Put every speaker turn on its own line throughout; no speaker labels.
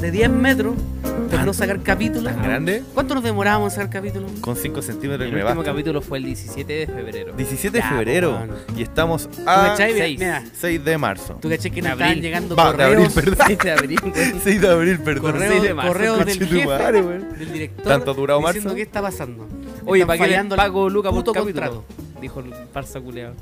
de 10 metros, terminó sacar capítulos.
¿Tan grande?
¿Cuánto nos demorábamos en sacar capítulos?
Con 5 centímetros
Ah, El
que me
último pues,
basta.
capítulo fue el 17 de febrero.
17
Ya,
de febrero.
po, mano.
y estamos
¿Tú
a
cachai? Mira,
seis.
mira,
6 de marzo.
tú caché que nos
Abril.
estaban llegando
ah, Va, de abril,
correos,
perdón.
6 de abril, güey.
6 de abril, perdón.
correos-
seis de marzo,
correos del
Conchetumare,
jefe,
weón.
del director,
¿Tanto ha durado
diciendo
marzo?
qué está pasando.
Oye,
Están
¿para qué
fallando
le
el
pago Luca por
puto
capítulo? Dijo el farsa culeado.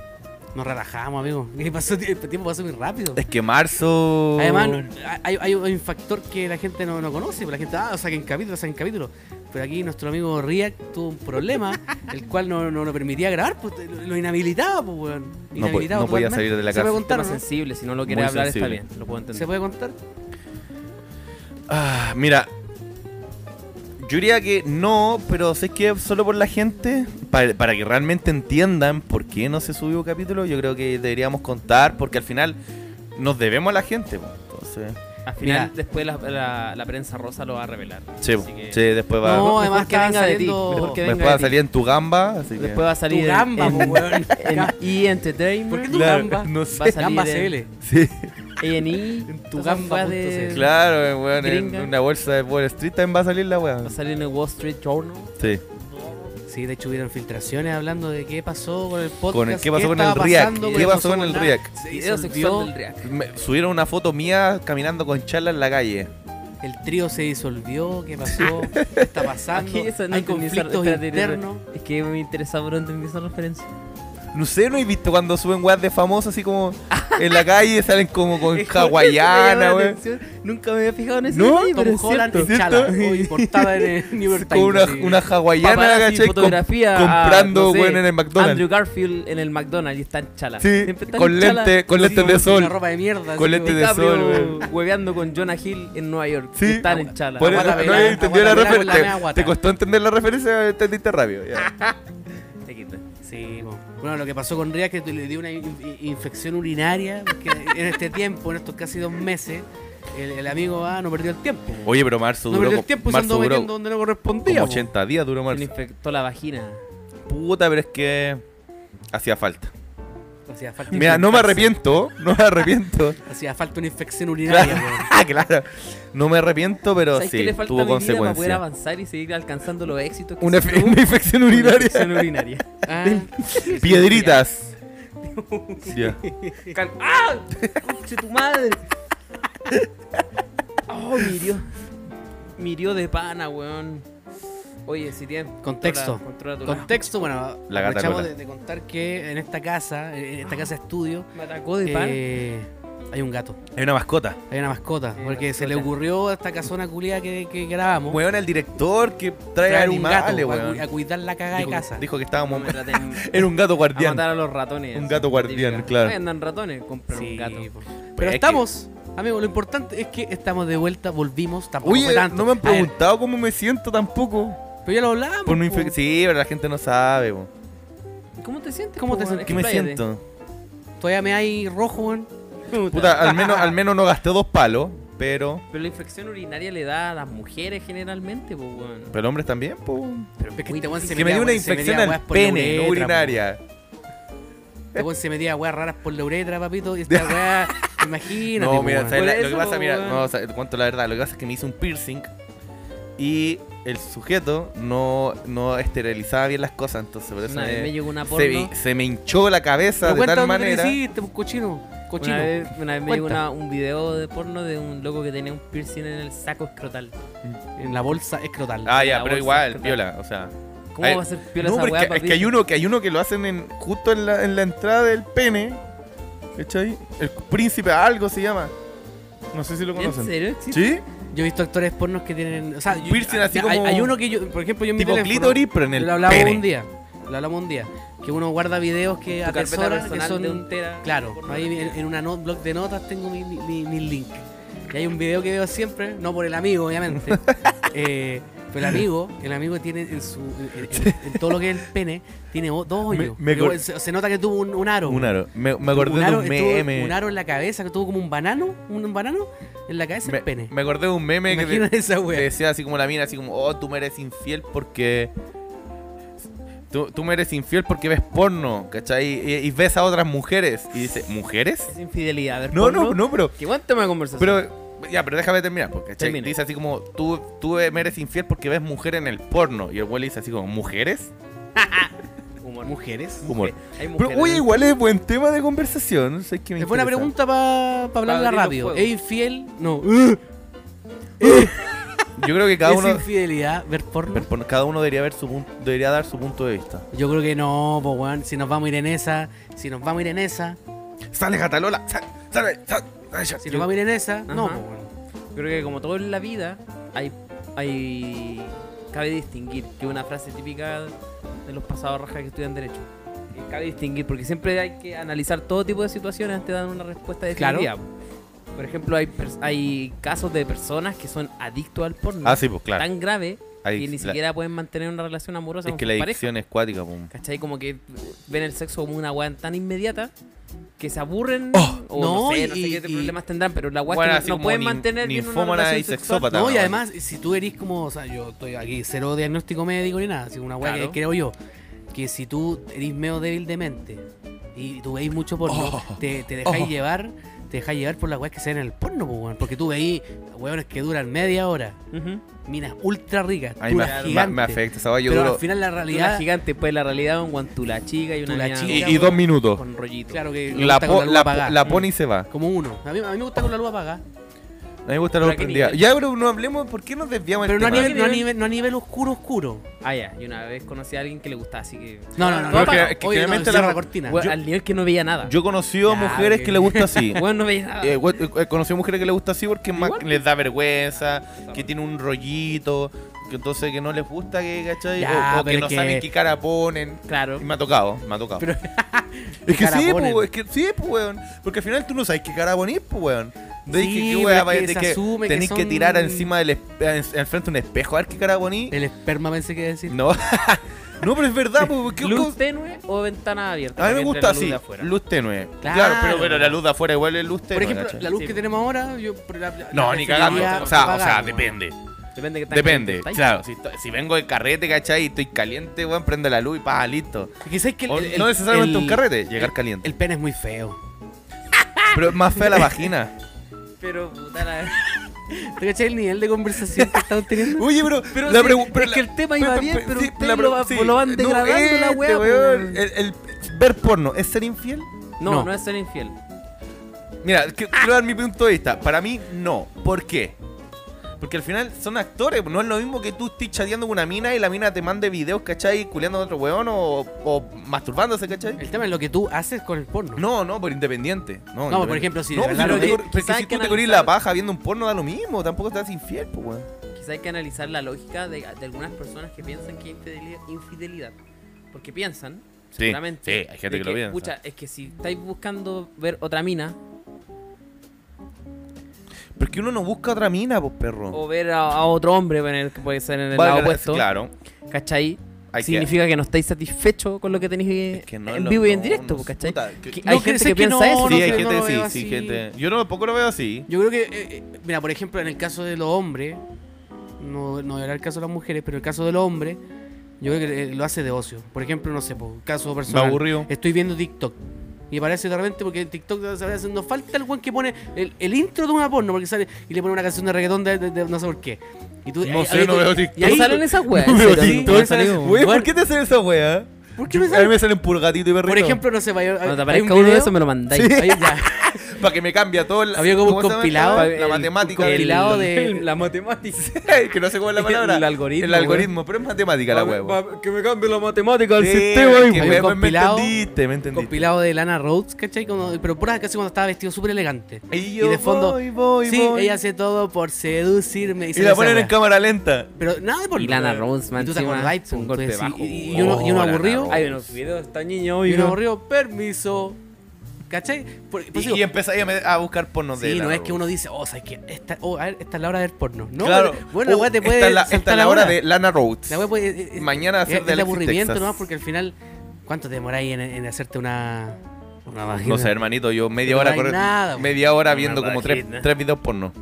Nos relajamos, amigo. Y pasó- el tiempo pasó muy rápido.
Es que marzo.
Además, no- hay, hay- hay un factor que la gente no, no conoce. porque La gente, ah, saquen capítulos, saquen capítulos. Pero aquí nuestro amigo Riak tuvo un problema, el cual no, no, no permitía grabar, pues, lo, lo inhabilitaba, pues, weón.
No, po-
Inhabilitado
no podía
totalmente.
salir de la
¿Se
casa.
puede
Un tema
contar, no?
sensible, si no lo
Muy
quieres hablar
sensible.
está bien, lo puedo entender.
¿Se puede contar?
Ah, mira, yo diría que no, pero sé que solo por la gente, para, para que realmente entiendan por qué no se subió capítulo, yo creo que deberíamos contar, porque al final nos debemos a la gente. po. Entonces,
Al final,
Mira.
después la, la- la prensa rosa lo va a revelar.
sí, pues,
Así que-
sí, después va,
No,
Mejor
además
que venga
estaban
de ti.
saliendo-
Mejor que venga
después va a
de ti.
salir en tu gamba. Así que-
Después va a salir
Tu
en-
gamba,
en,
po, weón.
en E Entertainment.
¿Por qué tu
Claro,
gamba?
no sé.
Va a salir
Gamba
en-
CL.
Sí,
E&E,
tu
E tu
gamba pues,
gamba
punto
de...
cl-
claro, eh, weón,
Gringa.
en una bolsa de Wall Street también va a salir la weá.
Va a salir en el Wall Street Journal.
Sí,
Sí, de hecho hubieron filtraciones hablando de qué pasó con el podcast.
Con el- qué pasó con el
estaba
Riak,
pasando,
qué
weón,
pasó
no
con el
supo
Riak.
nada. Se
Video
disolvió,
sexual del React.
Me- subieron una foto mía caminando con charla en la calle.
el trío se disolvió, qué pasó, qué está pasando,
Aquí eso no
hay
entendí esa-
conflictos
espérate,
internos.
Es que me interesaba no entendí esa referencia.
No sé, no he visto cuando suben weas de famosos así como en la calle, salen como con hawaiana, wey.
Nunca me había fijado en eso.
No,
detalle, pero
Tom
es
Holland
cierto.
en Chala, hoy portada en el New York
Con
Times.
una,
sí.
una hawaiana,
Paparazzi,
¿cachai? Com-
fotografía a,
comprando
no sé,
weón en el
Andrew
McDonald's.
Garfield en el McDonald's y está en chala.
Sí,
Siempre está
con
en chala.
lente, con
Sí,
lentes de
Una
sol.
ropa de mierda.
Con
sí,
lente de
DiCaprio
sol, weón.
hueveando con Jonah Hill en Nueva York.
Sí.
y están en chala.
Por eso
Aguata
no
pelada,
he entendido la
aguata pelada con la
referencia.
mea
Te-
guata.
Te costó entender la referencia, entendiste rápido. ya.
Te quita.
Sí, po. bueno, lo que pasó con Ria es que le dio una in- in- infección urinaria, porque en este tiempo, en estos casi dos meses, el, el amigo ah, no perdió el tiempo.
Oye, pero marzo
No
duró,
perdió el
co-
tiempo y se
marzo
andó
duró
metiendo donde no correspondía.
como
po.
80 días duró
Se le
marzo.
infectó la vagina.
Puta, pero es que hacía falta.
Hacía falta
Mira, no me
infectarse.
arrepiento, no me arrepiento.
Hacía falta una infección urinaria.
Claro,
po.
claro. No me arrepiento, pero
Ah, ¿Sabes qué
sí,
le falta a
tuvo
mi vida para poder
consecuencias.
avanzar y seguir alcanzando los éxitos? que
Una,
se
fe-
tuvo?
una infección
Una
urinaria.
infección urinaria.
Ah,
Piedritas. Ya.
Cal- ¡Ah! ¡Conche tu madre! ¡Oh, mirió! Mirió de pana, weón. Oye, si tienes.
Contexto.
Controla, tu
Contexto, bueno,
La gata
aprovechamos
Lola.
de, de contar que en esta casa, en esta casa estudio,
Me atacó de pana.
eh, hay un gato,
Hay una mascota.
hay una mascota,
Hay una
porque se le
mascota.
ocurrió a esta casona culia que, que grabamos
Weón, el director que trae
traer un gato
animales,
pa cu- a
weón.
cuidar la cagada de
Dijo,
casa.
dijo que
No
estábamos.
me traten a
Era un gato guardián.
matar a los ratones.
Un
así,
gato guardián,
típica.
claro.
Ahí andan ratones, compran
Sí,
un gato.
po.
Pero
Pero
es
estamos, amigos, lo importante es que estamos de vuelta, volvimos, tampoco fue
Oye,
tanto.
no me han
A ver,
preguntado cómo me siento tampoco.
pero ya lo hablábamos.
Por mi
po.
infec- Sí, pero la gente no sabe, weón.
¿Cómo te sientes?
¿Cómo
po,
te
weón?
sientes?
¿Qué me
Expláyate.
siento?
Todavía me hay rojo, weón.
Puta, al menos, al menos no gasté dos palos, pero.
Pero la infección urinaria le da a las mujeres generalmente, pues, weón.
Pero hombres también, po.
Pero es que este weón se
que me
metía
dio una
weas- se
infección
metía
al
weas por la
pene, no
uretra,
urinaria.
Este weón se metía weas raras por la uretra, papito. Y esta wea, imagínate.
No,
po,
mira,
weón.
¿sabes la-
Por
lo que
eso,
pasa,
po,
mira,
weón.
no, o sea, te cuento la verdad, lo que pasa es que me hice un piercing y el sujeto no, no esterilizaba bien las cosas, entonces por eso
Una vez me
me,
llegó una
se,
porno.
me- se me hinchó la
Pero
cabeza de
cuenta
tal
dónde te
manera.
lo hiciste, pues, cochino. Cochino.
Una vez, una vez me llegó
Cuenta.
una- un video de porno de un loco que tenía un piercing en el saco escrotal.
En la bolsa escrotal.
Ah, ya,
la
pero
bolsa,
igual,
¿verdad?
piola, o sea.
¿Cómo
Ay,
va a ser piola
No,
esa
pero
weá,
es, que, es que hay uno que hay uno que lo hacen en, justo en la, en la entrada del pene. ¿Cachai? El príncipe algo se llama. No sé si lo
¿En
conocen.
serio? existe?
¿Sí?
Yo he visto actores pornos que tienen. O sea, yo-
Piercing así
hay,
como-
hay uno que yo, por ejemplo, yo en mi
Tipo
teléfono,
clítoris, pero en el
lo hablamos
pene.
un día. Lo hablamos un día. Que uno guarda videos que
Tu carpeta
atesora, que
personal
son.
de un tera.
Claro,
Porno.
ahí en, en una no- blog de notas tengo mi, mi, mi- mi link. Y hay un video que veo siempre, no por el amigo, obviamente. eh, pero el amigo, el amigo tiene en su. En, en- en todo lo que es el pene, tiene o- dos
Me-
hoyos.
me
Pero
cor-
se, se nota que tuvo un, un aro.
Un aro. Me, me
Tuvo
acordé de un
estuvo-
meme.
Un aro en la cabeza, que tuvo como un banano, un, un banano en la cabeza
me,
el pene.
me acordé de un meme que te-
Imagina esa
que
wea.
decía así como la mina, así como, oh, tú me eres infiel porque... Tú, tú me eres infiel porque ves porno, ¿cachai? Y, y ves a otras mujeres. Y dice, ¿mujeres?
Es infidelidad. ver
No, no,
porno.
no, pero...
Que buen tema de conversación.
Pero Ya, pero déjame terminar, porque ¿cachai?
Termina.
dice así como, tú, tú me eres infiel porque ves mujer en el porno. Y el güey le dice así como, ¿mujeres?
Humor.
¿Mujeres?
Humor.
Hay mujeres.
Pero, oye, igual es buen tema de conversación. sé que me
Es buena
interesa.
pregunta para hablarla
abrir los
rápido.
juegos.
¿Es infiel? No.
Yo creo que cada
¿Es
uno,
infidelidad ver porno?
ver, por- cada uno debería, ver su, pun- debería dar su punto de vista.
Yo creo que no, po, weón. Si nos vamos a ir en esa, si nos vamos a ir en esa,
¡Sale, Catalola! ¡Sale! ¡Sale! sale, ay, ya.
si nos vamos a ir en esa, no,
Ajá.
po, weón.
Creo que como todo en la vida, hay, hay cabe distinguir, que es una frase típica de los pasados rajas que estudian derecho. Que Cabe distinguir, porque siempre hay que analizar todo tipo de situaciones antes de dar una respuesta
Claro.
definitiva. Por ejemplo, hay, pers- hay casos de personas que son adictos al porno.
Ah, sí, pues claro.
Tan grave
Ahí,
que ni
la-
siquiera pueden mantener una relación amorosa
es
con
que
su
la
pareja.
adicción es cuática, pum.
¿Cachai? Como que ven el sexo como una weá tan inmediata que se aburren.
Oh,
o
no,
no, sé, no
y-
sé qué
y-
problemas tendrán, pero la weá
Bueno,
es
así
que no- no,
como
pueden
nin-
mantener bien una
ninfómana
relación
y
sexual.
sexópata.
No, y
no,
además, si tú eres como, o sea, yo estoy aquí, cero diagnóstico médico ni nada, así una weá
Claro.
que creo yo, que si tú eres medio débil de mente y tú veis mucho porno, te, te dejáis
oh.
llevar, te dejáis llevar por las weas que se ven en el porno, po, weón. Porque tú veís weones que duran media hora,
Ujú.
minas ultra ricas,
A mí me,
duras
me-
gigantes.
me afecta esa weá, yo
pero
duro-
al final la
Una
realidad,
gigante, pues la realidad un guantula chica y una
Tula
niña
chica,
Y, y
weón.
dos minutos.
con rollito.
claro que me
La,
gusta con
po-
luz
la,
apagada.
po- la pone y se va.
Como uno. A mí, a mí me gusta con la luz apagada.
A mí me gusta la
Pero
luz
¿a qué
prendida.
nivel?
Ya, pero no hablemos, ¿por qué nos desviamos
Pero
del
no a,
tema?
nivel, no, a nivel, no a nivel oscuro, oscuro.
Ah, ya. Y una vez conocí a alguien que le gustaba, así que.
No, no, no. no,
Pero es que-
apagado.
es que
Oye, no,
generalmente
cierra
la-
la cortina.
Weón,
Yo-
al niel que no veía nada.
Yo he conocido
Ya,
mujeres
ok.
que le gusta así.
Weón, no veía nada.
Eh, we- he conocido mujeres que les gusta así porque más
Igual.
les da vergüenza, que tiene un rollito, que entonces que no les gusta que, ¿cachai?
Ya,
o, o que
pero
no
es que-
saben qué cara ponen.
Claro.
Y me ha tocado, me ha tocado.
Pero-
es que
cara
sí,
ponen?
po, es que sí, po, weón. Porque al final tú no sabes qué cara ponís, po, weón. De
Sí,
que, qué
pero
weá,
es
vaya-
que
de
se
que
asume que
tenés que,
son-
tirar encima del espe- en- enfrente de un espejo a ver qué cara ponís.
El esperma pensé que iba a decir.
No, no, pero es verdad, pues, po, porque
¿Luz tenue o ventana abierta?
a mí
para
me
que
gusta
entre la luz
así,
de afuera?
luz tenue. Claro,
Claro.
pero, pero la luz de afuera igual es luz tenue.
Por ejemplo,
¿cachai?
la luz
Sí,
que
po.
tenemos ahora, yo. pero la- la-
No,
la
ni cagando.
preferiría
O sea, o sea
apagada,
depende.
Depende que tan
Depende.
caliente estáis.
Claro, si, estoy- si vengo de carrete, ¿cachai? Y estoy caliente, weón, prende la luz y pa, listo.
weón. Es que sabes que el-
O
el-
no necesariamente
el-
un carrete, llegar caliente.
El pene es muy feo.
Pero es más fea la vagina.
Pero, puta la.
¿Te cachai el nivel de conversación que estamos teniendo?
Oye, pero,
Pero
la
sí,
pregu- pero
es
la-
que el tema iba
pe- pe-
bien,
pe-
pero
sí,
ustedes
la
lo,
pre-
va-
sí.
lo van
No,
degradando la
este,
weá.
weón,
weón.
el- el- Ver porno, ¿es ser infiel?
No,
No.
no, es ser infiel.
Mira, que- quiero dar mi punto de vista. Para mí, no. ¿Por qué? Porque al final son actores. No es lo mismo que tú estés chateando con una mina y la mina te mande videos, ¿cachai? Culeando a otro weón o, o masturbándose, ¿cachai?
El tema es lo que tú haces con el porno.
No, no, por independiente. No,
No,
independiente.
por ejemplo, si de
No,
verdad
pero
lo
te-
que-
pero
quizás
que
hay
si
que
tú te corís
analizar-
la paja viendo un porno da lo mismo. Tampoco estás infiel, pues, weón.
Quizá hay que analizar la lógica de, de algunas personas que piensan que es infideli- infidelidad. Porque piensan, seguramente. de Pucha, es que si estáis buscando ver otra mina
Pero es que uno no busca otra mina, pues, perro.
o ver a, a otro hombre en el- que puede ser en el
Valga
lado
la-
opuesto,
Claro.
¿cachai?
hay que-
Significa que... no estáis satisfechos con lo que tenéis
es que no es
en
lo-
vivo y en
no,
directo,
pues,
no,
¿cachai?
puta, que-
Que
No,
hay
que
gente
sé
que,
que
piensa
no,
eso.
Sí,
no
hay
sé,
gente,
no lo
sí,
veo
sí,
así.
gente. Yo no tampoco lo veo así.
Yo creo que, eh, eh, mira, por ejemplo, en el caso de los hombres, no, no era el caso de las mujeres, pero el caso de los hombres, yo creo que eh, lo hace de ocio. Por ejemplo, no sé, por caso
Me
personal.
aburrió.
Estoy viendo TikTok. Y parece de repente porque en TikTok se va haciendo falta el weón que pone el, el intro de una porno porque sale y le pone una canción de reggaetón de, de- de no sé por qué. Y tú,
No
ahí-
sé,
ahí
no
tú-
veo
Y
TikTok.
ahí
No salen esas weas.
No
en
veo
serio,
TikTok,
no
no salen
salen-
Güey,
Bueno.
¿por qué te hacen esa wea?
¿Por qué me
A mí
sale?
me salen pulgatito y perrito.
Por ejemplo, no sé, hay, hay-
Cuando te
hay un
aparezca uno de
video-
esos me lo mandáis.
hay- hay- ya.
Para que me cambie todo el.
Había como un
¿cómo se llama
compilado,
esta
el-
wea? La matemática.
el compilado
del-
de-
la matemática.
que no sé cuál es la palabra.
El algoritmo,
El algoritmo, pero es matemática la wea. wea.
Que me cambie la matemática
Sí, es que
Hay un
me, me- me
compilado-
entendiste, me entendiste.
compilado de Lana Rhodes, ¿cachai? Como- pero pura casi cuando estaba vestido súper elegante.
yo
y de fondo,
voy, voy,
sí,
voy.
ella hace todo por seducirme. Y,
Y
sale
la
esa
ponen en
wea.
cámara lenta.
Pero nada por
Y Lana Rhodes, man,
Y tú te
encima,
acordás,
un
po,
golpe
entonces,
bajo,
y- y,
po.
y uno, y uno
Oh, Lana
aburrido.
Rhodes.
Hay unos videos, esta niña
Y
hoy.
uno aburrido, permiso. ¿Cachai? Por- por
Y,
eso
y empieza ahí a, me- a buscar pornos de.
Pues Sí,
la
no es
wea.
que uno dice, oh, ¿sabes qué? Esta, oh, a ver, esta es la hora del porno. No,
Claro.
pero, bueno, la
Oh,
weá te puede.
Esta es la, esta
saltar
es la hora de Lana Rhodes.
La weá puede. eh, eh,
Mañana va a ser
es,
de
el
Alexis,
aburrimiento
Texas.
nomás, porque al final, ¿cuánto te demoráis en, en hacerte una. Una vagina?
No sé, hermanito, yo media
No
hora
hay
corre-
nada,
media hora
Una
viendo como tres,
vagina.
tres videos porno.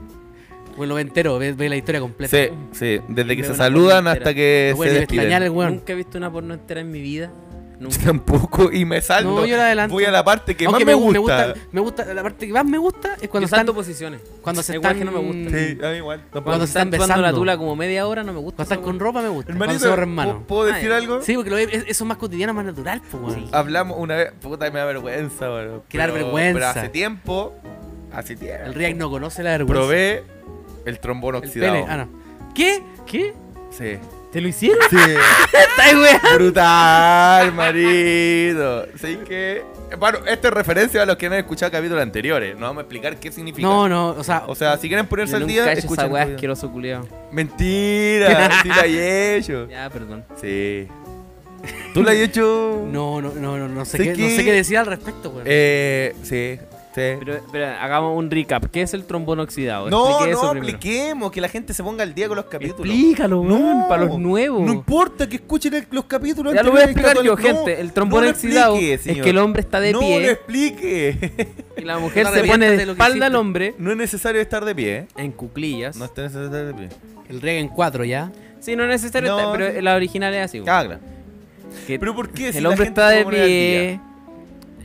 Bueno, lo ve entero, ve, ve la historia completa.
Sí, sí, desde que
Veo
se
una
saludan
porno
hasta
entera.
que
No
se
puede ni pestañear
despiden. Mm,
el weón.
Nunca he visto una porno entera en mi vida.
Yo
Nunca.
tampoco, y me salto.
No, yo la adelanto.
Voy a la parte que
Aunque
más me,
gu-
gusta.
Me gusta, la parte que más me gusta es cuando
Yo salto
están,
posiciones.
cuando se
Hay weas
están-
que no me gustan.
Sí, a mí igual. tampoco.
Mm. Cuando
Cuando
se están
están besando la
besando.
tula como media hora no me gusta.
cuando están
esa
con
wea.
ropa me gusta. cuando se
Hermanito,
corren manos.
¿puedo- ¿puedo
Ah,
decir
ya.
algo?
Sí, porque lo- es- eso es más cotidiano, más natural, pues, weón.
Hablamos una vez, puta, me da vergüenza, weón.
Qué dar vergüenza.
Pero hace tiempo, hace tiempo,
El React no conoce la vergüenza.
probé el trombón
el
oxidado.
pene. Ah, no. ¿Qué? ¿Qué?
Sí.
¿Te lo hicieron?
Sí.
¡Ay, weón!
Brutal, marido. Así que. Bueno, esta es referencia a los que no han escuchado capítulos anteriores. No vamos a explicar qué significa.
No, no, o sea,
O sea, si quieren ponerse
Yo
al
nunca
día,
he hecho esa
escuchen.
weá
el capítulo.
asqueroso culiado.
Mentira, sí la he hecho.
Ya, perdón.
Sí. ¿Tú la has hecho?
no, no, no, no, no sé,
Sé
qué, no
que-
sé qué decir al respecto, weón.
Eh, sí, sí.
Pero, pero hagamos un recap. ¿Qué es el trombón oxidado?
No,
Expliqué
no,
eso primero.
apliquemos, que la gente se ponga al día con los capítulos.
Explícalo, weón, para los nuevos.
No importa que escuchen el- los capítulos
Ya lo voy a
anteriores,
explicar yo,
católicos. No,
gente. El trombón
no lo
oxidado
explique,
es
señor.
que el hombre está de
no lo
pie
explique.
y la mujer
No te
se pone
arrepientas
de
de lo que
espalda al
hiciste.
hombre
no es necesario estar de pie. ¿eh?
en cuclillas.
No es necesario estar de pie.
El React en 4, ¿ya?
Sí, no es necesario,
No,
estar- pero
sí.
la original es así. weón.
Ah, claro.
Que
Pero ¿por qué? Si
Eh, el
la
hombre
gente
está
se
de
pone al día.
pie,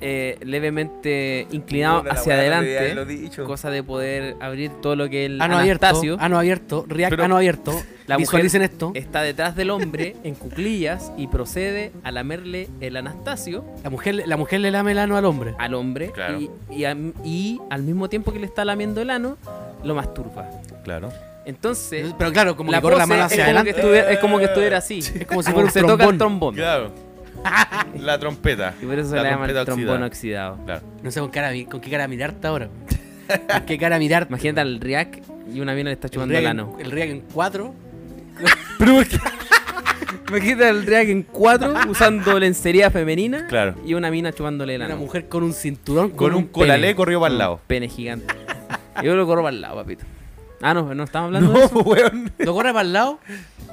eh, levemente inclinado
Puta, la
hacia
weá,
adelante,
lo he dicho.
cosa de poder abrir todo lo que el
Ano Ah, abierto,
Anastasio
ano abierto, React
Pero-
ano abierto.
La mujer-
Visualicen esto.
está detrás del hombre en cuclillas y procede a lamerle el Anastasio
La mujer, la mujer le lame el ano al hombre.
al hombre
Claro.
y, y am- y al mismo tiempo que le está lamiendo el ano, lo masturba.
Claro.
Entonces,
Pero claro, como
la
que corre la
pose
mano
es
hacia
como que
adelante.
estuviera- es como que estuviera así.
Es como si
Como
fuera un
se toca el
trombón.
trombón.
Claro. La trompeta.
Y por eso se
La
le llama el
trompeta
trombón
oxidada.
oxidado.
Claro.
No sé con, cara, mi- con qué cara mirarte ahora. ¿Con qué cara mirarte?
Imagínate al React y una mina le está
El
chupando el
React
ano.
en- el React en 4.
Pero ¿por qué?
Imagínate al React en cuatro usando lencería femenina
Claro.
y una mina chupándole el
Una
ano.
mujer con un cinturón.
Con un colalé corrió para el
Un
lado.
Pene gigante. Yo lo corro para el lado, papito. Ah, no, no estamos hablando
No,
de eso.
weón.
¿Lo corre para el lado?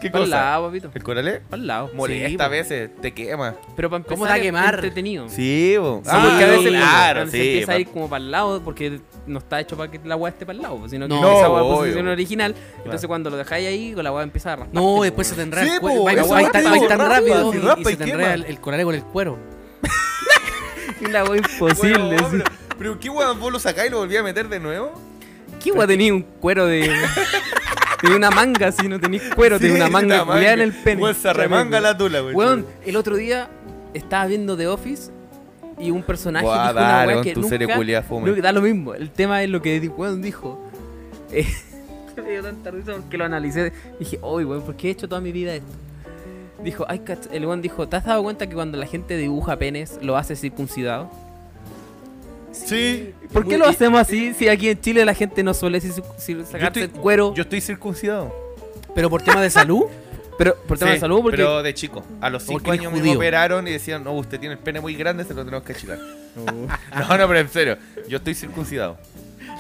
¿Qué
Para el
cosa?
lado, papito.
¿El coralé?
Para el lado.
Molesta a
po.
veces, te quema.
Pero para empezar,
¿Cómo te va a
es
quemar?
entretenido.
Sí, bo.
Sí, porque a veces
Ah, claro,
cuando se
sí.
empieza a ir como para el lado, porque no está hecho para que la weá esté para el lado, pues, sino que
No,
empieza a la
obvio.
posición original. Entonces cuando lo dejáis ahí, con la weá empieza a arrastrar.
No, después se te enreda
Sí,
el cuero.
po,
Va
eso
va- va tan,
rápido,
va tan
rápido,
rápido
si
y,
rapa
y
y
se te enreda
quema.
el, el colalé con el cuero.
Una weá imposible.
Weón,
sí.
pero, pero qué weón, vos lo sacás y lo volví a meter de nuevo.
¿Qué weá tenía un cuero de. de una manga, si no tenéis cuero,
Sí,
tenés una manga culiada en el pene.
Weón, se remanga la tula, weón.
Weón, el otro día estaba viendo The Office y un personaje
Guau,
dijo una
dale,
weá
con
que
tu
nunca,
serie culiá fome.
no, da lo mismo. El tema es lo que di- weón dijo. Eh, me dio tanta risa porque lo analicé. Dije, uy, weón, ¿por qué he hecho toda mi vida esto? Dijo, ay, cach-". el weón dijo, ¿te has dado cuenta que cuando la gente dibuja penes lo hace circuncidado?
Sí.
¿Por
Muy
qué lo
bien.
hacemos así si aquí en Chile la gente no suele si- si- sacarse
estoy-
el cuero?
Yo estoy circuncidado.
Pero por tema de salud,
pero por tema
Sí,
de salud, porque
Pero de chico. A los
Porque
5
eres
años me
judío.
operaron y decían, no, usted tiene el pene muy grande, se lo tenemos que achicar.
Uh.
No, no, pero en serio. Yo estoy circuncidado.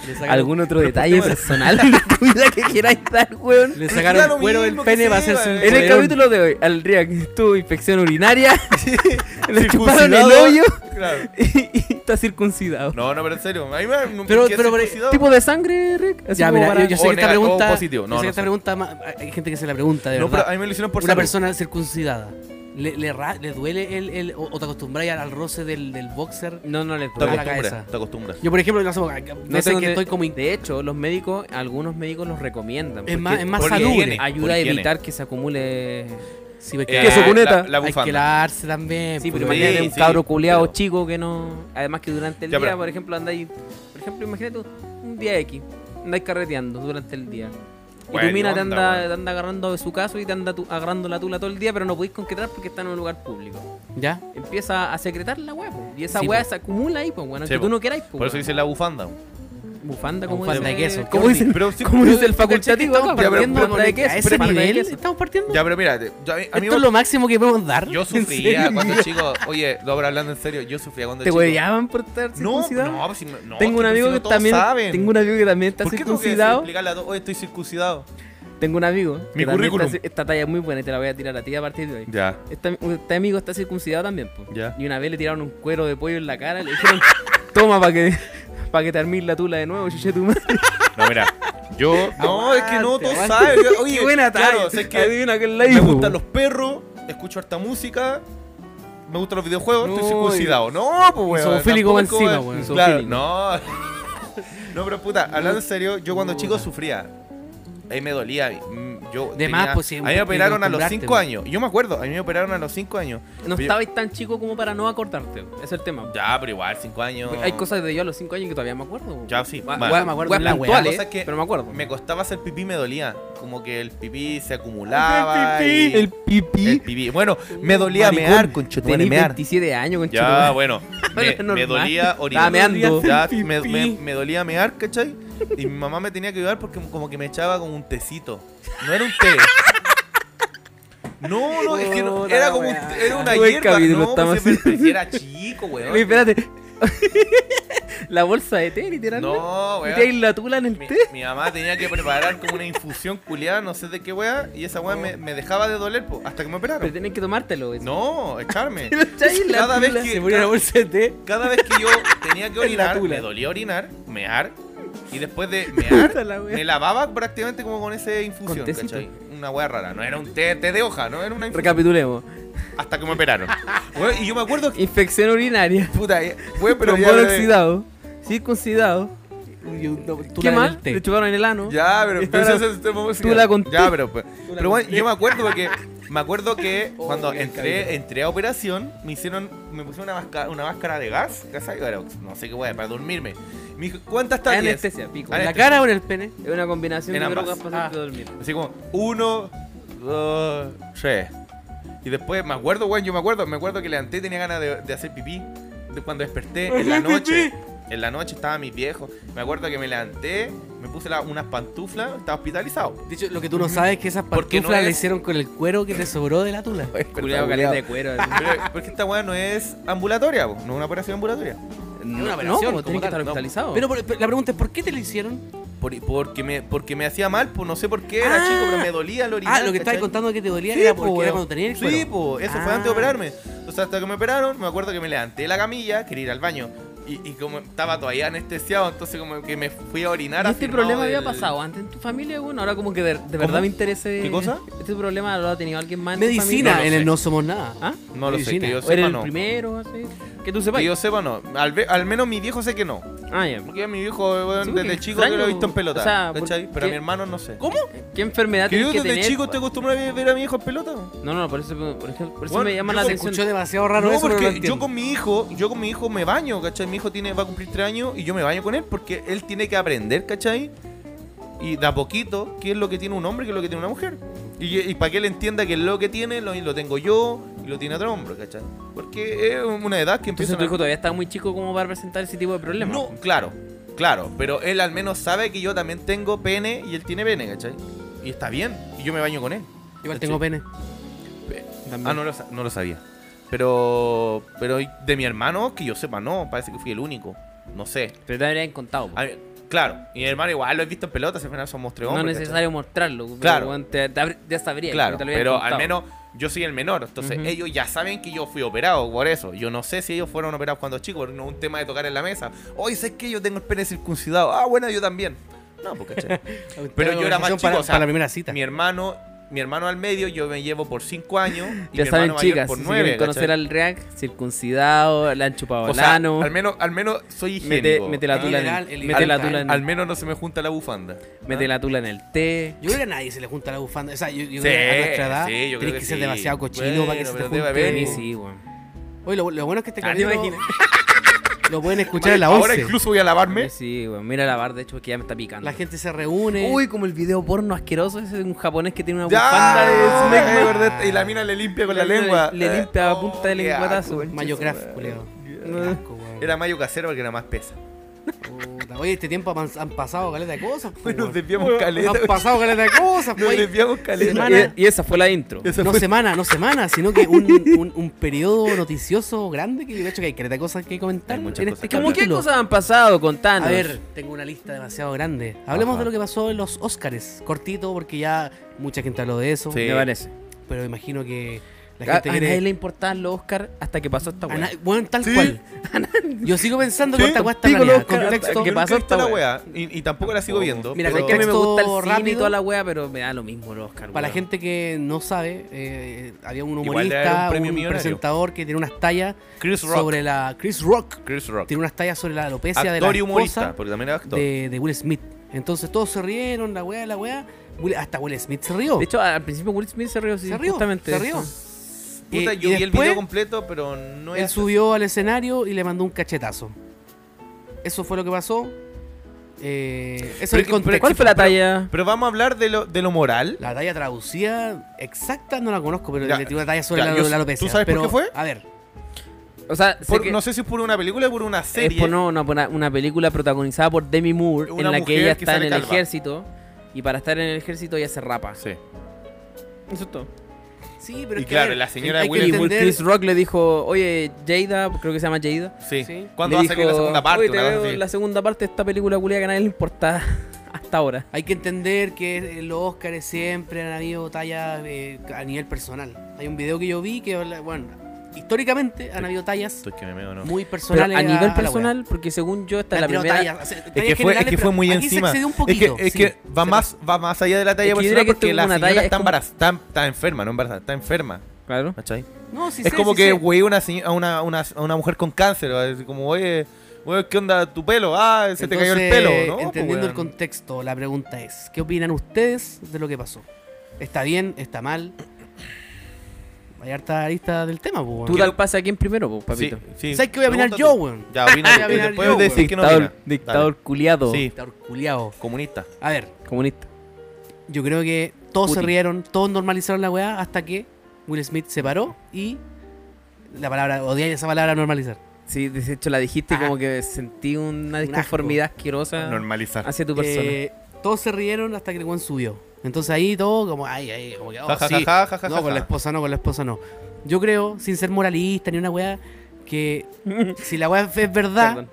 le sacaron,
algún otro
pero por
detalle
tema de-
personal de tu vida que quieras dar, weón.
le
Pero
sacaron
da lo
el cuero del
mismo que
pene,
se
va a hacerse
iba, eh.
un
En el
polerón.
capítulo de hoy, al Riak tuvo infección urinaria, le chuparon el
Circuncidado,
hoyo
Claro.
y, y está circuncidado.
No, no, pero en serio. A mí me-
Pero-
¿qué
pero- pero-
circuncidado?
¿Tipo de sangre, Rick? Así
Ya,
como
mira,
para-
yo, yo sé
O
que esta
nega- o
pregunta.
positivo.
yo
No,
sé
no
que esta
sé.
pregunta. ma- Hay gente que se la pregunta, de
No,
verdad.
pero a mí me lo hicieron por
Una
salud.
persona circuncidada. ¿Le, le, ra- le duele el, el- o, o te acostumbras al roce del, del boxer?
No, no les
Te
a la
duele.
acostumbras,
cabeza.
te acostumbras.
Yo, por ejemplo, no sé,
No
sé
tengo
que
de-
estoy como. in-
De hecho, los médicos, algunos médicos los recomiendan.
Es
porque
más, es más
porque
salubre.
tiene-
Ayuda
por
a
higiene.
evitar que se acumule.
Sí, porque
Eh,
¿Qué, su cuneta?
La, la
hay que
bufanda.
lavarse también.
Sí,
pues,
pero
Sí,
imagínate un
sí,
cabro culeado
pero-
chico que no. Además, que durante el
Ya,
día,
pero-
por ejemplo, andáis. Por ejemplo, imagínate un día X, andáis carreteando durante el día. Y
Bueno,
tu mina te
onda,
anda,
weón.
te anda agarrando de su caso y te anda tu- agarrando la tula todo el día, pero no podéis concretar porque está en un lugar público.
¿Ya?
Empieza a secretar la weá, po, y esa
Sí,
weá
po.
se acumula ahí, pues, bueno,
Sí,
que tú
po.
no queráis, po,
Por eso
weón.
dice la bufanda.
Bufanda, como
Bufanda de queso.
Como
Qué
dice,
Pero sí-
como dice el
¿Tú cachai que
facultativo
Estamos
acá, pero
partiendo
bufanda de
con-
queso,
a ese
bufanda de
nivel.
queso.
¿Estamos partiendo?
Ya, pero mira, yo, a mí, a mí
Esto es lo máximo que podemos dar.
yo
¿En
sufría
serio?
cuando chico. Oye, lo habrá hablando en serio, yo sufría cuando
¿Te
chico.
hueveaban por estar
No,
circuncidado?
no, si no, no,
Tengo un
si
amigo
no
que
todos
también.
saben.
Tengo un amigo que también está
¿Por qué tengo que
circuncidado.
explicarle a todos, "Oye, estoy circuncidado?
Tengo un amigo.
Mi
que también
currículum.
está- esta talla es muy buena y te la voy a tirar a ti a partir de hoy.
Ya.
Este, este amigo está circuncidado también, po.
Ya.
Y una vez le tiraron un cuero de pollo en la cara y le dijeron, toma para que, pa' que te armís la tula de nuevo, chuche tu madre.
No, mira. Yo. No, es que no,
Aguante,
todos
aguante.
saben. Yo- Oye,
Qué buena talla.
claro, sé que
Adivina que es la
me
hizo, po.
gustan los perros, escucho harta música. me gustan los videojuegos,
No,
estoy circuncidado. No, pues, weón.
zoofílico
tampoco
más encima,
es-
weón.
Claro,
Zoofílico.
no. no, pero puta, hablando en serio, yo cuando chico sufría. Ahí me dolía. mm, Yo
De más, pues, sí,
A mí me operaron a los
acostumbrarte,
5
pues.
años. Yo me acuerdo, a mí me operaron a los 5 años.
No
Pero-
estabais tan chico como para no acordarte. Ese es el tema.
Ya, pero igual, 5 años.
Hay cosas de yo a los 5 años que todavía me acuerdo.
Ya, sí,
Gua-
vale. ¿eh?
gua- me acuerdo.
Guas
de la
puntuales,
weá.
Cosa que
pero me acuerdo.
Me costaba hacer pipí, me dolía. Como que el pipí se acumulaba. y-
El pipí.
el pipí. Bueno, me dolía
Maricón,
mear, conchetumare,
Tenís
mear.
27 años, con
Ya, bueno. Me,
Era normal.
me dolía orinar.
Estaba meando.
Ya, me, me- me dolía mear, ¿cachai? Y mi mamá me tenía que ayudar porque como que me echaba como un tecito. No era un té. No, no, es que no-
Puta
era
la
como un,
weá.
era una
Buen
hierba,
capítulo,
no,
estamos
pues, si me- si era chico,
Oye,
weón.
espérate. la bolsa de té, literalmente.
No,
¿Y te hay
weón.
la tula en el
Mi,
té?
mi mamá tenía que preparar como una infusión culiada, no sé de qué weá, y esa weá me, me dejaba de doler po, hasta que me
Oh. Pero
operaron.
tenés que tomártelo, eso.
No, echarme.
Te lo echáis en la
Cada vez
tula.
que-
Se ponía una bolsa de té.
Cada vez que yo tenía que
En la
orinar,
tula.
me dolía orinar, mear, y después de
Puta
mear,
la wea.
me lavaba prácticamente como con esa infusión,
Con tecito.
¿cachai? Una hueá rara, no era un té, té de hoja, no era una infusión.
Recapitulemos.
Hasta que me operaron. Bueno, y yo me acuerdo que.
Infección urinaria.
Puta, eh, fue pero ya.
Trombón oxidado. Circuncidado.
y un- no, tú
¿Qué
la
más?
del
Le
té.
chuparon en el ano.
Ya, pero.
Está
pero
la-
eso es- eso es-
tú la conté.
Ya, pero. pues,
la
pero bueno, yo me acuerdo porque. Me acuerdo que
Oh,
cuando
qué
entré,
caída.
entré a operación, me hicieron. Me pusieron una máscara, una máscara de gas, ¿cachai? Bueno, no sé qué hueá, para dormirme. Me dijo, ¿cuántas
Hay
tablillas?
anestesia, pico.
¿En
Anestesia.
la cara o en el pene?
Es una combinación
En
de
ambas.
drogas para hacerte
Ah.
dormir.
Así como, uno, dos, tres. Y después me acuerdo, weón, yo me acuerdo, me acuerdo que levanté y tenía ganas de, de hacer pipí. De cuando desperté en la noche. En la noche estaba mi viejo. Me acuerdo que me levanté, me puse la- unas pantuflas, estaba hospitalizado.
De hecho, lo que tú no sabes es que esas
Porque no
pantuflas le
es-
hicieron con el cuero que te sobró de la tula.
Culeado caleta de cuero. así.
Pero- porque esta weá no es ambulatoria, po, no es una operación ambulatoria.
una
no,
operación,
como
como
tenés que
tal,
estar
no.
hospitalizado.
Pero, por- pero la pregunta es, ¿por qué te lo hicieron?
Por- porque, me, porque me hacía mal, pues no sé por qué, era
Ah.
chico, pero me dolía el orinar.
Ah, lo que estabas
¿cachai?
contando que te dolía
Sí,
era
po,
porque
weón.
era cuando tenías el cuero.
Sí, po, eso fue
Ah.
antes de operarme. O sea, hasta que me operaron, me acuerdo que me levanté de la camilla, quería ir al baño. Y, y como estaba todavía anestesiado, entonces como que me fui a orinar.
¿Y este
afirmado
problema había
del-
pasado antes en tu familia, bueno, ahora como que de, de
¿Cómo?
verdad me interese.
¿Qué cosa?
Este problema lo ha tenido alguien más. en tu
Medicina,
No lo
en
sé.
el no somos nada.
familia? ¿Ah?
No lo sé, que
Medicina.
yo
¿O eres
sepa
el
no.
primero? Así? Que tú sepas.
Que yo sepa no. Al, ve- al menos mi viejo sé que no.
Ah, ya.
Porque a mi viejo weón,
Sí, porque
desde chico
extraño,
que lo he visto en pelota.
o sea,
¿cachai?
porque-
Pero a mi hermano no sé.
¿Cómo? ¿Qué enfermedad
Que yo
tienes que
desde
tener?
chico te acostumbras a ver a mi viejo en pelota.
No, no, por eso, por ejemplo, por eso
Bueno,
me llama
yo
la
como
Se
atención.
escuchó demasiado raro
no,
eso, pero
porque
no lo
yo
entiendo.
con mi hijo, yo con mi hijo me baño, ¿cachai? Mi hijo tiene, va a cumplir tres años y yo me baño con él porque él tiene que aprender, ¿cachai? Y de a poquito, qué es lo que tiene un hombre y qué es lo que tiene una mujer. Y, y para que él entienda que lo que tiene lo, lo tengo yo y lo tiene otro hombre, ¿cachai? Porque es una edad que empieza
Entonces tu hijo todavía está muy chico como para presentar ese tipo de problemas.
No, claro, claro. Pero él al menos sabe que yo también tengo pene y él tiene pene, ¿cachai? Y está bien. Y yo me baño con él.
Igual tengo pene.
Ah, no lo, sa- no lo sabía. Pero, pero de mi hermano, que yo sepa, no. Parece que fui el único. No sé.
Pero te habrían contado. po.
A mí- claro, y mi hermano igual lo he visto en pelotas, al final somos tres
No es
hombres.
necesario mostrarlo. pero,
Claro.
weón, te- te habr- ya sabría.
¿cachai? Claro,
te lo habrían
pero al
contado.
menos yo soy el menor. Entonces
Ujú.
ellos ya saben que yo fui operado por eso. Yo no sé si ellos fueron operados cuando chicos, porque no es un tema de tocar en la mesa. Hoy sé que yo tengo el pene circuncidado. Ah, bueno, yo también. No, pues ¿cachai? Pero yo era más chico,
para,
o sea,
para la primera cita.
mi hermano, mi hermano al medio, yo me llevo por cinco años. Y
Ya
mi hermano
saben,
mayor
chicas,
por
si
nueve.
quieren conocer
¿cachai?
al React, circuncidado, le han chupado
O
el
sea,
ano.
al menos, al menos soy
Mete,
higiénico. Ah,
mete la
En
tula en
general,
el,
el
mete la
ideal-
tula en
Al menos no se me junta la bufanda. Ah,
mete la tula en el té.
Yo creo que a nadie se le junta la bufanda. O sea, yo, yo creo
Sí,
que a nuestra edad
sí, yo creo
tienes
que
que, ser
sí.
demasiado cochino
Bueno,
para que se te
pero debe
junte.
haber,
Sí,
po.
sí, weón.
Oye, lo, lo bueno es que este
Ah, te
capítulo
imaginas.
lo pueden escuchar en la
Ahora
11.
incluso voy a lavarme.
Sí, weón. Mira la bar, de hecho, que ya me está picando.
La gente se reúne.
Uy, como el video porno asqueroso ese de un japonés que tiene una bufanda
Ya,
de
me
Smackdown.
acordé, y la mina le limpia con la,
Le-
lengua. Oh,
Le, limpia a punta de
qué asco,
lenguatazo.
Mayo Craft, culiao. Qué asco, weón.
Era mayo casero porque era más pesa.
Puta, Oye, este tiempo han, han pasado caleta de cosas. po,
Nos
weón.
desviamos caleta.
Han pasado caleta de cosas. po,
Nos
oye.
desviamos caleta.
Hermano,
Y, y esa fue la intro.
Esa
no
fue-
semana, no semana, sino que un, un, un periodo noticioso grande que de hecho que hay caleta de cosas que comentar.
Hay muchas
en
cosas
este
que
¿Cómo
hablar.
qué
capítulo.
cosas han pasado? Contanos.
A ver, tengo una lista demasiado grande. Hablemos
Ajá.
de lo que pasó en los Óscares. Cortito, porque ya mucha gente habló de eso.
Sí. Ah,
me parece.
Pero imagino que La
A, a
gente
nadie
quiere.
le importaban los Oscar hasta que pasó esta
a
weá.
na- Bueno, tal
Sí.
cual. Yo sigo pensando que
Sí,
esta weá está
pico
planeada.
loca,
Con
hasta
texto.
que- ¿Qué
Nunca
pasó
he visto
esta
la
wea?
weá. Y, y tampoco la sigo viendo.
Mira,
pero-
Es que a mí me gusta el
Contexto
cine y
rápido.
toda la wea, pero me da lo mismo los Oscar.
Para la
weón.
gente que no sabe, eh, había un
Igual le daría
humorista,
un
un,
premio millonario.
presentador que tiene unas tallas
Chris Rock.
sobre la. Chris Rock.
Chris Rock.
Tiene unas tallas sobre la alopecia de la
Actor y
esposa
humorista, porque también era actor.
de, de Will Smith. Entonces todos se rieron, la weá, la weá. Will- hasta Will Smith se rió.
De hecho, al principio Will Smith se rió, sí,
se rió.
justamente.
se rió.
Puta,
Eh,
yo
y
vi el
después-
video completo, pero no
Él
es.
subió al escenario y le mandó un cachetazo. Eso fue lo que pasó. Eh, eso es
Pero
el
que-
contexto.
pero
¿Cuál fue la talla?
Pero vamos a hablar de lo, de lo moral.
La talla traducida exacta no la conozco, pero
Ya,
le tiró una talla sobre
ya,
la,
yo-
la alopecia.
¿tú sabes por
Pero,
qué fue?
A ver,
O sea, sé
Por-
que
No sé si es por una película o por una
es
serie.
por no, no, por una, una película protagonizada por Demi Moore
Una
en la que
mujer
ella
que
está en
sale
el
calva.
ejército y para estar en el ejército ella se rapa.
Sí.
Eso es todo.
sí, pero
Y
es que, a
claro,
ver,
la señora
hay que
Will
Y Will
entender-
Chris Rock le dijo, oye, Jada, creo que se llama Jada.
Sí.
Sí.
¿Cuándo va
le
a salir la
dijo,
segunda parte?
Oye, te
Una
veo
cosa así.
en la segunda parte de esta película culia que a nadie le importa hasta ahora.
Hay que entender que eh, los Óscares siempre han habido tallas eh, a nivel personal. Hay un video que yo vi que, habla- bueno, históricamente han habido tallas
Esto es que me meo, ¿no?
muy
Pero
personales.
a nivel
la
personal, porque según yo esta
wea.
es la
Han tirado
primera...
tallas, o sea, tallas
Es que, fue, es
generales,
que fue
pero
muy
aquí
encima.
Se excedió un
es que,
poquito.
es
sí.
que va,
Se
más, va más allá de la talla
Es que yo
personal
diría que esto
porque
es
la
una
señora
talla, es
está,
como-
embaraz- está, está enferma, no embarazada, está enferma.
Claro.
¿Cachai?
No, sí
es
sé,
como
sí
que,
sé.
güey, una, señ- a una, una, a una mujer con cáncer. va a decir Como, oye, güey, ¿qué onda tu pelo? Ah, se te cayó el
Entonces,
pelo. ¿no? Pues,
Entendiendo el
weón.
contexto, la pregunta es, ¿qué opinan ustedes de lo que pasó? ¿Está bien? ¿Está mal? Hay harta arista del tema, po, weón.
Tú da el pase a quién primero, po,
Sí,
papito.
sí.
¿Sabes qué voy a opinar
Pregunta
yo,
tú.
weón?
Ya, opina
Voy a
tú, y
opinar
después
yo,
decís
weón.
que no
Dictador,
opina.
dictador culiado.
Sí.
Está orculeado.
Dale, Comunista.
A ver,
Comunista.
yo creo que todos se
Putin.
rieron, todos normalizaron la weá hasta que Will Smith se paró y la palabra, odiar esa palabra normalizar.
Sí, de hecho la dijiste y
Ajá.
como que sentí una disconformidad
Ah.
asquerosa
Normalizar.
hacia tu persona.
Eh, todos se rieron hasta que el weón subió. Entonces ahí todo como, ay, ay, como que, oh,
Ja, ja,
sí.
ja, ja, ja,
no,
ja,
con la
ja.
esposa no, con la esposa no. Yo creo, sin ser moralista ni una weá, que si la weá es verdad,
Perdón.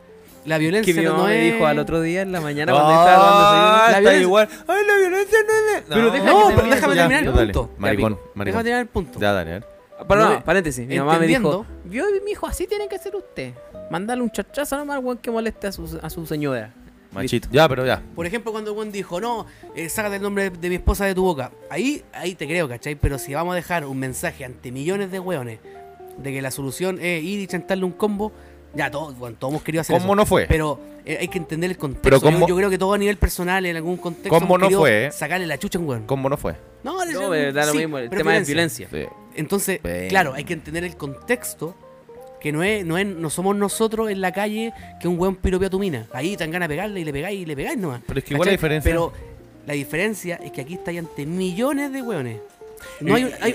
la
Que
violencia
mi mamá
no
me
es...
dijo al otro día en la mañana
Ah,
cuando estaba tomando
está
desayuno, la
igual. Ay, la violencia no es.
No,
Pero deja que
pero
termine,
déjame
ya,
terminar el
ya,
punto.
Maricón,
Déjame
maricón.
terminar el punto.
Ya, dale, a ver.
Ah, Perdón,
No, eh,
paréntesis. Mi mamá me dijo,
entendiendo-
vio mi hijo, así tiene que ser usted. Mándale un chachazo nomás al weón que moleste a su, a su señora.
Machito. Ya, pero ya.
Por ejemplo, cuando Juan dijo, no, eh, sácate el nombre de, de mi esposa de tu boca. Ahí, ahí te creo, ¿cachai? Pero si vamos a dejar un mensaje ante millones de weones de que la solución es ir y chantarle un combo, ya todos, weón, todos hemos querido hacer
¿Cómo
eso.
no fue?
Pero eh, hay que entender el contexto.
Pero
Yo-
cómo-
yo, creo que todo a nivel personal, en algún contexto,
¿Cómo
hemos
no
querido
fue?
sacarle la chucha a un weón.
¿Cómo no fue?
No,
No, pero da lo
sí,
mismo, el
pero
tema es violencia.
Sí.
entonces,
Ven.
claro, hay que entender el contexto. Que no es, no es, no somos nosotros en la calle que un weón piropea a tu mina. Ahí te dan ganas de pegarle y le pegáis y le pegáis nomás.
Pero es que igual la
¿Cachai?
diferencia-
Pero la diferencia es que aquí está ahí ante millones de weones.
Eh,
No hay, hay-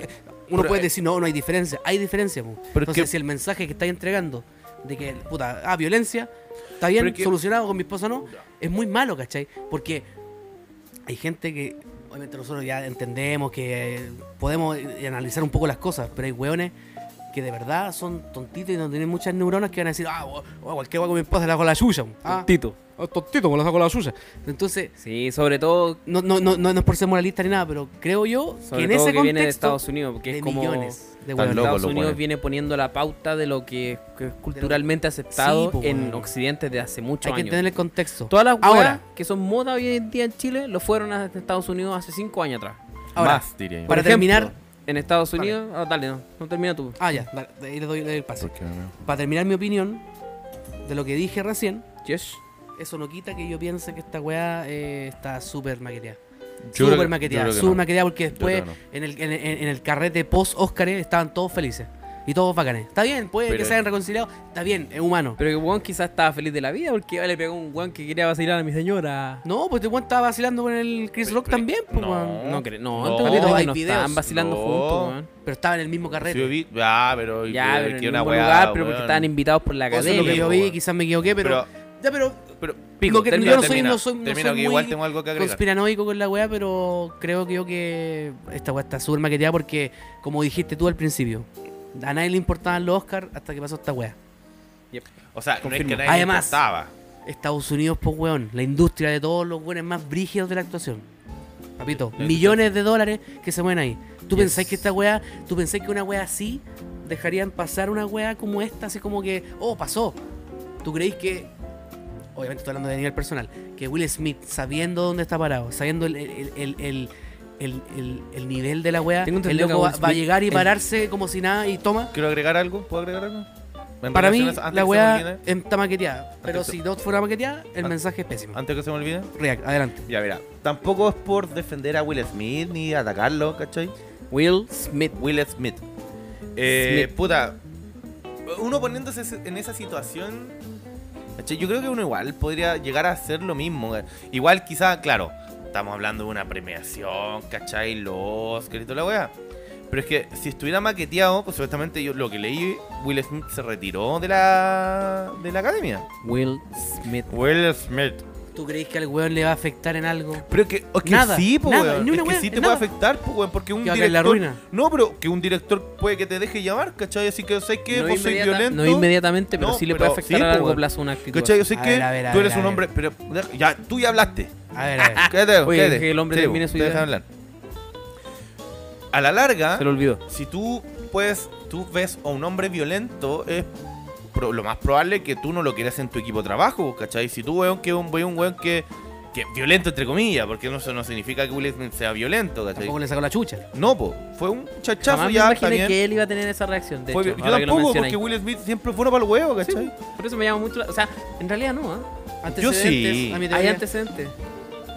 uno
pero-
puede decir, no, no hay diferencia. Hay diferencia, po.
Pero es
Entonces,
que-
si el mensaje que estáis entregando de que, puta, ah, violencia, está bien,
Pero es que-
solucionado con mi esposa no, es muy malo, ¿cachai? Porque hay gente que, obviamente nosotros ya entendemos que eh, podemos eh, analizar un poco las cosas, pero hay weones que de verdad son tontitos y no tienen muchas neuronas que van a decir, ah, o- o cualquier weón con mi esposa la hago la suya. Ah,
Tito.
Oh,
ah, tontito, me la saco la suya. Entonces,
Sí, sobre todo,
no, no, no, no no es por ser moralista ni nada, pero creo yo que
sobre
en
todo
ese
que viene de
contexto
Estados Unidos, porque
de
es como...
millones de
Tan
weones.
loco.
Estados
los
Unidos
weones.
viene poniendo la pauta de lo que, que es culturalmente aceptado
Sí, po,
en
weón.
Occidente desde hace muchos
Hay que
años.
entender el contexto.
Todas las
Ahora.
weas que son moda hoy en día en Chile lo fueron a Estados Unidos hace cinco años atrás.
Ahora,
Más, diría yo.
Para terminar-
En Estados Unidos. ah, dale, no, no termina tú.
Ah, ya, dale, ahí le doy, le doy el pase.
Porque me meo.
Para terminar mi opinión de lo que dije recién,
Yes.
eso no quita que yo piense que esta weá eh, está súper maqueteada.
Yo creo que-
Súper
yo
maqueteada,
creo que
súper
no.
maqueteada porque después
creo que
en, el, en, en- en el carrete post-Óscar estaban todos felices. Y todos bacanes. Está bien, puede
Pero-
que se hayan reconciliado. Está bien, es humano.
Pero que Juan quizás estaba feliz de la vida porque le pegó un Juan que quería vacilar a mi señora.
no, pues te cuento, estaba vacilando con el Chris Rock también. pues, weón.
No, cre- no,
No.
antes no, creo que
Hay
no
videos.
estaban vacilando
No.
juntos, weón.
Pero estaba en el mismo
Sí,
carrete.
yo vi. Ah, pero.
Ya,
pero
pero en
que
el
una
mismo
weá,
lugar, pero porque
weón.
estaban invitados por la
Eso es
acadena.
lo que yo
Academia,
vi,
weón.
quizás me equivoqué, pero.
Pero.
ya, pero.
pero
Pico,
lo que-
termina,
yo no soy,
termina.
no soy, no
Termina,
soy
que
muy
igual tengo algo que agregar.
conspiranoico con la weá, pero creo que yo que esta weá está súper maqueteada porque, como dijiste tú al principio, a nadie le importaban los Oscars hasta que pasó esta weá.
Yep.
O sea, no es que
Confirmo.
nadie
Además-
estaba.
Estados Unidos, pues weón, la industria de todos los weones más brígidos de la actuación. Papito,
La
millones de dólares que se mueven ahí. ¿Tú
Yes.
pensáis que esta weá, tú pensáis que una weá así dejarían pasar una weá como esta, así como que, oh, pasó? ¿Tú creéis que, obviamente estoy hablando de nivel personal, que Will Smith, sabiendo dónde está parado, sabiendo el, el- el- el- el- el- el nivel de la weá,
Tengo
el
entendido
loco
que
va,
Will
va a
Smith-
llegar y
el-
pararse como si nada y toma?
¿Quiero agregar algo? ¿Puedo agregar algo? En
Para mí,
relación a eso, antes
la
que se me
weá
olvide,
está maqueteada, pero
Antes-
si no fuera maqueteada, el
An-
mensaje es pésimo.
Antes que se me olvide.
React, adelante.
Ya, verá. Tampoco es por defender a Will Smith ni atacarlo, ¿cachai?
Will Smith.
Will Smith. Eh,
Smith.
Puta. Uno poniéndose ese- en esa situación. ¿cachai? Yo creo que uno igual podría llegar a hacer lo mismo. eh. Igual, quizá, claro, estamos hablando de una premiación, ¿cachai? Los Oscar y toda la weá. Pero es que si estuviera maqueteado, pues supuestamente yo lo que leí, Will Smith se retiró de la, de la academia.
Will Smith.
Will Smith.
¿Tú creéis que al weón le va a afectar en algo?
Pero es que, es que
Nada,
sí, po,
nada,
weón.
ni una
es que
weá,
sí te
es
puede
nada.
afectar, po, weón, porque un
Que va a caer
director.
en la ruina.
No, pero que un director puede que te deje llamar, ¿cachai? Así que, ¿sabes qué?
No,
Vos soy
inmediata-
violento.
no inmediatamente, pero
No,
sí le
pero
puede afectar
sí,
a
pues,
largo
bueno.
plazo una actitud.
¿Cachai? Yo sé
A
que
ver, a ver, a
tú
ver,
eres
a
un
ver. Ah.
hombre, pero deja- ya, tú ya hablaste.
A ver, a ver.
Quédate,
Oye,
quédate.
que el hombre termine
vos,
su
te
idea.
dejan hablar. A la larga,
Se lo olvidó.
si tú puedes, tú ves a un hombre violento, es pro- lo más probable que tú no lo quieras en tu equipo de trabajo, ¿cachai? Si tú weón que un weón, un weón que, que es violento entre comillas, porque no, eso no significa que Will Smith sea violento, ¿cachai?
Tampoco le sacó la chucha.
No, po, fue un chachazo
Jamás me
ya, está
imaginé
bien.
que él iba a tener esa reacción. De
Fue-
hecho,
yo
ahora que lo
tampoco,
mencionáis.
porque Will Smith siempre es bueno para el huevo,
Sí,
¿cachai?
por eso me llama mucho la... O sea, en realidad no, ¿ah?
Yo
Antecedentes,
sí.
a mi
Hay
teoría.
antecedentes.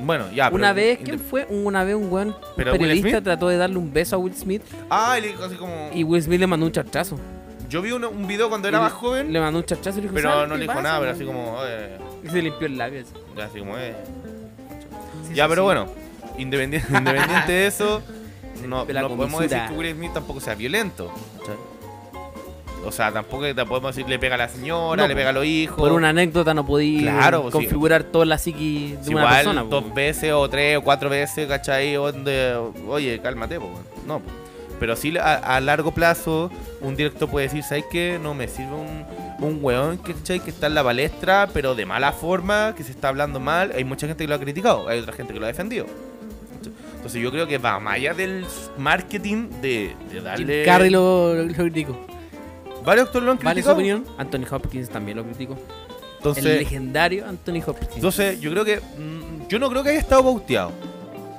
Bueno, ya, Ah, pero-
una vez, ¿quién fue? Una vez un weón
Pero Will
periodista
Smith.
trató de darle un beso a Will Smith
Ah, y le dijo así como...
y Will Smith le mandó un chachazo.
Yo vi una- un video cuando era
Y
más joven,
Le mandó un chachazo y le dijo,
pero
"¿Sabes
no
qué
le dijo
pasa,
nada, pero
weón?"
así como... eh,
Y se limpió el labio. así.
así como... eh.
Sí,
Ya,
sí,
pero
sí.
bueno, independiente, independiente de eso, no,
la
no podemos decir
comisura.
que Will Smith tampoco sea violento. ¿cachai? O sea, tampoco te podemos decir le pega a la señora,
No,
le
po.
pega a los hijos.
Por una anécdota no podí
Claro, pues sí.
configurar toda la psiqui de
Si
una
igual
persona.
dos
po.
veces o tres o cuatro veces, ¿cachai? Donde, oye, cálmate, po, weón. no. po. Pero sí, a, a largo plazo, un director puede decir, ¿sabes qué? No me sirve un, un weón ¿cachai? que está en la palestra, pero de mala forma, que se está hablando mal. Hay mucha gente que lo ha criticado, hay otra gente que lo ha defendido. Entonces yo creo que va más allá del marketing de, de
Jim
darle...
Carrey lo, lo critico.
Varios actores lo han
¿Vale su
criticado.
opinión?
Anthony Hopkins también lo criticó. el
Entonces,
legendario Anthony Hopkins.
Entonces, yo creo que. mm, Yo no creo que haya estado bauteado.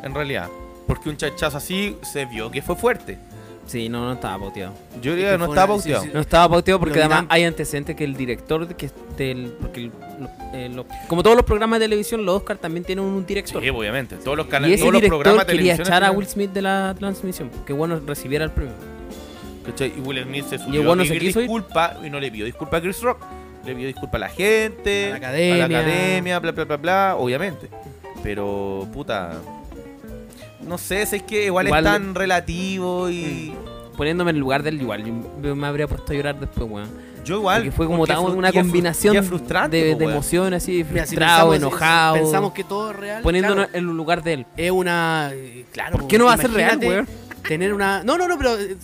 En realidad. Porque un chachazo así se vio que fue fuerte.
Sí, no, no estaba pauteado.
Yo
Es que
diría que no
fue
estaba
una- sí,
bauteado.
sí.
No estaba pauteado porque
Lo
además
miran-
hay antecedentes que el director, que este, el- porque el- lo- eh, lo- como todos los programas de televisión, los Oscar también tienen un
Sí,
director.
obviamente. Todos los
y
canales,
ese
todos los programas
director
de
quería
televisión.
echar a
tienen-
Will Smith de la transmisión, que bueno recibiera el premio.
¿Cachai? Y Will Smith se
Y el
subió
bueno
a
se
pedir
quiso ir.
disculpa y no le pidió disculpa a Chris Rock. Le pidió disculpa a la gente,
A la academia.
a la academia, bla, bla, bla, bla, obviamente. Pero, puta. No sé, si es que igual,
Igual- Mm.
es tan relativo y.
Poniéndome en el lugar del igual, yo me habría puesto a llorar después, weón.
Yo igual.
Porque fue como
porque
tan-
fru-
una
y es fru-
combinación
y es frustrante,
de,
po,
de
weón.
emociones así,
Mira, si pensamos-
frustrado,
si- si
enojado,
Pensamos que todo es real.
poniéndonos
claro,
en el lugar de él.
es una. eh, Claro.
Pues
¿Por qué no va a ser real,
imagínate
weón?
Tener una. No, no, no, pero. eh,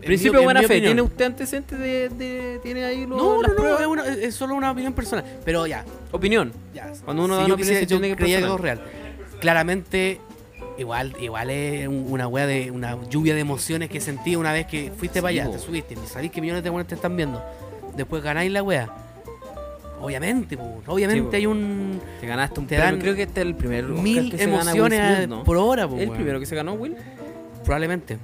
en
Principio
mi- en
buena
mi
fe,
opinión.
¿tiene usted antecedentes de, de- tiene ahí los,
No,
las
no, no,
pruebas?
es, una- es solo una opinión personal. Pero ya,
Opinión.
ya.
Cuando uno
si
da
yo
una opinión,
quisiera-
se
yo
tiene que
creía que todo es
personal.
real. Claramente, igual, igual es un- una wea de una lluvia de emociones que sentí una vez que fuiste
Sí,
para allá,
po.
te subiste, y sabís que millones de buenos te están viendo. Después ganáis la wea. Obviamente, po, obviamente
Sí, po.
hay un
Te ganaste un
Te
premio.
dan
Creo que este es el primer Oscar
mil
que se gana Will
emociones
Smith,
a-
¿no?
por hora, po,
El
weón.
primero que se ganó Will.
probablemente,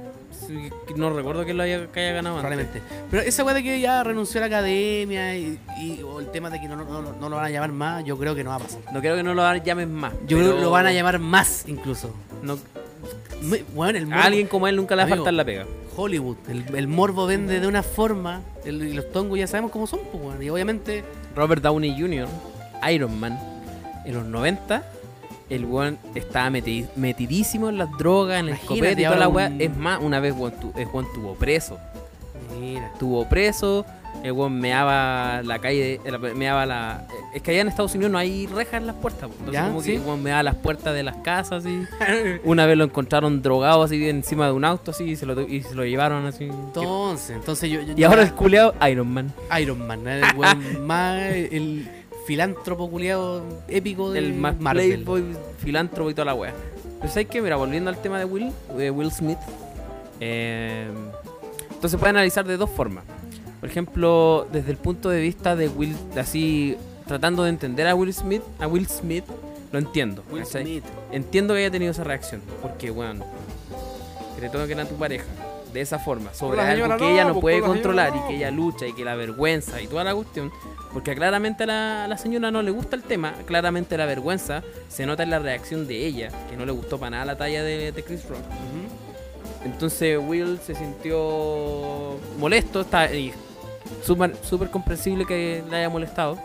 Sí, que No recuerdo que lo haya, que haya ganado. antes.
probablemente. Pero esa wea de que ya renunció a la academia y, y- o el tema de que no, no- no- no lo van a llamar más, yo creo que no va a pasar.
No creo que no lo llamen más.
Yo creo
pero
que lo van a llamar más incluso.
no-
Muy- bueno, el
a
morbo-
alguien como él nunca le va a
Amigo.
faltar la pega.
Hollywood. El, el morbo vende de una forma. el- y los tongos ya sabemos cómo son, pues, weón. Y obviamente.
Robert Downey Jr., Iron Man, en los 90, el weón estaba meti- metidísimo en las drogas, en el
Imagínate,
copete y toda la
ahora
weá.
un-
Es más, una vez weón tu- el weón estuvo preso.
Mira.
Estuvo preso, el weón meaba la calle, el- meaba la... eh, Es que allá en Estados Unidos no hay rejas en las puertas. po. Entonces
Ya,
como
sí.
que el weón meaba las puertas de las casas y... Una vez lo encontraron drogado así encima de un auto así y se lo, y se lo llevaron así.
Entonces, entonces yo. yo-
Y ahora el culeado Iron Man.
Iron Man, ¿eh? el weón más. El filántropo culiado épico de
El más
Marvel.
Pues playboy, filántropo y toda la wea. Pero sabes que, mira, volviendo al tema de Will, de Will Smith, Eh, entonces puede analizar de dos formas. Por ejemplo, desde el punto de vista de Will, así tratando de entender a Will Smith, a Will Smith lo entiendo.
Will
¿cachai?
Smith.
Entiendo que haya tenido esa reacción, porque bueno, que te toque que era tu pareja, de esa forma, sobre
la
algo
señora
que ella
no,
no
pues,
puede
con la señora
controlar y
no,
que ella lucha y que la vergüenza y toda la cuestión, porque claramente a la, a la señora no le gusta el tema, claramente la vergüenza se nota en la reacción de ella, que no le gustó para nada la talla de, de Chris Rock. Entonces Will se sintió molesto, está y súper súper comprensible que le haya molestado.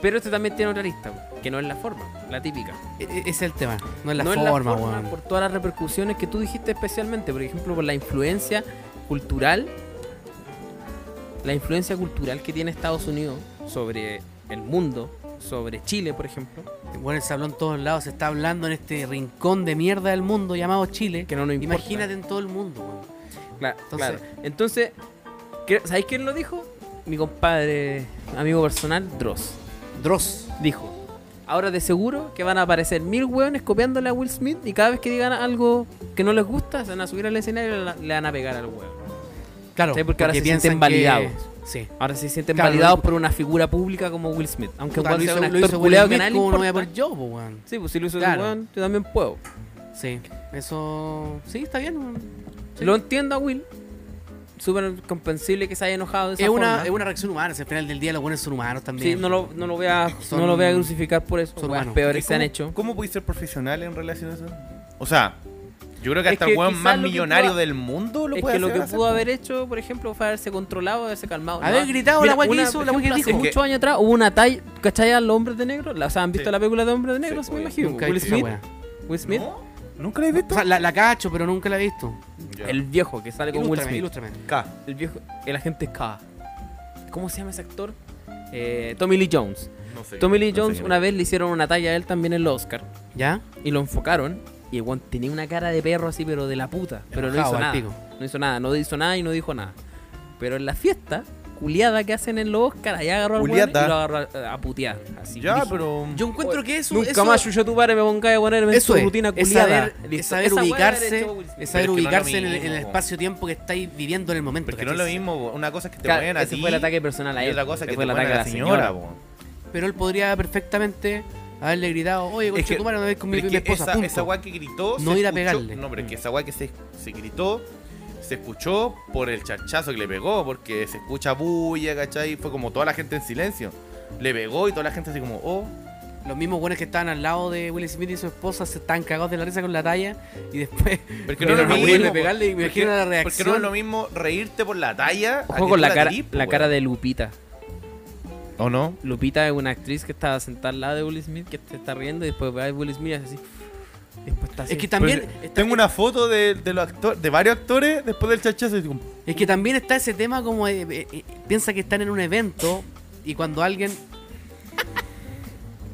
Pero este también tiene otra lista, que no es la forma, la típica
E- e- Ese es el tema. No es la
no es
forma,
forma,
weón.
por todas las repercusiones que tú dijiste especialmente, por ejemplo, por la influencia cultural, la influencia cultural que tiene Estados Unidos sobre el mundo, sobre Chile, por ejemplo,
Bueno, se habló en todos lados. Se está hablando en este rincón de mierda del mundo llamado Chile.
que no nos importa.
Imagínate en todo el mundo, weón.
Cla-
Entonces-
claro. Entonces, ¿qué- ¿sabéis quién lo dijo? Mi compadre, amigo personal, Dross.
Dross.
dijo. Ahora de seguro que van a aparecer mil hueones copiándole a Will Smith y cada vez que digan algo que no les gusta, se van a subir al escenario y le van a- le van a pegar al hueón.
Claro,
Sí, porque ahora se sienten
piensan que-
validados.
Sí.
Ahora se sienten
Claro,
validados
lo-
por una figura pública como Will Smith. Aunque
Puta,
Juan
lo
sea un
hizo- lo
actor
hizo Will
culeado que
Smith,
nadie le
¿cómo no voy a
importa.
por yo, po, weón?
Sí, pues si lo hizo
Claro.
el weón, yo también puedo.
Sí. Eso. Sí, está bien. weón. Sí.
Lo entiendo a Will. Súper comprensible que se haya enojado de esa
Es una,
forma.
es una reacción humana. si al final del día los buenos son humanos
Sí,
también.
no lo, no lo voy a,
Son-
no lo voy a crucificar por eso.
son
Son
humanos.
¿Y
peores se han
cómo-
hecho.
¿Cómo podéis ser profesional en relación a eso? O sea, yo creo que
Es
hasta
que
el weón
quizás
más
lo que
millonario
pueda-
del mundo lo
es
puede
que lo
hacer,
que
hacer,
pudo
po.
haberse hecho, por ejemplo, fue haberse controlado, haberse calmado.
Haber gritado la
Mira,
weá que
una-
hizo, la weá
por
que
ejemplo,
dijo.
Hace muchos años atrás hubo una talla, ¿cachai? A los hombres de negro. La- O sea, ¿han visto
Sí.
la película de hombres de negro?
Sí,
me
obvio.
imagino.
Nunca he
Will
visto esa
Smith.
weá.
Will Smith.
¿No? ¿Nunca lo he
O
visto?
sea, la, la cacho, pero nunca la he visto.
El viejo que sale con Will
Ilústrame,
Smith.
ilústrame.
K.
El viejo, el agente K. ¿Cómo se llama ese actor? Eh, Tommy Lee Jones.
No sé.
Tommy Lee
No sé
Jones
quién
una
es.
vez le hicieron una talla a él también en el Oscar
¿Ya?
y lo enfocaron y el weón tenía una cara de perro así pero de la puta, pero no
Enojado,
hizo
al
nada.
pico.
No hizo nada, no hizo nada y no dijo nada. Pero en la fiesta culiada que hacen en los Oscar, allá agarró al weón y
Culiata.
lo agarró a, a putear, así.
Ya,
brígido.
pero.
Yo encuentro que eso.
Nunca
eso-
más yo, yo tu padre me ponga a ponerme en
Eso
su
es,
rutina
es
culiada.
saber, es
Listo.
saber
Esa weá la
ubicarse,
hecho Will Smith.
es saber
Pero es que no es lo
ubicarse en el, en el
mismo, po.
espacio-tiempo que estáis viviendo en el momento.
Porque no es lo
¿cachai?
mismo, po. una cosa es que te
Claro,
mueven a
ese
ti.
fue el ataque personal a
Y
él.
otra cosa es que
fue
te
el
mueven
ataque
a la señora, po.
Pero él podría perfectamente haberle gritado, oye, coche,
que-
tu madre no ves con mi,
Pero es
mi
que
esposa,
esa,
punto.
esa weá que gritó.
No
se
ir a
escuchó-
pegarle.
No, pero es que
Mm.
esa weá que se, se gritó, se escuchó por el charchazo que le pegó, porque se escucha bulla, ¿cachai? Fue como toda la gente en silencio. Le pegó y toda la gente así como, oh.
Los mismos buenos que estaban al lado de Will Smith y su esposa se están cagados de la risa con la talla y después
Porque
Pero
no,
no
es lo
vuelve
mismo.
a pegarle y me imagino la
Porque
reacción.
no es lo mismo reírte por la talla. a
Ojo
que
con
tú
la cara,
tirís, po,
la
weón.
cara de Lupita.
¿O no?
Lupita es una actriz que estaba sentada al lado de Will Smith, que te está riendo, y después ve a Will Smith y hace así. Después está así.
Es que también
Pero
está-
Pues, tengo una foto de, de los actor- de varios actores después del chachazo y digo,
es que también está ese tema como eh, eh, eh, piensa que están en un evento y cuando alguien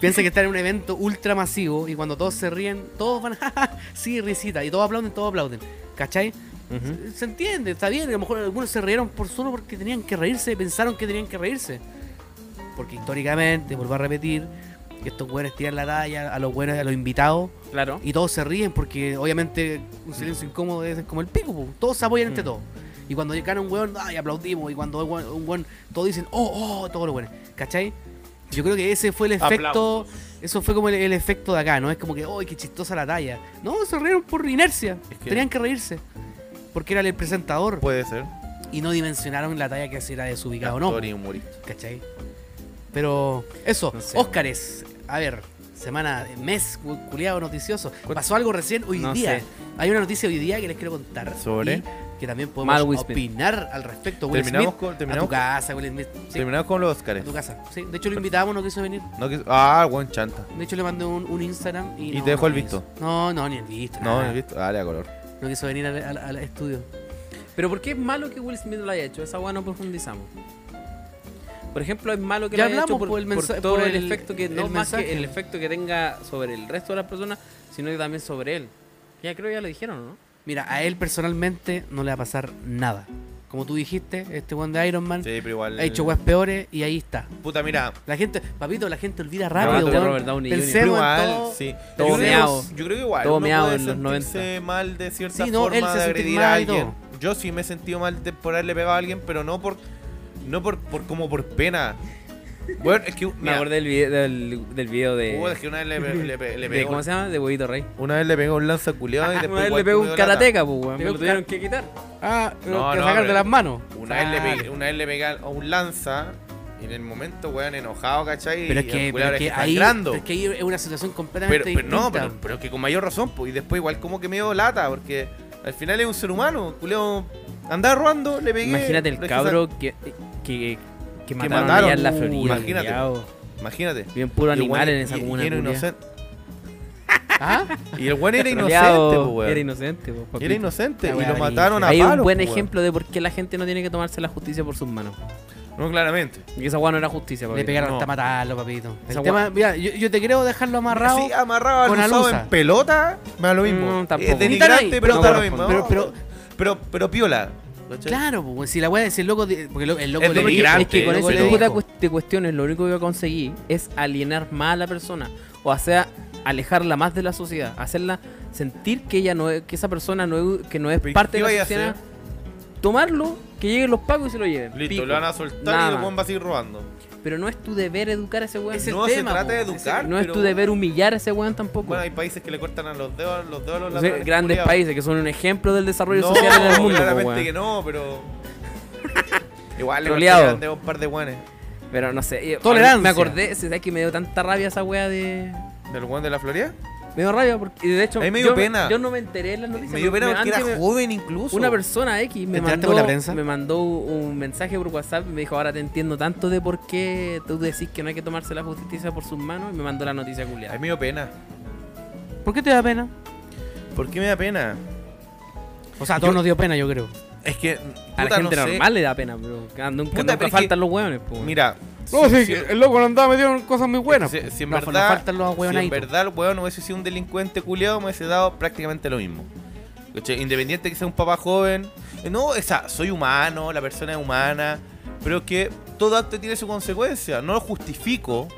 piensa que están en un evento ultra masivo y cuando todos se ríen, todos van sí, risita y todos aplauden, todos aplauden. ¿Cachai? Se- Se entiende, está bien, a lo mejor algunos se rieron por solo porque tenían que reírse, pensaron que tenían que reírse. Porque históricamente, vuelvo a repetir, estos güeyes tiran la talla a los güeyes, a los invitados
Claro.
Y todos se ríen porque obviamente un silencio
Mm.
incómodo es como el pico, po. todos se apoyan entre todos. Y cuando gana un weón, ay, aplaudimos. Y cuando hay weón- un weón, todos dicen, oh, oh, todos los weones. ¿Cachai? Yo creo que ese fue el efecto.
Aplausos.
Eso fue como el, el efecto de acá, ¿no? Es como que, ¡ay, qué chistosa la talla! No, se rieron por inercia.
Es que- Pues,
Tenían que reírse. Porque era el presentador.
Puede ser.
Y no dimensionaron la talla que así era desubicado, ¿no?
Actor y humorista.
¿Cachai? Pero eso,
No sé.
Óscares, a ver, semana, mes cu- culiado noticioso. Pasó algo recién hoy
No
día.
sé.
Hay una noticia hoy día que les quiero contar.
Sobre.
y que también podemos
Mal Will Smith.
opinar al respecto. Will
Terminamos
Smith,
con,
a tu
terminamos,
casa, Will Smith. Sí,
terminamos con los
a
Oscars.
tu casa. Sí, de hecho lo invitamos, no quiso venir.
No que- ah, buen chanta.
De hecho le mandé un, un Instagram y,
Y
no-
te dejó
no
el
quiso.
visto.
No, no, ni el visto.
No,
nada.
he visto. Dale a color.
No quiso venir al, al- al estudio.
Pero ¿por qué es malo que Will Smith lo haya hecho? Esa weá no profundizamos. Por ejemplo, es malo que
Ya
lo haya
hablamos
hecho por,
por el
por
mensa-
todo
por
el,
el-
efecto que
el
no más que
mensaje.
el efecto que tenga sobre el resto de las personas, sino que también sobre él. Ya creo que ya lo dijeron, ¿no?
Mira, a él personalmente no le va a pasar nada. Como tú dijiste, este one de Iron Man
Sí, pero igual.
ha hecho weas peores y ahí está.
Puta, mira.
La gente, papito, la gente olvida
Robert
rápido,
Downey-
weón.
Robert Downey Jr.
Pensemos en todo.
igual, sí.
todo
yo, creo, que-
meado.
yo creo que igual.
Todo
uno
meado
puede
en los 90.
sentirse mal de cierta
Sí, no, él
forma
se sintió
de agredir a
mal y todo.
alguien. Yo sí me he sentido mal de, por haberle pegado a alguien, pero no por. No por, por como por pena. Bueno, es que.
Me
mira,
acordé del video del, del video de,
Uy, es que una vez le, pe- le pe- le
de-
pegó.
¿Cómo se llama? De Huevito Rey.
Una vez le pegó un lanza culiado y después.
Una vez le
igual
pegó
me dio
un
lata.
karateca, pues,
Le
weón. Me lo
pegó-
tuvieron que quitar.
Ah, pero
No,
que
no,
sacar de
pero-
las manos.
Una vez, le
Ah,
pegué, una vez le pegué a un lanza y en el momento, weón, enojado, ¿cachai?
Pero es
Y
que, pero
el culiao
es que
era
ahí,
exagerando.
es que ahí es una situación completamente
pero, pero no,
distinta.
pero, pero que con mayor razón, pues. Y después igual como que me dio lata, porque al final es un ser humano, culeo. Andaba robando, le pegué.
Imagínate el
lo hice
cabro que, que, que mataron,
mataron.
allá en la
Uh,
Florida.
imagínate.
culiao.
sacar. Imagínate.
Bien puro
Y el
animal
weón-
en esa
y- y
comuna.
era
culiao.
inocente.
¿Ah?
Y el weón era inocente,
Troleado,
pues, weón.
Era inocente, pues, papito.
Era inocente.
La
Y
weá
lo
brígida.
mataron a
Hay
palos,
un buen
pues, weón.
ejemplo de por qué la gente no tiene que tomarse la justicia por sus manos.
No, claramente.
Y esa weá no era justicia, papito.
Le pegaron
no.
hasta matarlo, papito. El
Esa
tema, mira, yo, yo te creo dejarlo amarrado.
Sí, ah, amarrado
con
al usado
alusa.
en pelota, me da lo mismo.
Mm, tampoco.
es denigrante,
Ni tan ahí,
pero
pero-
me da lo mismo.
pero-
No,
pero-
pero, pero piola. ¿cachai?
Claro, pues, si la weá es el loco. de- Porque lo- el loco
Es
le dijo.
denigrante,
Es que con
¿no?
ese
Pero-
tipo de, cuest- de cuestiones lo único que conseguí es alienar más a la persona. O sea, alejarla más de la sociedad. Hacerla sentir que ella no es, que esa persona no es, que no es
Pero, ¿y
parte
qué
de
vaya
la
a
sociedad.
hacer?
Tomarlo, que lleguen los pagos y se lo lleven.
Listo,
Pico.
lo van a soltar
Nada
y
más.
lo weón va a seguir robando.
Pero no es tu deber educar a ese weón.
Es el
no
tema,
se trata de
po. Es el-
educar.
no es
pero-
tu deber humillar a ese weón tampoco.
Bueno, hay países que le cortan a los dedos, los dedos a los
O sea,
ladrones,
grandes
culiao.
países que son un ejemplo del desarrollo
No,
social en el mundo. po,
Claramente
weón.
que no, pero. Igual le
Troleado.
cortarían de un par de guanes.
Pero no sé. eh,
Tolerancia.
Me acordé, ¿sabes que me dio tanta rabia esa weá de.
¿Del guan de la Florida?
Me dio rabia porque. y De hecho,
A mí me
yo
dio pena.
Yo no me enteré de las noticias.
Me dio pena porque
antes
era
me-
joven incluso.
Una persona X
¿Te
me
enteraste
mandó,
por la prensa?
me mandó un mensaje por WhatsApp y me dijo, ahora te entiendo tanto de por qué tú decís que no hay que tomarse la justicia por sus manos y me mandó la noticia
A mí
culiada.
me dio pena.
¿Por qué te da pena?
¿Por qué me da pena?
O sea, a todos
Yo-
nos dio pena, yo creo.
Es que.
A la
puta,
gente
no sé.
normal le da pena, bro. Nunca, nunca
pero es
faltan los hueones, po.
Mira.
loco no andaba metido en cosas muy
Si, si en
No,
verdad,
nos faltan los
si en
hueonaditos.
verdad el weón hubiese sido un delincuente culiado, me hubiese dado prácticamente lo mismo. ¿Cachai? Independiente que sea un papá joven. Eh, No, o sea, soy humano, la persona es humana. Pero que todo acto tiene su consecuencia. No lo justifico.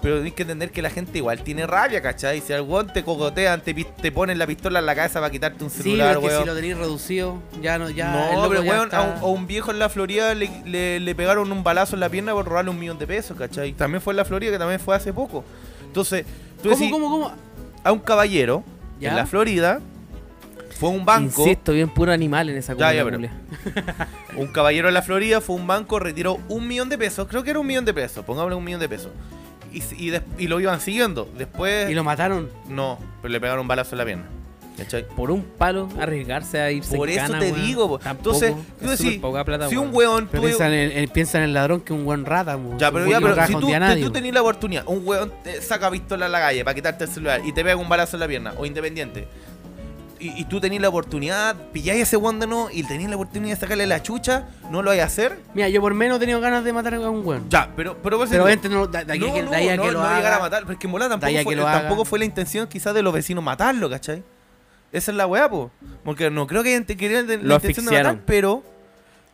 Pero tienes que entender que la gente igual tiene rabia, ¿cachai? Si al weón te cocotean, te, pi- te ponen la pistola en la cabeza para quitarte un
Sí, pero
celular,
es que
weón.
si lo tenéis reducido, ya no. Ya, el
No,
loco
pero
ya
weón,
está-
a, un, a un viejo en la Florida le, le- le pegaron un balazo en la pierna por robarle un millón de pesos, ¿cachai? También fue en la Florida, que también fue hace poco. Entonces, tú
¿Cómo,
decís,
cómo, cómo?
a un caballero
¿Ya?
en la Florida, fue a un banco,
Insisto, bien puro animal en esa comunidad.
ya, pero-
culiá.
un caballero en la Florida fue a un banco, retiró un millón de pesos, creo que era un millón de pesos, pongámosle un millón de pesos. Y, s- y des- y lo iban siguiendo. Después,
Y lo mataron.
no, pero le pegaron un balazo en la pierna, ¿cachai?
Por un palo, arriesgarse a irse
Por
en
eso
cana,
te
weón.
digo, po.
Tampoco,
entonces,
es
tú
súper
decís,
poca plata,
si un
weón.
weón
Pero
tuvo-
piensan en, en- piensan en el ladrón que es un buen rata. mo.
Ya, pero,
Un
ya,
buen
pero
que no
si tú,
rajontea a
te-
nadie,
tú
mo.
tenés la oportunidad, un weón te saca pistola en la calle para quitarte el celular y te pega un balazo en la pierna, o independiente, y, y tú tenés la oportunidad, pilláis a ese weón de nuevo y tenés la oportunidad de sacarle la chucha, no lo vais a hacer,
Mira, yo por menos he tenido ganas de matar a un weón.
ya, pero... Pero, vos
Pero
decís,
gente no, de, de aquí,
no,
que-
no,
de ahí a
no,
que lo
no llegar
haga.
a matar, porque en volada
de ahí
tampoco,
a
fue,
que lo haga.
tampoco fue la intención quizás de los vecinos matarlo, ¿cachai? Esa es la weá, po. Porque no creo que hayan te- querían de- la
Lo
intención de matar,
asfixiaron.
pero...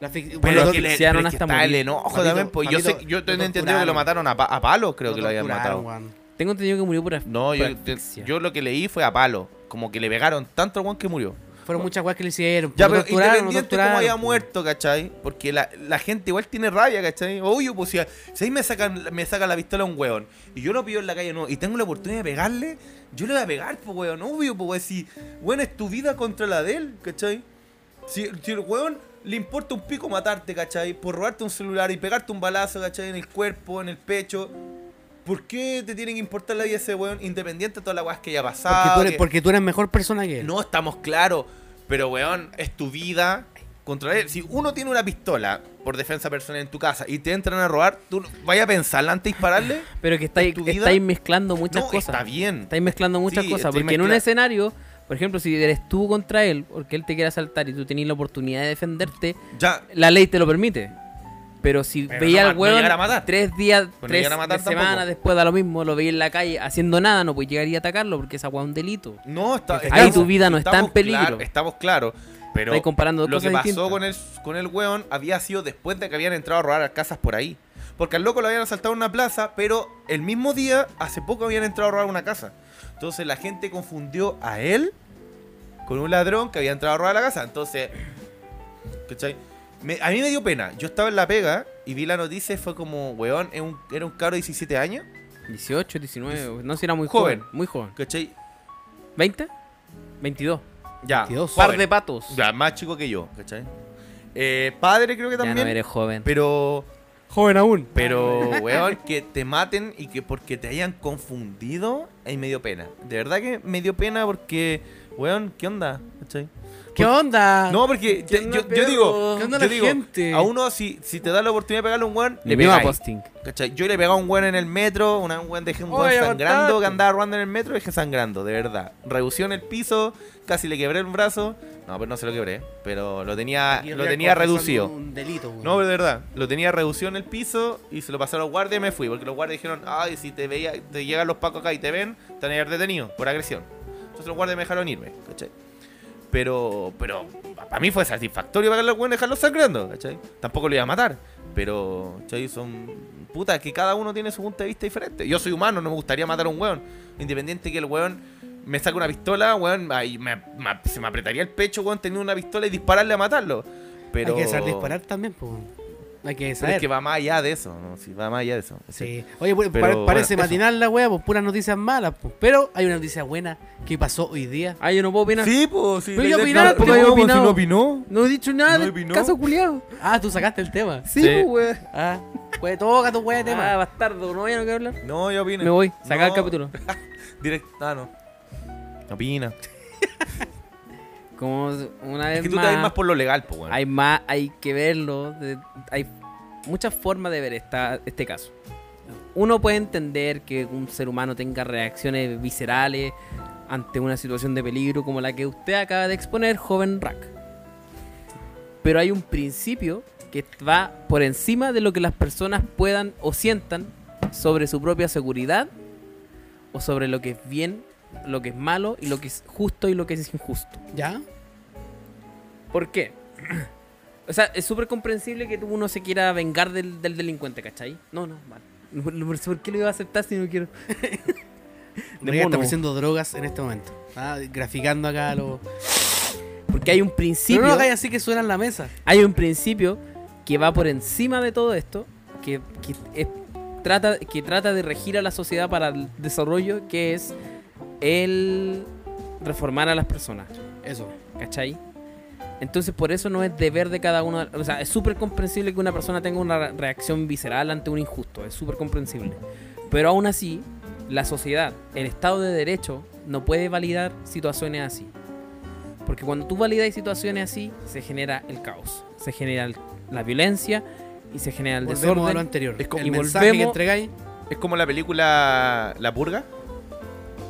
La fic-
Pero
bueno,
es
lo
que le,
asfixiaron
pero es que
hasta
está el
morir.
enojo
Papito,
también, pues yo sé,
papito,
yo
lo
tengo entendido que lo
torturaron.
mataron a, pa- a palo, creo que lo habían
torturaron,
matado.
weón.
Tengo entendido que murió por af-
No,
por
yo,
asfixia.
yo lo que leí fue a palo. Como que le pegaron tanto al guan que murió.
Fueron muchas weas que le hicieron.
Ya,
lo
pero
torturaron, lo
independiente
torturaron,
cómo haya
po.
muerto, ¿cachai? Porque la, la gente igual tiene rabia, ¿cachai? Obvio, pues si, a- si ahí me sacan me saca la pistola un hueón y yo lo pido en la calle no y tengo la oportunidad de pegarle, yo le voy a pegar, pues hueón, obvio, pues weón, si, bueno, es tu vida contra la de él, ¿cachai? Si, si el hueón le importa un pico matarte, ¿cachai? Por robarte un celular y pegarte un balazo, ¿cachai? En el cuerpo, en el pecho. ¿Por qué te tienen que importar la vida de ese hueón independiente de todas las weas que haya pasado?
Porque tú, eres,
que-
porque tú eres mejor persona que él.
no, estamos claros. Pero, weón, es tu vida contra él. Si uno tiene una pistola por defensa personal en tu casa y te entran a robar, tú no- vaya a pensarla antes de dispararle.
Pero que estáis,
tu vida?
estáis mezclando muchas
no,
cosas.
está bien.
Estáis mezclando muchas
Sí,
cosas.
estoy
Porque en un
mezcla-
escenario, por ejemplo, si eres tú contra él, porque él te quiere asaltar y tú tenés la oportunidad de defenderte,
Ya,
la ley te lo permite. Pero si
Pero
veía
no ma-
al
no
hueón
llegar a matar.
tres días,
no
tres
llegar a matar
de semana
tampoco.
después da lo mismo, lo veía en la calle haciendo nada, no puedes llegar y atacarlo porque esa hueá es un delito.
no, está.
Ahí
estamos-
tu vida no está en
estamos
peligro.
claro- estamos claros. Pero, Pero
Estáis comparando dos
lo que
cosas
pasó
distintas.
con el con el weón había sido después de que habían entrado a robar a casas por ahí. Porque al loco lo habían asaltado en una plaza, pero el mismo día, hace poco habían entrado a robar una casa. Entonces la gente confundió a él con un ladrón que había entrado a robar la casa. Entonces, ¿cachai? Me- a mí me dio pena. Yo estaba en la pega y vi la noticia y fue como, weón, es un- era un cabro de 17 años,
18, 19, no sé, era muy
Joven.
joven. Muy joven.
¿cachai?
¿20? 22.
Ya,
22.
joven.
Par de patos.
Ya, más chico que yo, ¿cachai? Eh, padre creo que
Ya
también.
no eres joven.
Pero,
Joven aún.
pero, weón, que te maten y que porque te hayan confundido, ahí me dio pena. De verdad que me dio pena porque, weón, ¿qué onda? ¿Cachai?
¿Qué
Pues,
Ah, onda?
No, porque te-
onda,
yo, yo
perro?
digo,
¿Qué onda
yo
la
digo,
gente?
a uno si, si te da la oportunidad de pegarle a un weón,
Le
le
pegaba
pegáis.
posting.
¿Cachai? Yo le pegaba a un weón en el metro, una un weón dejé un weón
Oye,
sangrando
aguantate.
que andaba robando en el metro, dejé sangrando, de verdad. Redució en el piso, casi le quebré el brazo. No, pero no se lo quebré, pero lo tenía, lo tenía reducido.
Un delito, weón.
No, pero de verdad, lo tenía reducido en el piso y se lo pasaron a los guardias y me fui, porque los guardias dijeron, ay, si te veía, te llegan los pacos acá y te ven, te van a llevar detenido por agresión. Entonces los guardias me dejaron irme, ¿cachai? Pero, pero, para mí fue satisfactorio para los buenos dejarlo sangrando, ¿cachai? Tampoco lo iba a matar, pero, ¿cachai? Son puta que cada uno tiene su punto de vista diferente. Yo soy humano, no me gustaría matar a un weón. Independiente que el weón me saque una pistola, weón, ahí me- me- se me apretaría el pecho, weón, teniendo una pistola y dispararle a matarlo. Pero...
Hay que saber disparar también, pues. weón. Hay que
Pero
saber.
es que va más allá de eso, ¿no? Sí, va más allá de eso.
Sí. Oye, pues,
Pero,
pare-
bueno,
parece
eso.
matinal la wea, pues puras noticias malas, pues. Pero hay una noticia buena que pasó hoy día.
Ah, yo no puedo opinar.
Sí, pues, sí.
Pero la yo idea- opinaba,
tampoco
pues, yo
como si
opinaba.
no opinó.
No he dicho nada
¿No
del
opinó?
caso culiado.
Ah, tú sacaste el tema.
Sí,
Sí.
pues, weón.
Ah, pues toca tu wea de
Ah,
tema.
bastardo, no, ya no quiero hablar.
No, yo opino.
Me voy, saca el
No,
capítulo.
Direct... Ah, no. No Opina.
Como una vez
Es que tú
más,
te vas más por lo legal, pues, weón.
hay más, hay que verlo. de- hay muchas formas de ver esta, este caso. Uno puede entender que un ser humano tenga reacciones viscerales ante una situación de peligro como la que usted acaba de exponer, joven Rack. Pero hay un principio que va por encima de lo que las personas puedan o sientan sobre su propia seguridad o sobre lo que es bien, lo que es malo y lo que es justo y lo que es injusto.
¿Ya?
¿Por qué? O sea, es súper comprensible que tú uno se quiera vengar del, del delincuente, ¿cachai? No, no, mal. No, no, ¿Por qué lo iba a aceptar si no quiero?
Rodríguez está
mono.
ofreciendo drogas en este momento. Está graficando acá los.
Porque hay un
Pero
principio,
no lo hagáis así que suena en la mesa.
hay un principio que va por encima de todo esto, que, que es- trata, que trata de regir a la sociedad para el desarrollo, que es el reformar a las personas.
Eso.
¿Cachai? Entonces por eso no es deber de cada uno. O sea, es súper comprensible que una persona tenga una re- reacción visceral ante un injusto. Es súper comprensible. Pero aún así, la sociedad, el Estado de Derecho, no puede validar situaciones así. Porque cuando tú validas situaciones así, se genera el caos. Se genera el- la violencia y se genera el
Volvemos a lo
desorden.
anterior.
Es como-
el
y
mensaje que
volvemos-
entregáis.
Es como la película La Purga.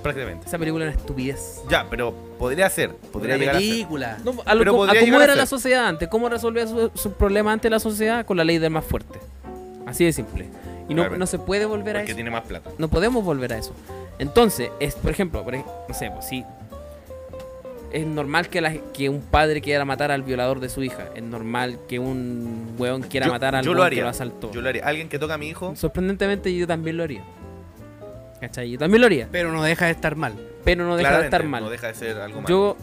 Prácticamente.
Esa película es una estupidez.
Ya, pero podría ser. Podría
una
llegar a ser.
película.
No, a lo
Pero
co- a
podría
cómo
llegar a
era
ser.
la sociedad antes, cómo resolvía su- sus problemas ante la sociedad con la ley del más fuerte. Así de simple. Y no,
Claramente.
no se puede volver a
Porque
eso.
tiene más plata.
No podemos volver a eso. Entonces, es, por ejemplo, por ej- no sé, pues, si es normal que, la- que un padre quiera matar al violador de su hija. Es normal que un weón quiera
Yo-
matar al
yo
weón
lo
que
haría.
lo asaltó.
Yo lo haría. Alguien que toca a mi hijo.
Sorprendentemente yo también lo haría. ¿Cachai? Yo también lo haría.
Pero no deja de estar mal.
Pero no deja de
claramente,
estar mal.
No deja de ser algo malo.
Yo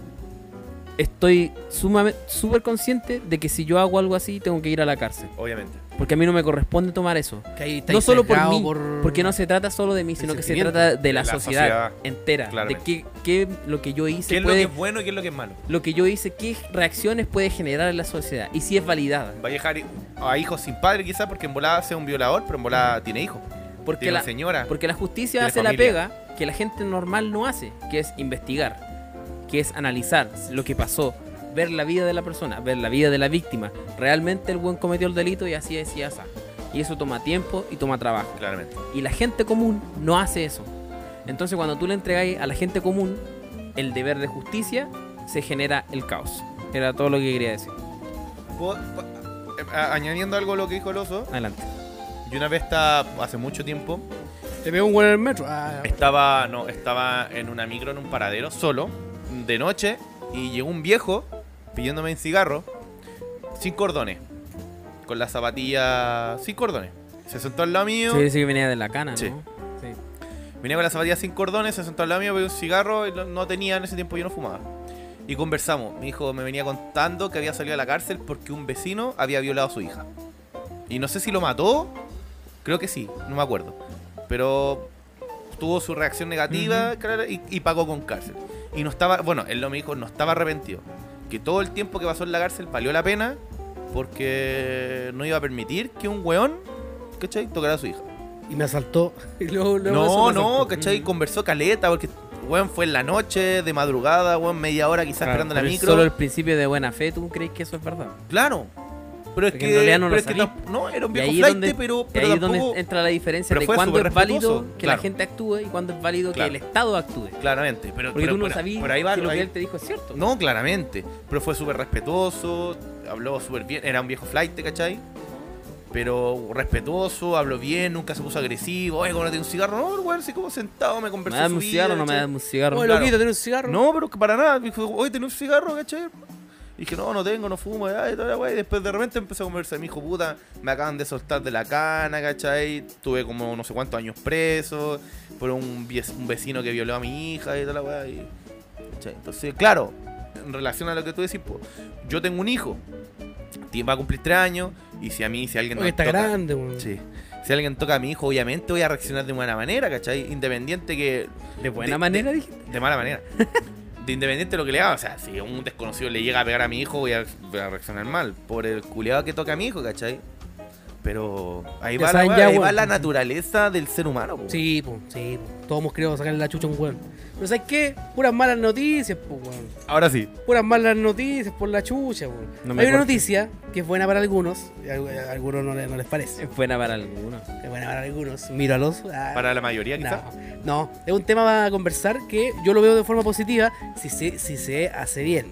estoy sumamente súper consciente de que si yo hago algo así tengo que ir a la cárcel,
Obviamente.
porque a mí no me corresponde tomar eso.
Que ahí está
no solo por
sesgado
mí, porque no se trata solo de mí, sino que se
sentimiento.
trata de la,
la
sociedad,
sociedad,
entera,
claramente.
de qué, qué lo que yo
¿Qué
hice
es lo que
puede,
es bueno y qué es lo que es malo?
lo que yo hice, qué reacciones puede generar en la sociedad y si es validada,
Va a dejar a hijos sin padre quizás porque en volada sea un violador, pero en volada tiene hijos.
porque
tiene
la,
una señora.
Porque la justicia
Tiene
hace
familia.
la pega que la gente normal no hace, que es investigar, que es analizar lo que pasó, ver la vida de la persona, ver la vida de la víctima. Realmente el buen cometió el delito y así es y así. Y eso toma tiempo y toma trabajo.
Claramente.
Y la gente común no hace eso. Entonces cuando tú le entregáis a la gente común el deber de justicia, se genera el caos. Era todo lo que quería decir.
¿Puedo- pu- eh, a- Añadiendo algo a lo que dijo el oso,
Adelante.
yo una vez estaba, hace mucho tiempo,
Te veo un buen en el metro. Ah,
estaba, no, estaba en una micro en un paradero solo, de noche, y llegó un viejo pidiéndome un cigarro sin cordones. Con la zapatilla sin cordones. Se sentó al lado mío.
Se dice que venía de la cana,
Sí.
¿no? Sí.
Venía con la zapatilla sin cordones, se sentó al lado mío, pidió un cigarro, y no- no tenía en ese tiempo, yo no fumaba. Y conversamos. Mi hijo me venía contando que había salido a la cárcel porque un vecino había violado a su hija. Y no sé si lo mató, creo que sí, no me acuerdo. Pero tuvo su reacción negativa claro, y, y pagó con cárcel. Y no estaba, bueno, él lo me dijo, no estaba arrepentido. Que todo el tiempo que pasó en la cárcel valió la pena porque no iba a permitir que un weón, ¿cachai?, tocara a su hija.
Y me asaltó. Y luego- luego
No,
eso me
no,
asaltó.
¿cachai?
Mm.
Conversó caleta porque, weón, fue en la noche, de madrugada, weón, media hora quizás
Claro,
esperando la
pero es
micro.
Solo el principio de buena fe, ¿tú crees que eso es verdad?
Claro. Pero es
Porque
que.
en realidad no
pero
lo
es que
sabí.
tamp- no, era un
Y
viejo
ahí es
flight,
donde-
pero,
Y
pero
ahí es
tampoco.
donde entra la diferencia
Pero
de
fue
cuándo
súper
es válido
respetuoso,
que la
claro.
gente actúe y cuándo es válido
Claro.
que el Estado actúe.
Claramente, pero.
Porque
pero
tú no
por-
sabías
por ahí va-
si lo
ahí-
que él te dijo es cierto.
No, claramente. Pero fue súper respetuoso, habló súper bien. Era un viejo flight, ¿cachai? Pero respetuoso, habló bien, nunca se puso agresivo. Oye, ¿cómo no tiene un cigarro? No, weón, así como sentado, me
¿Me
conversó.
das
su
un
vida,
cigarro o no me
¿cachai?
das un cigarro?
Oye,
Claro.
loquito, ¿tenés un cigarro?
No, pero que para nada. Me dijo, oye, ¿tenés un cigarro, cachai? Y dije, no, no tengo, no fumo. ya, y toda la wea. Y después de repente empecé a conversar. Me dijo, puta, me acaban de soltar de la cana, cachai. Tuve como no sé cuántos años preso por un, vie- un vecino que violó a mi hija y toda la weá. y- ¿cachai? Entonces, claro, en relación a lo que tú decís, po, yo tengo un hijo. ti- Va a cumplir tres años. Y si a mí, si alguien
Oye, está
toca-
grande, weón.
Sí. Si alguien toca a mi hijo, obviamente voy a reaccionar de buena manera, ¿cachai? Independiente que
De buena
de-
manera, dijiste.
de mala manera. De independiente de lo que le haga. O sea, si un desconocido le llega a pegar a mi hijo, voy a, voy a reaccionar mal. Por el culeado que toca a mi hijo, ¿cachai? Pero ahí,
Ya
va,
saben
la,
ya,
weá, ahí
weón.
va la naturaleza del ser humano. po.
Sí, po, sí, po. Todos hemos querido sacarle la chucha a un weón. Pero ¿sabes qué? Puras malas noticias, po, weón.
Ahora sí.
Puras malas noticias por la chucha, weón.
No me
Hay una
cortes.
noticia que es buena para algunos. y A a algunos no, le- no les parece.
Es buena para algunos.
Es buena para algunos. Míralos. ah,
Para la mayoría, quizás.
No, no, es un tema a conversar que yo lo veo de forma positiva si se, si se hace bien.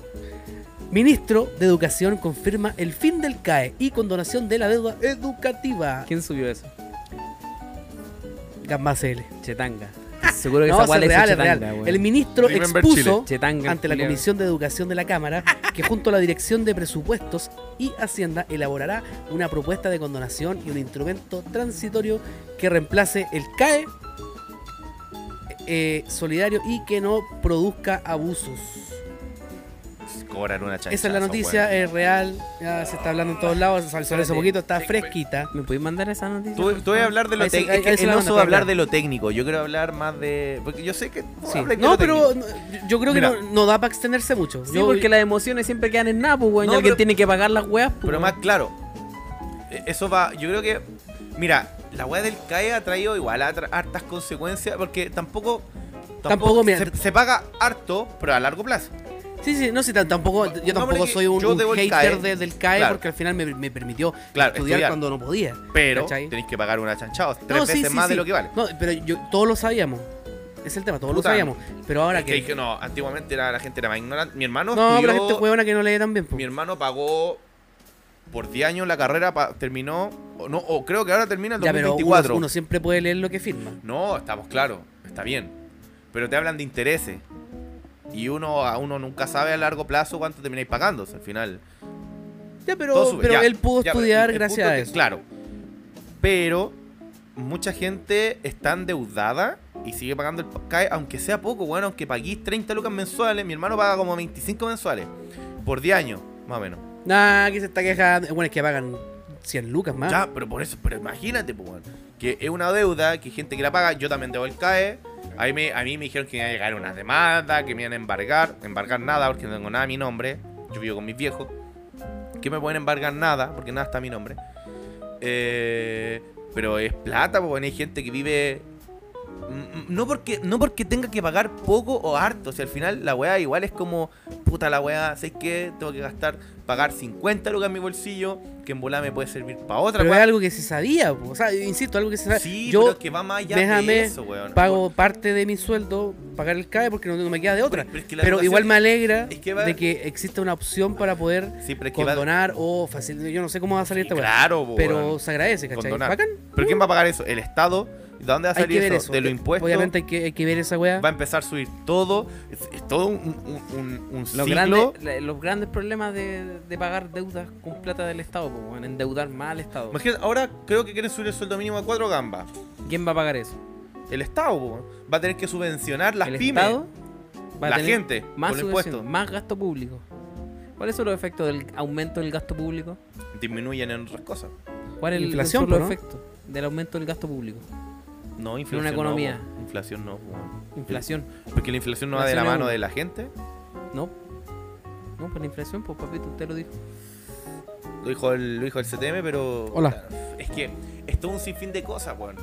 Ministro de Educación confirma el fin del CAE y condonación de la deuda educativa.
¿Quién subió eso?
Gamma CL.
Chetanga. Seguro que
No,
esa
es
guay le hizo
real, es
Chetanga,
real.
weón.
El ministro
Remember
expuso
Chetanga.
ante la
culiao.
Comisión de Educación de la Cámara que junto a la Dirección de Presupuestos y Hacienda elaborará una propuesta de condonación y un instrumento transitorio que reemplace el CAE eh, solidario y que no produzca abusos.
Cobran una chancha.
Esa es la noticia, es real, ya se está hablando en todos lados, se salió hace
Espérate.
poquito, está fresquita.
¿Me podéis mandar esa noticia?
Tú, tú vas a hablar de lo
Ahí se-
técnico.
ahí- ahí
Es
se
que
la
no
van a
solo hablar
pegar.
de lo técnico. Yo quiero hablar más de. Porque yo sé que. tú
Sí.
hablas de
No,
lo
pero
técnico.
no, yo creo que
Mira.
no, no da para extenderse mucho.
Sí,
Yo-
porque las emociones siempre quedan en nada, pues, weón. y
No,
alguien
pero-
tiene que pagar las weas, pues,
Pero
weón.
más claro. e- Eso va. Yo creo que. Mira, la weá del CAE ha traído igual a tra- hartas consecuencias. Porque tampoco.
Tampoco, mira,
se, se paga harto, pero a largo plazo.
Sí, sí, no, sí, tam- tampoco, yo
Pongámosle
tampoco
que
soy un,
yo
un
debo el
hater
CAE.
de- del CAE
Claro.
porque al final me, me permitió
Claro,
estudiar,
estudiar.
cuando no podía. No,
Pero
¿Cachai?
tenéis que pagar una chanchada. Tres
sí,
veces
sí,
más de
sí.
lo que vale.
No, pero yo, todos lo sabíamos. Es el tema, todos
Puta,
lo sabíamos. Pero ahora
Es que
que.
dije, no, antiguamente era, la gente era más ignorante. Mi hermano.
no, pero la
estudió-
gente huevona que no lee tan bien. po.
mi hermano pagó. Por 10 años la carrera pa- terminó. O, no, o creo que ahora termina el
Ya, pero uno,
2024.
uno siempre puede leer lo que firma.
No, estamos claros, está bien. Pero te hablan de intereses. Y uno a uno nunca sabe a largo plazo cuánto termináis pagando. o sea, Al final.
Ya,
todo
pero,
sube.
pero
Ya,
él pudo
ya, pero
estudiar
el- el
gracias
punto
a
es que-
eso.
Claro. Pero mucha gente está endeudada y sigue pagando el CAE, aunque sea poco, bueno, aunque paguís 30 lucas mensuales. Mi hermano paga como 25 mensuales por 10 años, más o menos.
Nah, que se está quejando. Bueno, es que pagan 100 lucas más.
Ya, pero por eso, pero imagínate, pues, weón, que es una deuda que gente que la paga, yo también debo el CAE. A mí, me, a mí me dijeron que me iba a llegar una demanda, que me iban a embargar, embargar nada porque no tengo nada a mi nombre. Yo vivo con mis viejos. Que me pueden embargar nada porque nada está a mi nombre. Eh, pero es plata, pues, weón, hay gente que vive Mm, No porque, no porque tenga que pagar poco o harto. O sea, al final la weá igual es como, puta la weá, ¿sabes qué? Tengo que gastar, pagar 50 lucas en mi bolsillo, que en volada me puede servir para otra
pero es
weá.
algo que se sabía. po. O sea, insisto, algo que se sabía.
Sí,
yo
pero es que va más allá
déjame,
de eso, weón.
pago parte de mi sueldo, pagar el CAE porque no, no me queda de otra.
Pero es que la
Pero
educación-
igual me alegra
es que va-
de que exista una opción para poder
Sí, pero es que va-
condonar o facilitar. Yo no sé cómo va a salir esta weá,
Claro, po,
Pero
weón.
se agradece, ¿cachai?
Condonar.
Bacán.
¿Pero quién va a pagar eso? ¿El Estado? ¿De dónde va a
Hay
salir
que ver
eso?
eso.
De los impuestos.
Obviamente hay que, hay que ver esa weá.
Va a empezar a subir todo. Es, es todo un, un- un- un
Los,
ciclo.
grandes, la- los grandes problemas de, de pagar deudas con plata del Estado, po, weón, endeudar más al Estado.
Imagínate, ahora creo que quieren subir el sueldo mínimo a cuatro gambas.
¿Quién va a pagar eso?
El Estado po. va a tener que subvencionar las
¿El
pymes.
Estado? Va a
la
tener
gente.
Más
con los
subvención,
impuestos.
más gasto público. ¿Cuáles son los efectos del aumento del gasto público?
Disminuyen en otras cosas.
¿Cuál es el-
Inflación,
son los
po, ¿no?
efectos del aumento del gasto público?
No, inflación.
una
no,
economía.
po. inflación no. po.
Inflación.
Porque la inflación no va de la
Inflación es
mano
un-
de la gente.
No. No, pues la inflación, pues papito, usted lo dijo.
Lo dijo el, lo dijo el CTM, pero.
Hola.
Es que es todo un sinfín de cosas, weón.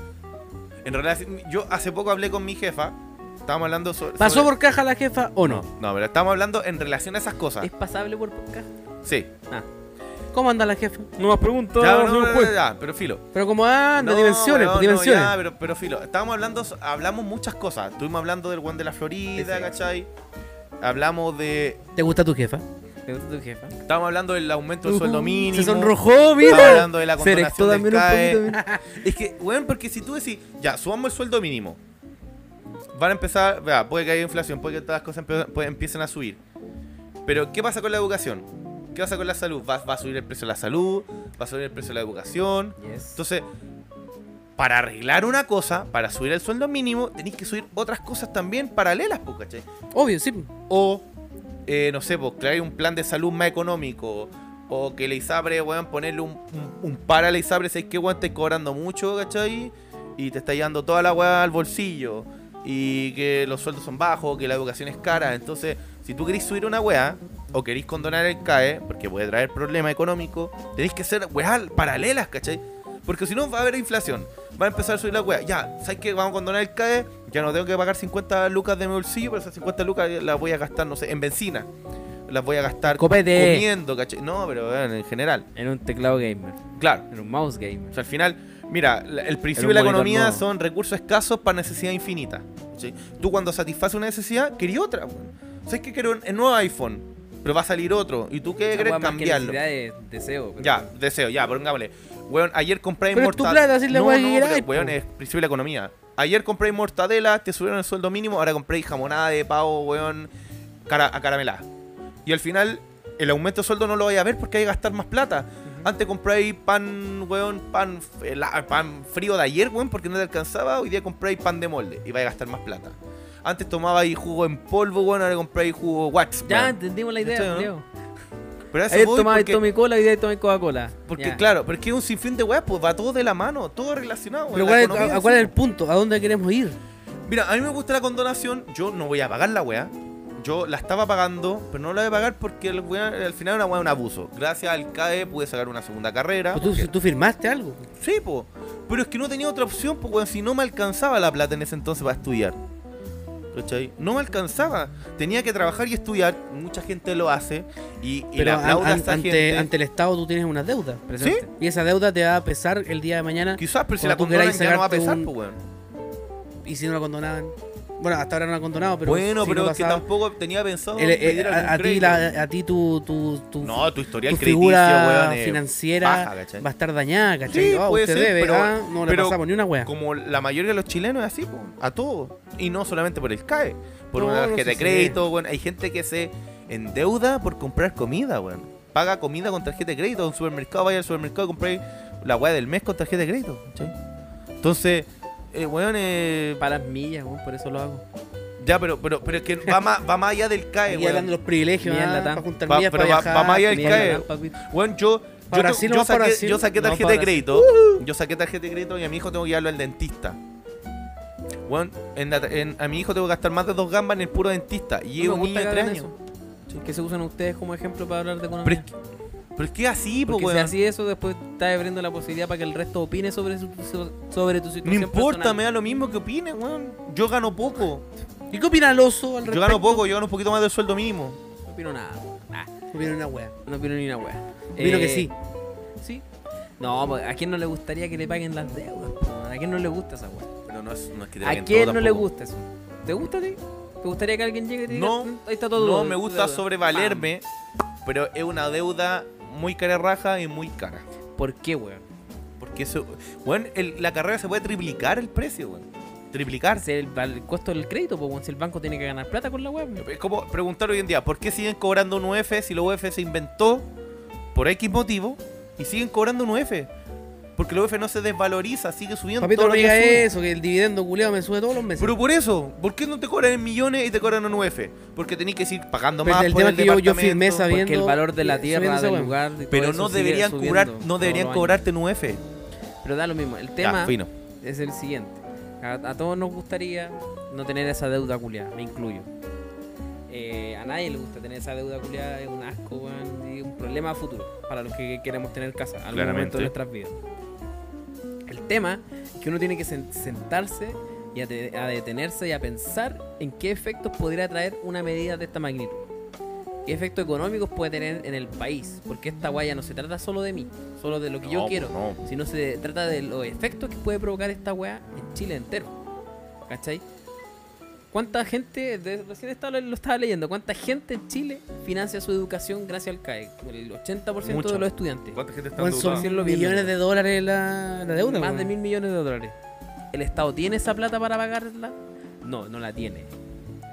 En realidad, yo hace poco hablé con mi jefa. Estábamos hablando sobre.
¿Pasó
sobre-
por caja la jefa o no?
No, pero estábamos hablando en relación a esas cosas.
¿Es pasable por acá?
Sí.
¿Cómo anda la jefa?
No más preguntas,
Ya, no, no, no, ya, pero filo.
Pero ¿cómo anda?
No,
dimensiones,
weón,
pues,
no,
dimensiones.
ya, pero, pero filo. Estábamos hablando, hablamos muchas cosas. Estuvimos hablando del Juan de la Florida,
Sí.
¿cachai? Hablamos de.
¿Te gusta tu jefa?
tu jefa.
Estábamos hablando del aumento del sueldo mínimo.
Se sonrojó,
Estábamos
mira.
hablando de la
Se erectó
condonación del
también un
CAE.
poquito. mira.
Es que, weón, porque si tú decís, ya, subamos el sueldo mínimo. Van a empezar, vea, puede que haya inflación, puede que todas las cosas empe- puede- empiecen a subir. Pero, ¿qué pasa con la educación? ¿Qué pasa con la salud? Va, va a subir el precio de la salud, va a subir el precio de la educación. Entonces, para arreglar una cosa, para subir el sueldo mínimo, tenéis que subir otras cosas también paralelas, po, ¿cachai?
Obvio, sí.
O, eh, no sé, pues crear un plan de salud más económico. O que la ISAPRE, weón, ponerle un, un, un par a la ISAPRE, si es que, weón, estáis cobrando mucho, ¿cachai? Y te está llevando toda la weá al bolsillo. Y que los sueldos son bajos, que la educación es cara. Entonces, si tú querés subir una weá, o querés condonar el CAE, porque puede traer problemas económicos, tenéis que hacer weá paralelas, ¿cachai? Porque si no, va a haber inflación. Va a empezar a subir la weá. Ya, ¿sabes qué? Vamos a condonar el CAE. Ya no tengo que pagar 50 lucas de mi bolsillo, pero esas 50 lucas las voy a gastar, no sé, en benzina. Las voy a gastar
Copete.
comiendo, ¿cachai? No, pero weón, en general.
En un teclado gamer.
Claro.
En un mouse gamer.
O sea, al final, mira, la- el principio de
Era
la
un monitor
economía
nuevo.
son recursos escasos para necesidad infinita. ¿sí? Tú cuando satisfaces una necesidad, querías otra. weón. ¿Sabes que quiero un, un nuevo iPhone? Pero va a salir otro. Y tú qué
Esa
querés
weá más que
cambiarlo.
necesidad de deseo. pero-
Ya, deseo, ya, pongámosle. Weón, ayer compré
Pero es tu
mortadela.
plata, así es la
no,
weá que
no,
queráis,
pero,
po.
weón, es principio de la economía. Ayer compré mortadela, te subieron el sueldo mínimo, ahora compré jamonada de pavo, weón, cara, a caramelada. Y al final, el aumento de sueldo no lo voy a ver porque hay que gastar más plata. Antes compré pan, weón, pan, f- la- pan frío de ayer, weón, porque no te alcanzaba. Hoy día compré pan de molde y vais a gastar más plata. Antes tomaba ahí jugo en polvo, weón, ahora compré ahí jugo wax.
Ya
weón.
entendimos la
¿Cachai,
idea,
no?
Leo.
Pero a eso
Ayer
voy
tomaba
porque-
Tommy Cola y de Tommy Coca-Cola.
porque
Ya.
claro, pero es que es un sinfín de weas, pues va todo de la mano, todo relacionado.
Pero
la
¿cuál es-
economía,
a, a cuál es
sí.
el punto? ¿A dónde queremos ir?
Mira, a mí me gusta la condonación, yo no voy a pagar la wea. Yo la estaba pagando, pero no la voy a pagar porque el wea- al final era una wea de un abuso. Gracias al CAE pude sacar una segunda carrera.
Pues tú,
porque-
tú firmaste algo.
Sí, po. Pero es que no tenía otra opción, pues, weón. Si no me alcanzaba la plata en ese entonces para estudiar. ¿Cachai? No me alcanzaba. Tenía que trabajar y estudiar. Mucha gente lo hace. Y, y
Pero
le aplaudo
an-
a
an-
esa
ante,
gente.
ante el Estado tú tienes una deuda.
Presente.
Y esa deuda te va a pesar el día de mañana.
Quizás, pero si la
cuando tú
condonan
queráis
ya no va a
sacarte
pesar,
un-
pues, weón.
Y si no la condonaban. Bueno, hasta ahora no la han condonado, pero.
bueno,
si
pero
no
es que
pasaba-
tampoco tenía pensado.
el-
que
el-
me dieran un
a, a ti,
crédito.
la, a ti tu, tu, tu-
No, tu historial
tu
crediticio,
figura
weón. es
financiera
baja, ¿cachai?
va a estar dañada, ¿cachai?
Sí,
Ah,
puede
usted
ser,
debe,
pero-
ah, no le
pero
pasamos ni una wea.
Como la mayoría de los chilenos es así, po, a todo. Y no solamente por el CAE, por
No,
una
no
tarjeta de
sé si
crédito, weón. Hay gente que se endeuda por comprar comida, weón. Paga comida con tarjeta de crédito, un supermercado, vaya al supermercado y compráis la weá del mes con tarjeta de crédito, ¿cachai? Entonces, eh, weón, eh,
Para las millas, weón, por eso lo hago.
ya, pero, pero, pero es que va más, va más allá del CAE,
Y
weón.
hablando de los privilegios,
Mira,
ah,
Latam.
para juntar
Va-
millas,
pero
para
va-
viajar,
va más allá el
comida.
CAE.
Millas, papi.
Weón, yo, yo,
Para Brasil
yo
nomás, para
saqué,
Brasil.
yo saqué
No,
tarjeta
para Uh-huh.
de
Brasil.
crédito. Yo saqué tarjeta de crédito y a mi hijo tengo que llevarlo al dentista. Weón, en la- en- a mi hijo tengo que gastar más de dos gambas en el puro dentista. Y es
No me
un niño
gusta
de
que
tres
hagan
años.
eso. Que se usan ustedes como ejemplo para hablar de economía.
Pero es que, pero es que así, po,
Porque
pues, weón.
si así eso, después estás abriendo la posibilidad para que el resto opine sobre, su, so- sobre tu
No
situación.
importa,
personal.
me da lo mismo que opine, weón. Yo gano poco.
¿Y qué opina el oso al
Yo
respecto?
gano poco, yo gano un poquito más del sueldo mínimo.
No opino nada. weón. Nah,
Opina una wea.
no opino ni una wea.
Opino
Eh,
que sí.
Sí. No, pues, ¿a quién no le gustaría que le paguen las deudas? po? ¿A quién no le gusta esa wea?
Pero no es, no es que
¿A quién no le gusta eso? ¿Te gusta a ti? ¿Te gustaría que alguien llegue y te diga,
No,
"Mm, ahí está todo?
No
todo,
me
tu
gusta
deuda"?
sobrevalerme, pero es una deuda muy cara raja y muy cara.
Pam. ¿Por qué, weón?
¿Por Porque eso. Bueno, el- la carrera se puede triplicar el precio, weón. Triplicar.
Es el, el costo del crédito, pues, weón, si el banco tiene que ganar plata con la web.
Es como preguntar hoy en día, ¿por qué siguen cobrando un UF si la UF se inventó por X motivo y siguen cobrando un UF? Porque la UF no se desvaloriza, sigue subiendo
Papito,
todo
no
lo que
diga
sube.
eso, que el dividendo culeado me sube todos los meses.
Pero por eso, ¿por qué no te cobran en millones y te cobran en UF? Porque tenés que seguir pagando
Pero
más
el
por
tema es que yo, yo
departamento.
firmé sabiendo.
Porque el valor de la
que- subiendo
tierra,
esa
del
weá.
lugar. y todo
Pero
eso
no
sigue
deberían
subiendo
cobrar, no
todos
deberían
los años.
cobrarte en UF. Ya,
Pero da lo mismo. El tema
fino.
es el siguiente. A, a todos nos gustaría no tener esa deuda culiada, me incluyo. Eh, a nadie le gusta tener esa deuda culiada, es un asco, weón, y un problema a futuro para los que queremos tener casa algún momento
Claramente.
de nuestras vidas. El tema es que uno tiene que sen- sentarse y a, te- a detenerse y a pensar en qué efectos podría traer una medida de esta magnitud. ¿Qué efectos económicos puede tener en el país? Porque esta guaya no se trata solo de mí, solo de lo que yo
No,
quiero,
no.
sino se trata de los efectos que puede provocar esta weá en Chile entero. ¿Cachai? ¿Cuánta gente, de- recién estaba, lo estaba leyendo, cuánta gente en Chile financia su educación gracias al CAE? El 80%
Mucha.
de los estudiantes.
¿Cuánta gente está
Weón, son
Decirlo bien,
millones
weón.
de dólares la, la deuda.
Más
weón.
de mil millones de dólares. ¿El Estado tiene esa plata para pagarla? No, no la tiene.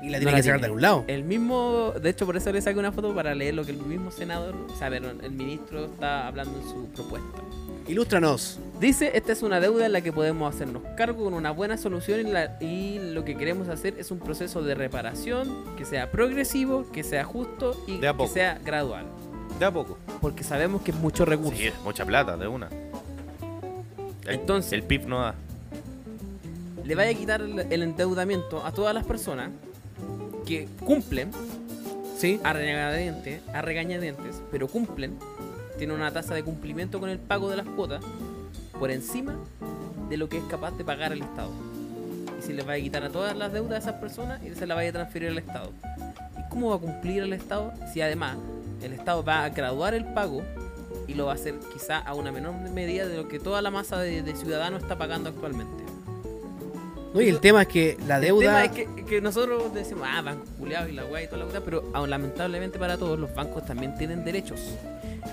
Y la
No Eh,
tiene que sacar de algún lado.
El mismo, de hecho, por eso le saqué una foto para leer lo que el mismo senador, o sea, perdón, el ministro está hablando en su propuesta.
Ilústranos.
Dice, esta es una deuda en la que podemos hacernos cargo con una buena solución y, la- y lo que queremos hacer es un proceso de reparación que sea progresivo, que sea justo y
De a
que
poco.
sea gradual.
De a poco.
Porque sabemos que es mucho recurso.
Sí, es mucha plata, de una. El-
Entonces-
El PIB no da.
Le vaya a quitar el, el endeudamiento a todas las personas que cumplen,
Sí.
a regañadientes, a regañadientes, pero cumplen, tienen una tasa de cumplimiento con el pago de las cuotas por encima de lo que es capaz de pagar el Estado. Y se les va a quitar a todas las deudas a esas personas y se las va a transferir al Estado. ¿Y cómo va a cumplir el Estado si además el Estado va a graduar el pago y lo va a hacer quizá a una menor medida de lo que toda la masa de, de ciudadanos está pagando actualmente?
No, y el tema es que la
El tema
deuda.
es que, que nosotros decimos, ah, bancos culiados y la weá y toda la weá, pero aún lamentablemente para todos los bancos también tienen derechos.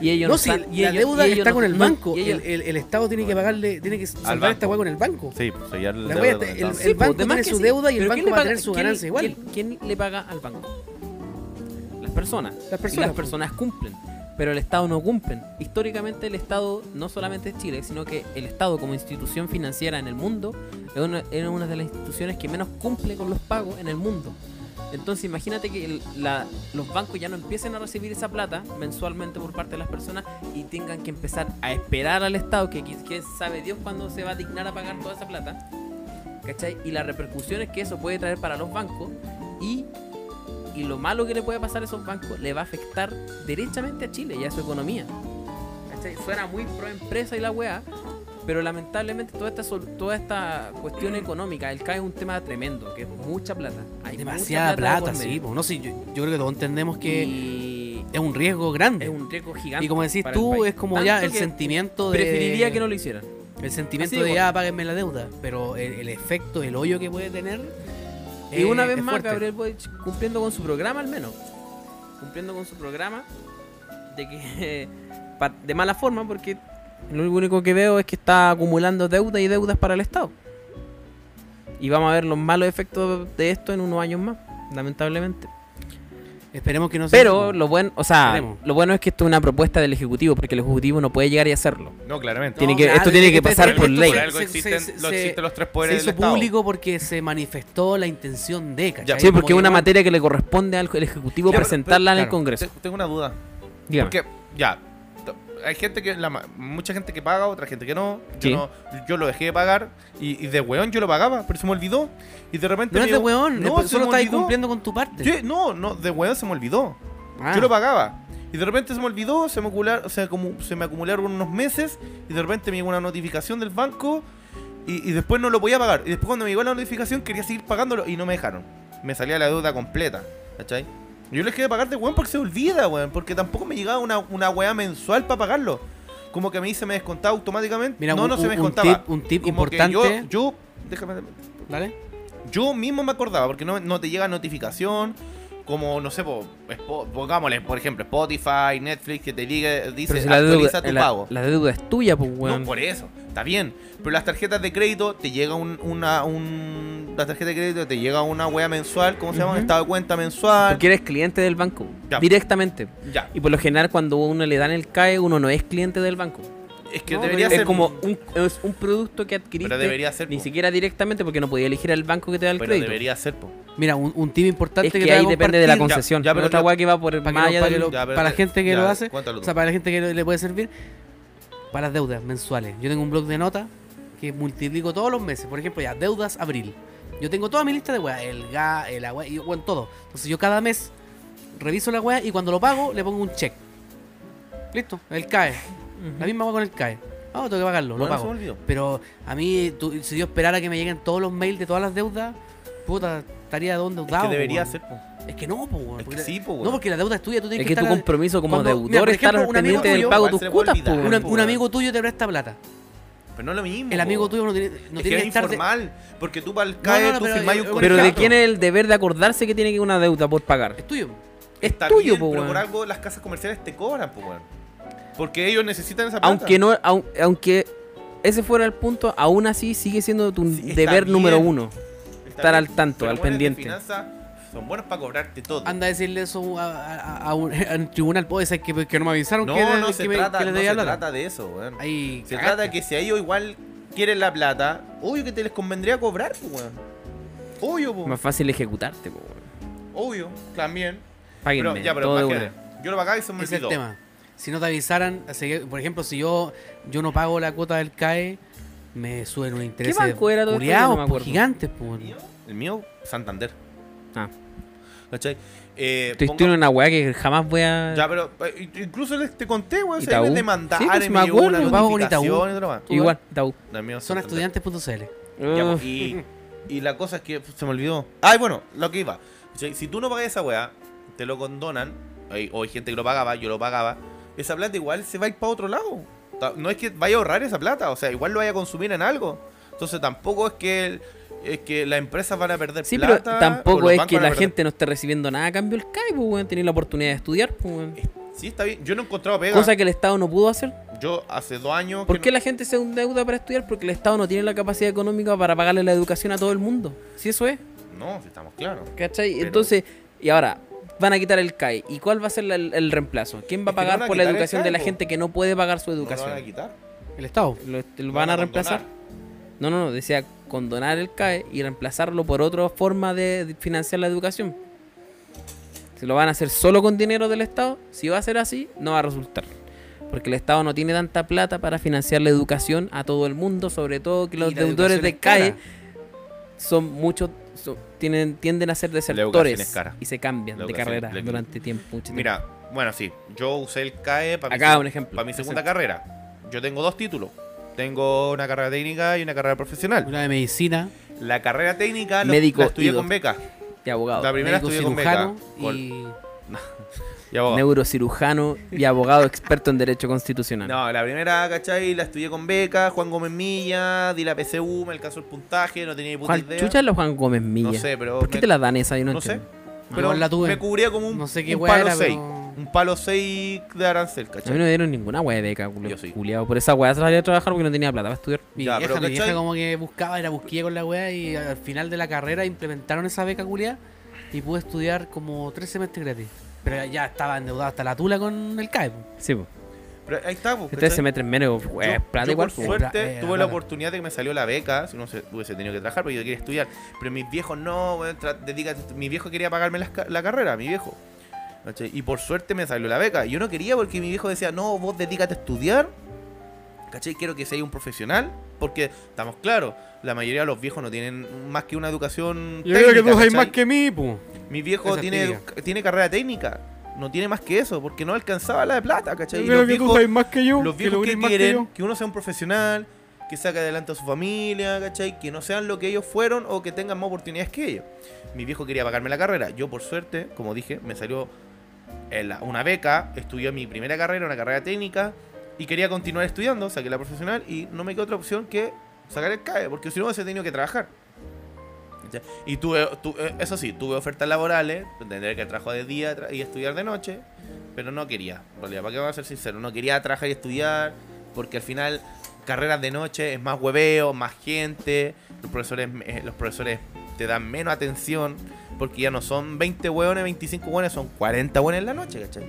Y ellos
No,
no
sí,
están- y
la
ellos-
deuda
y ellos
está
no-
con el
no,
banco.
y ellos-
el, el- el Estado tiene que pagarle, tiene que salvar
banco.
esta weá con el banco.
Sí, pues ya el
La
deuda
wea
con
está-
el
el-
banco.
el- banco
pues, además
tiene
que
su deuda y el
Pero
banco
¿quién le
va a tener su
quién-
ganancia igual.
¿quién, quién le paga al banco? Las personas.
Las
Y
personas. pues.
las personas cumplen, pero el Estado no cumplen. Históricamente el Estado, no solamente es Chile, sino que el Estado como institución financiera en el mundo es una, es una de las instituciones que menos cumple con los pagos en el mundo. Entonces imagínate que el- la- los bancos ya no empiecen a recibir esa plata mensualmente por parte de las personas y tengan que empezar a esperar al Estado, que qui- que sabe Dios cuándo se va a dignar a pagar toda esa plata, ¿cachai? Y las repercusiones que eso puede traer para los bancos y y lo malo que le puede pasar a esos bancos le va a afectar derechamente a Chile y a su economía. ¿Cachai? Suena muy pro empresa y la weá, pero lamentablemente toda esta, sol- toda esta cuestión económica, el CAE es un tema tremendo, que es mucha plata. Hay
Demasiada
mucha plata, de
plata,
por
sí.
medio.
po. No sé, yo, yo creo que todos entendemos que
Y
es un riesgo grande.
es un riesgo gigante.
y como decís
para el
tú,
país.
es como
Tanto
ya el
que
sentimiento de.
Preferiría que no lo hicieran.
El sentimiento
Así, pues.
de
po.
ya, páguenme la deuda. Pero el, el efecto, el hoyo que puede tener.
Y
eh,
una vez
es
más,
fuerte.
Gabriel Boric cumpliendo con su programa al menos. Cumpliendo con su programa de que pa- de mala forma porque lo único que veo es que está acumulando deuda y deudas para el Estado. Y vamos a ver los malos efectos de esto en unos años más, lamentablemente.
Esperemos que no sea
Pero
así.
lo bueno, o sea,
Esperemos.
lo bueno es que esto es una propuesta del Ejecutivo porque el Ejecutivo no puede llegar y hacerlo.
No, claramente.
tiene
No,
que-
claro,
esto tiene que
este-
pasar
este-
por
esto
ley.
Por algo
se-
existen,
se-
lo-
se-
existen los tres
se
poderes
hizo
del Estado.
público porque se manifestó la intención de ¿cachai?
Sí,
Como
porque es
que
una
igual-
materia que le corresponde al al Ejecutivo
Ya, pero-
presentarla en el
claro.
Congreso.
Te- Tengo una duda.
Dígame.
Porque, ya, t- hay gente que, la ma- mucha gente que paga, otra gente que no. Yo,
Sí.
no, yo lo dejé de pagar y, y de weón yo lo pagaba, pero se me olvidó. Y de repente.
No
me
es de
llegó-
weón,
no,
no,
se
solo
me
estás ahí
olvidó.
cumpliendo con tu parte.
Yo- no, no, de weón se me olvidó.
Ah.
Yo lo pagaba. Y de repente se me olvidó, se me, acumula- se acumu- se me acumularon unos meses y de repente me llegó una notificación del banco y, y después no lo podía pagar. Y después cuando me llegó la notificación quería seguir pagándolo y no me dejaron. Me salía la deuda completa, ¿cachai? Yo les quería pagar de weón porque se olvida, weón, porque tampoco me llegaba una, una weá mensual para pagarlo. Como que a mí se me descontaba automáticamente.
Mira,
no,
un,
no se me
un- un
descontaba.
tip, un tip
Como que
importante.
yo, yo, déjame,
Dale.
yo mismo me acordaba, porque no, no te llega notificación. como, no sé, po, Spo- pongámosle, por ejemplo, Spotify, Netflix, que te diga, dice,
Pero si la
actualiza
deuda, eh,
tu
la-
pago.
la deuda es tuya, pues, weón.
No, por eso, está bien. Pero las tarjetas de crédito te llega un, una, un, la tarjeta de crédito te llega una wea mensual, ¿cómo se llama? Un
Ujú.
estado de cuenta mensual.
Porque eres cliente del banco,
Ya.
directamente.
Ya,
Y por lo general, cuando uno le dan el CAE, uno no es cliente del banco.
es que
No,
debería
es
ser
como un, es un producto que adquiriste.
Pero debería ser,
Ni
po.
siquiera directamente, porque no podía elegir al banco que te da el
pero
crédito.
debería ser, po.
Mira, un, un tip importante
Es que,
te voy a
ahí depende de la
compartir,
concesión.
Ya, ya, pero
otra
lo-
weá que va por
Para que
más
lo-
allá
para
del-
que lo-
Ya, pero
para
te-
gente que
ya,
lo hace,
cuéntalo
o
tú.
sea, para la gente que lo- le puede servir, para las deudas mensuales. Yo tengo un blog de notas que multiplico todos los meses. Por ejemplo, ya, deudas abril. Yo tengo toda mi lista de weas, el gas, el agua, y bueno, todo. Entonces yo cada mes reviso la wea y cuando lo pago le pongo un check. Listo, el CAE. La misma wea con el CAE. Ah, tengo que pagarlo, lo
Bueno,
pago.
se me olvidó.
Pero a mí, tú- si yo esperara que me lleguen todos los mails de todas las deudas, puta, estaría donde
Es que debería ser, po.
Es que no, po, weón,
Es que
porque-
sí, po,
No,
weón.
porque la deuda es tuya, tú tienes
Es
que,
que tu
estar...
compromiso como
cuando-
deudor
mira, por
es estar
ejemplo, un amigo
pendiente del
tuyo,
pago de
igual
tus
se le
cuotas,
puede
po,
olvidar.
weón.
una-
po,
un
weón.
amigo tuyo te presta plata.
Pero Pues, no es lo mismo.
El amigo
po.
tuyo no tiene, no
es
tiene
que es
que estar... de-
informal. Porque tú para el
no,
CAE
no,
tú
pero
firmás
yo-
un
yo-
Pero ¿de
contrato.
quién es el deber de acordarse que tiene que una deuda por pagar?
Es tuyo.
Es
Está
tuyo,
bien,
po,
pero por
weón.
algo las casas comerciales te cobran, po, weón. Porque ellos necesitan esa plata.
Aunque no, au- aunque ese fuera el punto, aún así sigue siendo tu
Sí, está
deber
bien.
número uno. estar al tanto,
Pero
al
weones de
pendiente. Ah,
finanzas son buenos para cobrarte todo.
Anda a decirle eso a, a- a un, a un tribunal. Puede ser que, que no me avisaron
no,
que,
no
que
se,
me-
trata,
que
no
les debía
se
plata.
trata de eso, weón.
Ahí,
Se
cagaste.
trata que si a ellos igual quieren la plata, obvio que te les convendría cobrar, po, weón. Obvio, po.
Más fácil ejecutarte, po, weón.
Obvio, también.
Páguenme,
Pero, ya, pero
todo de
imagínate,
una.
Yo lo pagaba y se me
Ese es el
olvidó.
tema. Si no te avisaran, así que, por ejemplo, si yo yo no pago la cuota del CAE, me suben un interés. pues,
banco era todo esto? Yo no me acuerdo.
gigantes, po.
El mío, Santander.
Ah.
¿Cachai? Eh,
Estoy
ponga-
estoy en una weá que jamás voy a.
Ya, pero eh, incluso les te conté, weón. Se
Itaú.
deben demandar,
Sí, pues,
y
me
llegó una
acuerdo,
pago con Itaú.
notificación y todo lo demás.
Igual, Tau.
El mío es
Son
Santander.
estudiantes.cl.
Ya, pues,
Ugh.
y, y la cosa es que pues, se me olvidó. Ay, bueno, lo que iba. Si, si tú no pagas esa weá, te lo condonan. Hay, o hay gente que lo pagaba, yo lo pagaba. Esa plata igual se va a ir para otro lado. Ta- No es que vaya a ahorrar esa plata, o sea, igual lo vaya a consumir en algo. Entonces tampoco es que, el- es que las empresas van a perder
Sí,
plata.
pero
o
tampoco
los
es
bancos
que
van a
la
perder-
gente no esté recibiendo nada a cambio del CAE, pues, weón. Tener la oportunidad de estudiar, pues, weón.
Sí, está bien. Yo no he encontrado pega.
Cosa que el Estado no pudo hacer.
Yo hace dos años.
¿Por
que
qué
no-
la gente se endeuda para estudiar? Porque el Estado no tiene la capacidad económica para pagarle la educación a todo el mundo. Si eso es,
No, si estamos claros.
¿cachai?
Pero-
Entonces, y ahora, van a quitar el CAE. ¿Y cuál va a ser la- el, el reemplazo? ¿Quién
Es
va
que no
a pagar
van a
por la
quitar el
educación
CAE,
de la
po.
gente que no puede pagar su
No lo van a
educación?
quitar.
El Estado.
¿Lo, lo
Lo
van a
condonar.
reemplazar? No, no, no, decía condonar el CAE y reemplazarlo por otra forma de de financiar la educación. Si lo van a hacer solo con dinero del Estado, si va a ser así, no va a resultar. Porque el Estado no tiene tanta plata para financiar la educación a todo el mundo, sobre todo que los
Y la
deudores
educación
de
es cara.
CAE son muchos, son- tienen, tienden a ser
educación es
desertores
cara.
y se cambian
La
de
educación-
carrera
la-
durante tiempo. mucho tiempo.
Mira, bueno, sí. Yo usé el CAE para
Acá un ejemplo.
Para mi segunda carrera. Yo tengo dos títulos. Tengo una carrera técnica y una carrera profesional.
Una de medicina.
La carrera técnica lo-
Médico
la estudié
y
con beca.
de abogado.
La primera
médico
estudié con beca.
cirujano
Con-
y
y abogado.
Neurocirujano y abogado experto en derecho constitucional.
No, la primera, ¿cachai? La estudié con beca, Juan Gómez Milla, di la PCU, me alcanzó el puntaje, no tenía ni puta
Juan,
idea.
chucha es la Juan Gómez Milla.
No sé, pero
¿Por qué
me-
te la dan esa? Yo no,
no sé.
entiendo.
Pero
Igual la tuve.
me cubría como un,
No sé qué
un
hueá
palo
era,
6.
pero-
Un palo 6 de arancel,
A mí no
¿cachai?
me dieron ninguna wea de beca, culo-
Yo sí.
culiao. Por esa wea salí a trabajar porque no tenía plata para estudiar.
mi
Ya,
vieja,
pero
mi vieja
¿cachai?
como que buscaba, era busquilla con la wea y al final de la carrera implementaron esa beca culia y pude estudiar como tres semestres gratis. Pero ya estaba endeudado hasta la tula con el CAE. po.
Sí, po.
Pero ahí está, pues,
Si
¿cachai?
tres semestres menos, wea,
Yo-
es plata
yo
igual.
Por
po.
Plata,
suerte
eh,
tuve la
plata.
oportunidad de que me salió la beca, si no se, hubiese tenido que trabajar porque yo quería estudiar. Pero mis viejos no, weón, tra- dedícate- mi viejo quería pagarme las ca- la, carrera, mi viejo. ¿Cachai? Y por suerte me salió la beca. Yo no quería porque mi viejo decía, no, vos dedícate a estudiar. ¿Cachai? Quiero que seas un profesional. Porque, estamos claros, la mayoría de los viejos no tienen más que una educación. técnica, ¿cachai?
mí, po.
Mi viejo
Esa es
tiene,
típica.
edu- tiene carrera técnica. No tiene más que eso, porque no alcanzaba la de plata, ¿cachai? Y los viejos-
más que yo.
los viejos que, quieren que uno sea un profesional, que saque adelante a su familia, ¿cachai? Que no sean lo que ellos fueron o que tengan más oportunidades que ellos. Mi viejo quería pagarme la carrera. Yo, por suerte, como dije, me salió en la- una beca, estudié mi primera carrera, una carrera técnica, y quería continuar estudiando, saqué la profesional y no me quedó otra opción que sacar el CAE, porque si no hubiese tenido que trabajar. ¿cachai? Y tuve, tu- eh, eso sí, tuve ofertas laborales, tendría que trabajar de día tra- y estudiar de noche, pero no quería, en realidad, ¿para qué vamos a ser sinceros? No quería trabajar y estudiar, porque al final carreras de noche es más hueveo, más gente, los profesores, eh, los profesores te dan menos atención, porque ya no son 20 hueones, 25 hueones, son 40 hueones en la noche, ¿cachai?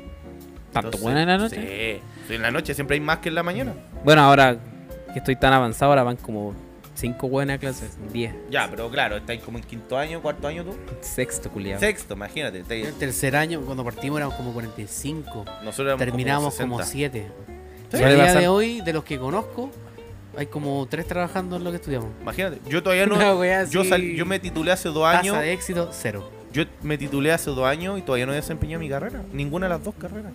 ¿Tanto
Entonces,
bueno en la noche?
Sí, sí, en la noche siempre hay más que en la mañana.
Bueno, ahora que estoy tan avanzado, ahora van como 5 buenas clases, 10.
Ya, pero claro, estáis como en quinto año, cuarto año tú.
Sexto, culiado.
Sexto, imagínate.
Yo
estáis-
el tercer año, cuando partimos, éramos como 45.
nosotros éramos
Terminamos como
60.
7.
Sí.
Y a día
Pasar-
de hoy, de los que conozco, hay como 3 trabajando en lo que estudiamos.
Imagínate, yo todavía no.
Una wea
yo,
así.
sal- yo me titulé hace dos años.
Tasa de éxito, cero.
Yo me titulé hace dos años y todavía no he desempeñado mi carrera. Ninguna de las dos carreras.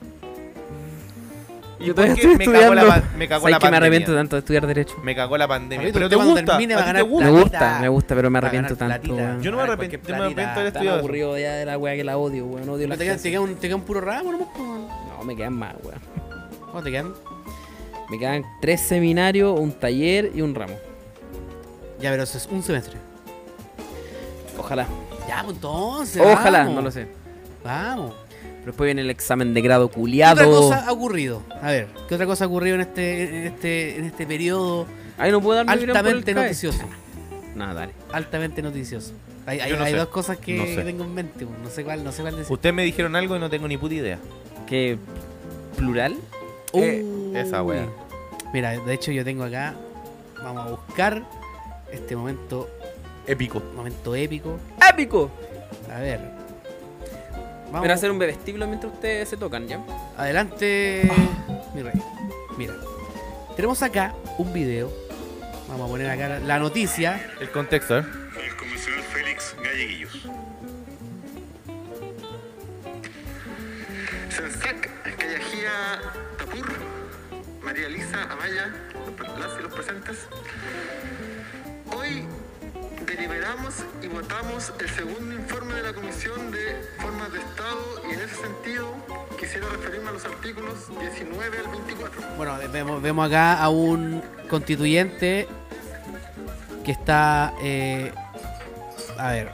Yo todavía
Porque
estoy
me cagó la,
estudiando.
pan- me cagó
¿Sabes
la
que me
pandemia.
arrepiento tanto de estudiar Derecho?
Me cagó la pandemia.
Papito,
Pero
usted
te
cuando
gusta.
termine
a
va
ti
a
te
ganar
gusta.
Me gusta,
platita.
me gusta, pero me
Va a ganar
arrepiento tanto,
platita.
weón.
Yo no me
Ay,
arrepiento,
cualquier
me arrepiento de
platita.
haber
Tan
estudiado eso.
aburrido ya de la weá que la odio, weón. Odio la
Pero Te quedan, te, quedan, te quedan puro ramo, nomás, po, weón.
No, me quedan más, weón.
¿Cómo te quedan?
Me quedan tres seminarios, un taller y un ramo.
Ya, pero eso es un semestre.
Ojalá.
Ya, pues entonces.
Ojalá,
vamos.
no lo sé.
Vamos.
Pero después viene el examen de grado
¿Qué otra
culiado.
cosa ha ocurrido? A ver, ¿qué otra cosa ha ocurrido en este, en este, en este periodo
Ahí no puedo dar mi opinión por el
altamente
CAE.
noticioso?
Nada, dale.
Altamente noticioso. Hay, hay-
Yo no
hay
sé.
dos cosas que,
No sé.
que tengo en mente, pues. no sé cuál, no sé cuál decir.
Ustedes me dijeron algo y no tengo ni puta idea.
¿Qué? ¿Plural?
Eh,
Uy.
esa wea.
Uh. Mira, de hecho yo tengo acá, vamos a buscar este momento,
Épico.
momento épico.
¡Épico!
A ver. Vamos.
Voy a hacer un bebestíbulo mientras ustedes se tocan, ¿ya?
Adelante, mi rey. Mira, tenemos acá un video. Vamos a poner acá la- la noticia.
El contexto, ¿eh?
El comisionado Félix Galleguillos. Sensac, Callajía Tapur, María Elisa Amaya, los pre- las y los presentes. Hoy deliberamos y votamos el segundo informe de la Comisión de Formas de Estado y en ese sentido quisiera referirme a los artículos 19 al 24.
Bueno, vemos, vemos acá a un constituyente que está. eh, a ver.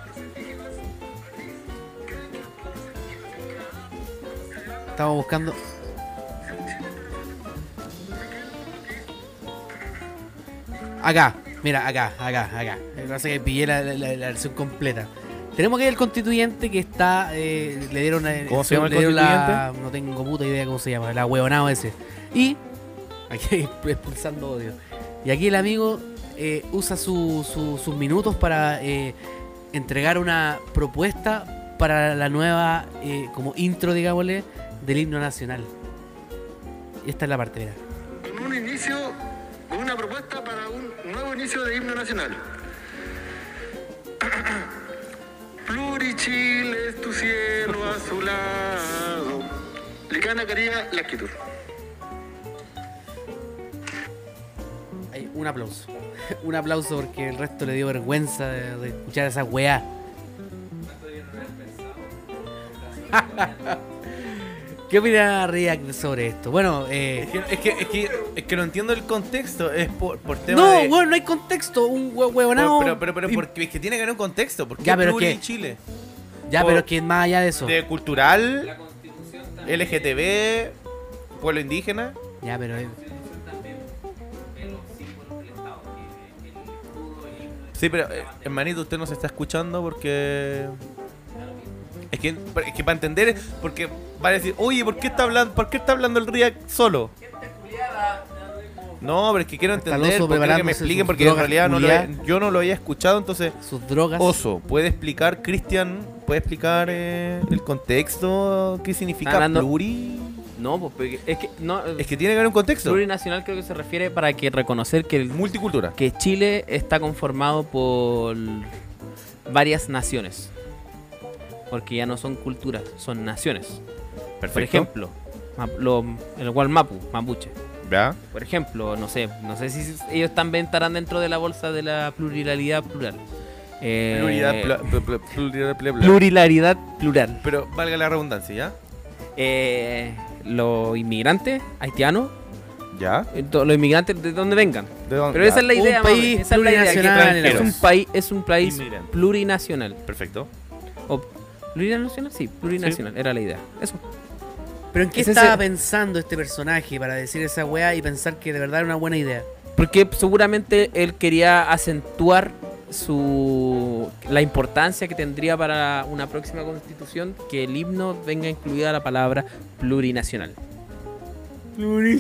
Estamos buscando. Acá, mira, acá, acá, acá. Lo que pasa es que pillé la, la- la- la versión completa. Tenemos que el constituyente que está. eh, le dieron. eh,
¿Cómo se llama el
le dieron la- no tengo puta idea cómo se llama, la huevonao ese. Y. Aquí expulsando odio. Y aquí el amigo eh, usa su- su- sus minutos para eh, entregar una propuesta para la nueva, eh, como intro, digámosle, del himno nacional. Y esta es la parte, mira.
con un inicio, con una propuesta para un nuevo inicio de himno nacional. Plurichile es tu cielo azulado. Licana quería la actitud.
Ahí, un aplauso. un aplauso porque el resto le dio vergüenza de, de escuchar esa weá. ¿Qué opina React sobre esto? Bueno, eh,
Es que, es, que, es, que, es que no entiendo el contexto. Es por, por tema
no,
de...
weón, no hay contexto. Un hue-
por-
huevonao.
pero, pero, pero, porque es que tiene que haber un contexto. porque
Ya, pero es que-
Chile?
ya,
por-
pero que más allá de eso.
De cultural, LGTB, pueblo indígena.
Ya, pero. eh,
Sí, pero eh, hermanito, usted nos está escuchando porque. Es que, es que para entender, es- porque va a decir, oye, ¿por qué está hablando, ¿por qué está hablando el React solo? No, pero es que quiero
Hasta el
entender,
oso
porque quiero que
preparándose
me expliquen,
sus
porque en
drogas,
realidad no lo
culiá.
he- yo no lo había escuchado, entonces.
Sus drogas.
Oso, ¿puede explicar, Cristian, puede explicar eh, el contexto? ¿Qué significa
Está hablando-
pluri?
No, pues porque- es que no.
Es que tiene que haber un contexto.
plurinacional creo que se refiere para que reconocer que el
Multicultura.
que Chile está conformado por varias naciones. Porque ya no son culturas, son naciones.
Perfecto.
Por ejemplo, ma- lo- el Gualmapu, mapuche.
¿Ya?
Por ejemplo, no sé, no sé si ellos también estarán dentro de la bolsa de la pluralidad plural. Eh,
Pluralidad, pla- pla- pla- pluralidad, bla, bla.
pluralidad plural.
Pero valga la redundancia, ¿ya?
Eh, los inmigrantes haitianos,
¿Ya?
eh, to- los inmigrantes de donde vengan.
¿De dónde?
Pero
Ya,
esa es la
Un
idea,
país
mami, esa es la idea, que
plurinacional,
es un
eros.
país, es un país
Inmigrante.
plurinacional.
Perfecto.
O, plurinacional, sí, plurinacional, era la idea. Eso.
Pero ¿en qué
Es ese-
estaba pensando este personaje para decir esa weá y pensar que de verdad era una buena idea?
Porque seguramente él quería acentuar su la importancia que tendría para una próxima constitución que el himno venga incluida la palabra plurinacional.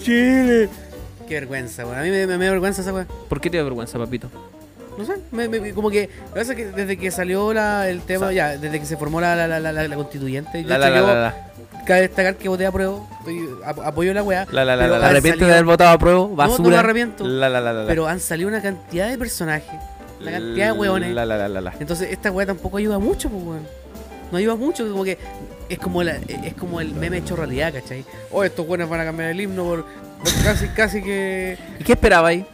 Qué vergüenza, weón. A mí me, me- me da vergüenza esa weá.
¿Por qué te da vergüenza, papito?
No sé, me- me- como que. Lo que pasa es que desde que salió la, el tema, ya, desde que se formó la, la, la, la, la- la constituyente, yo
La, la,
sé
la,
que
la,
vos-
la.
cabe destacar que voté a prueba. Estoy, ap- apoyo la weá.
La, la, la,
pero
la, la.
han
¿Arrepientes
salido-
de haber votado a prueba?
No, no me
¿Basura?
arrepiento.
La, la, la, la, la.
Pero han salido una cantidad de personajes, una cantidad de weones.
La, la, la, la, la.
Entonces esta weá tampoco ayuda mucho, pues weón. No ayuda mucho, como que es como la- es como el meme hecho realidad, ¿cachai? Oh, estos weones van a cambiar el himno por, por casi, casi que.
¿Y qué esperaba ahí?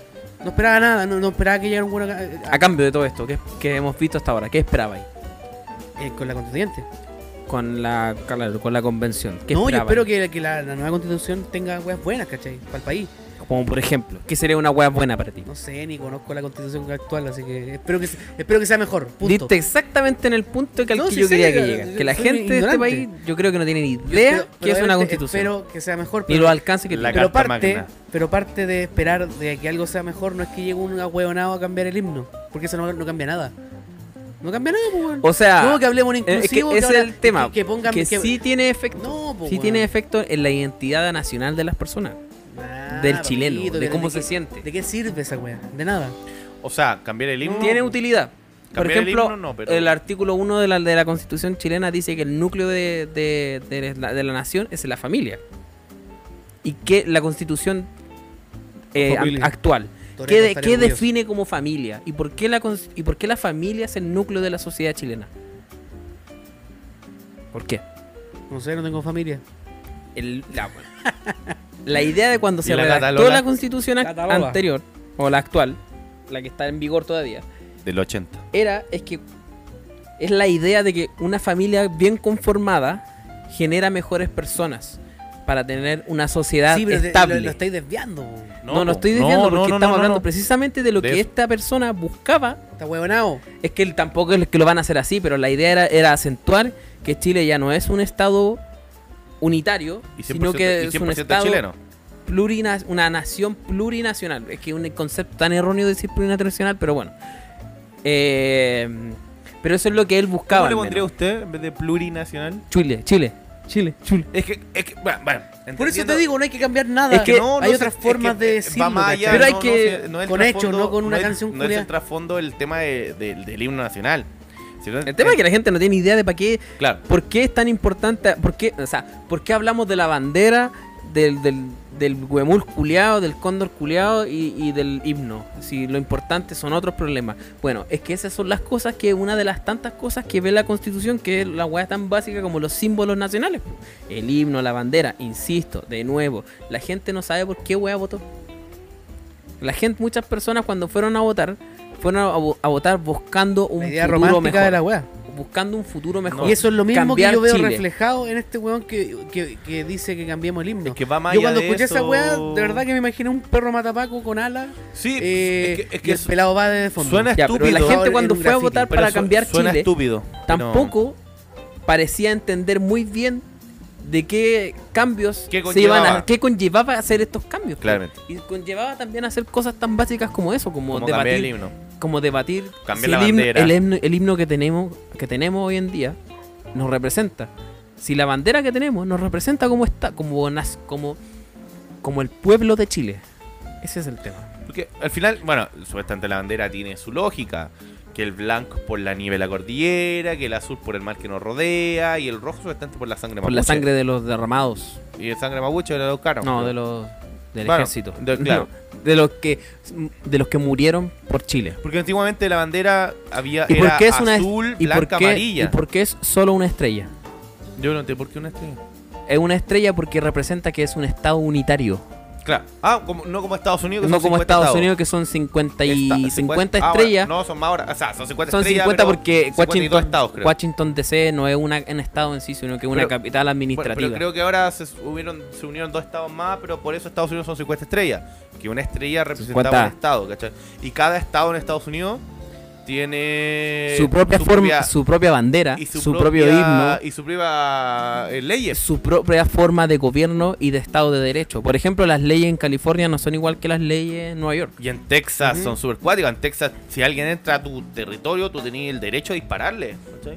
No esperaba nada, no, no esperaba que llegara un weón acá, ah,
A cambio de todo esto que, que hemos visto hasta ahora, ¿qué esperaba ahí?
eh, con la constituyente.
Con la, claro, con la convención. ¿Qué
No, yo
esperaba
espero
ahí?
que, que la, la nueva constitución tenga weas buenas, ¿cachai? Para el país.
Como por ejemplo, ¿qué sería una hueá buena para ti?
No sé, ni conozco la constitución actual, así que espero que, se- espero que sea mejor. Punto.
Diste exactamente en el punto que al
No,
que
sí
yo
sé,
quería que
yo-
llegara.
yo
Que la
soy
gente de este
ignorante.
país, yo creo que no tiene ni
Yo
idea
espero-
que es una
obviamente
constitución.
Espero que sea mejor,
Ni
pero
los alcances que
La
tiene.
pero
Carta
parte,
Magna.
pero parte de esperar de que algo sea mejor no es que llegue un agüeonado a cambiar el himno, porque eso no, no cambia nada. No cambia nada, pues, weón.
O sea,
No, que hablemos en
eh, es que
inclusivo.
ese
ahora-
es el tema.
Que, que pongan.
que sí tiene efecto.
No, pues,
sí
weón.
tiene efecto en la identidad nacional de las personas.
Ah,
del chileno,
papito,
de
pero
cómo
qué-
se siente.
¿De qué sirve esa wea? De nada.
O sea, cambiar el himno.
Tiene utilidad. Por
Cambiar el
ejemplo, el,
himno, no, pero-
artículo 1 de la, de la Constitución chilena dice que el núcleo de, de- de la, de la nación es la familia. Y que la Constitución eh,
Familia.
actual
Toreto
¿Qué, de-
estaría
qué
orgulloso.
define como familia? ¿Y por, qué la, cons- ¿Y por qué la familia es el núcleo de la sociedad chilena? ¿Por qué?
No sé, no tengo familia.
El- la, bueno. La idea de cuando
¿Y
se
la
redactó
cataloga?
la constitución ac-
Cataloga.
anterior, o la actual, la que está en vigor todavía,
Del 80.
era, es que es la idea de que una familia bien conformada genera mejores personas para tener una sociedad
Sí, pero te-
estable.
lo, lo estáis desviando. po.
no, no, estoy diciendo porque estamos hablando precisamente de lo
De
que
eso.
esta persona buscaba
Está huevonao.
es que él tampoco es que lo van a hacer así, pero la idea era, era acentuar que Chile ya no es un estado unitario,
Y 100%,
sino que
y
es un
100%
estado
chileno.
plurina, una nación plurinacional. Es que es un concepto tan erróneo decir plurinacional, pero bueno. Eh, pero eso es lo que él
¿Cómo
buscaba.
le
al
pondría a
menos.
usted en vez de plurinacional?
Chile, Chile, Chile, Chile.
Es que, es que, bueno, bueno,
Por eso
entendiendo-
te digo, no hay que cambiar nada.
Es que-
No, no
hay
sé,
otras
es
formas
que
de
va
decirlo.
más allá,
¿cachai?
Pero hay
no, no
que-
sé, no es el
con hechos,
trasfondo-
no con una
es-
canción
No es
culiá.
el trasfondo el tema de- de- del himno nacional. sino-
El tema es que la gente no tiene idea de para qué
Claro.
¿Por qué es tan importante? ¿Por qué, o sea, ¿por qué hablamos de la bandera, del, del, del huemul culeado, del cóndor culeado y, y del himno? Si lo importante son otros problemas. Bueno, es que esas son las cosas que, una de las tantas cosas que ve la constitución, que es la hueá tan básica como los símbolos nacionales. El himno, la bandera, insisto, de nuevo, la gente no sabe por qué hueá votó. La gente, muchas personas cuando fueron a votar, fueron a, vo- a votar buscando un
La idea
futuro
romántica
mejor.
de la wea.
Buscando un futuro mejor.
Y eso es lo mismo que
Cambiar
yo veo
Chile.
reflejado en este weón que, que, que dice que cambiemos el himno.
Es que va más
yo
allá
cuando
de
escuché esa
eso.
weá, de verdad que me imaginé un perro matapaco con alas.
Sí, pues,
eh,
es que, es
y
que
el pelado va de fondo.
suena
Ya, pero
estúpido.
la gente
Ahora
cuando
en un
fue a
graffiti.
votar
pero
para
su-
cambiar
suena
Chile,
estúpido. pero-
tampoco parecía entender muy bien de qué cambios
¿Qué
se iban a,
conllevaba?
qué conllevaba hacer estos cambios.
Claramente.
Y conllevaba también hacer cosas tan básicas como eso, como,
Como cambiar el
debatir,
himno.
como debatir
Cambiar
si
la
el, himno,
bandera.
el himno- el himno que tenemos que tenemos hoy en día nos representa. Si la bandera que tenemos nos representa como está, como nas- como como el pueblo de Chile. Ese es el tema.
Porque al final, bueno, supuestamente la bandera tiene su lógica. Que el blanco por la nieve de la cordillera, que el azul por el mar que nos rodea, y el rojo supuestamente por la sangre
Por la
mapuche.
sangre de los derramados.
Y el sangre mapuche lo buscaron.
No, de los del
Bueno,
ejército.
de- claro.
No, de los que de los que murieron por Chile.
Porque antiguamente la bandera había
¿Y
era
por qué es una est-
azul,
¿Y
blanca,
por qué
amarilla.
y por qué es solo una estrella?
Yo no entiendo por qué una estrella.
Es una estrella porque representa que es un estado unitario.
Claro. Ah, como- no como Estados Unidos. que
No
son
como
50
Estados
estados.
Unidos, que son 50, y
Está-
50,
50 ah,
estrellas.
bueno, no, son más ahora. O sea, son 50
son
estrellas.
50
pero
porque
52
Washington,
estados, creo.
Washington DC no es una, un estado en sí, sino que es una
Pero-
capital
Bueno,
administrativa.
Pero creo que ahora se, subieron- se unieron dos estados más, pero por eso Estados Unidos son 50 estrellas. Que una estrella representaba
50.
un estado, ¿cachai? Y cada estado en Estados Unidos tiene
su propia forma,
propia-
su propia bandera,
y
su, propio
propia-
himno,
y su propia eh, leyes.
su propia forma de gobierno y de estado de derecho. Por ejemplo, las leyes en California no son igual que las leyes en Nueva York.
Y en Texas
Ujú.
son super cuáticos. En Texas, si alguien entra a tu territorio, tú tenías el derecho a dispararle. ¿cachai?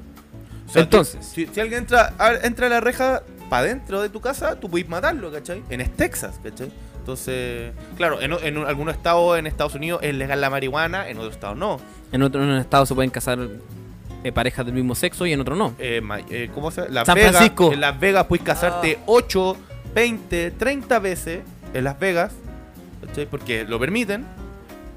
O sea, tú-
Entonces.
si, si alguien entra a, entra a la reja para dentro de tu casa, tú puedes matarlo, ¿cachai? En es Texas, ¿cachai? Entonces, claro, en, o- en un- algunos estados en Estados Unidos es legal la marihuana, en otros estados no.
En otro en un estado se pueden casar eh, parejas del mismo sexo y en otro no.
Eh, ma- eh, ¿Cómo se llama? Las
San
Vegas,
Francisco.
En Las Vegas puedes casarte 8, 20, 30 veces en Las Vegas, ¿cachai? Porque lo permiten,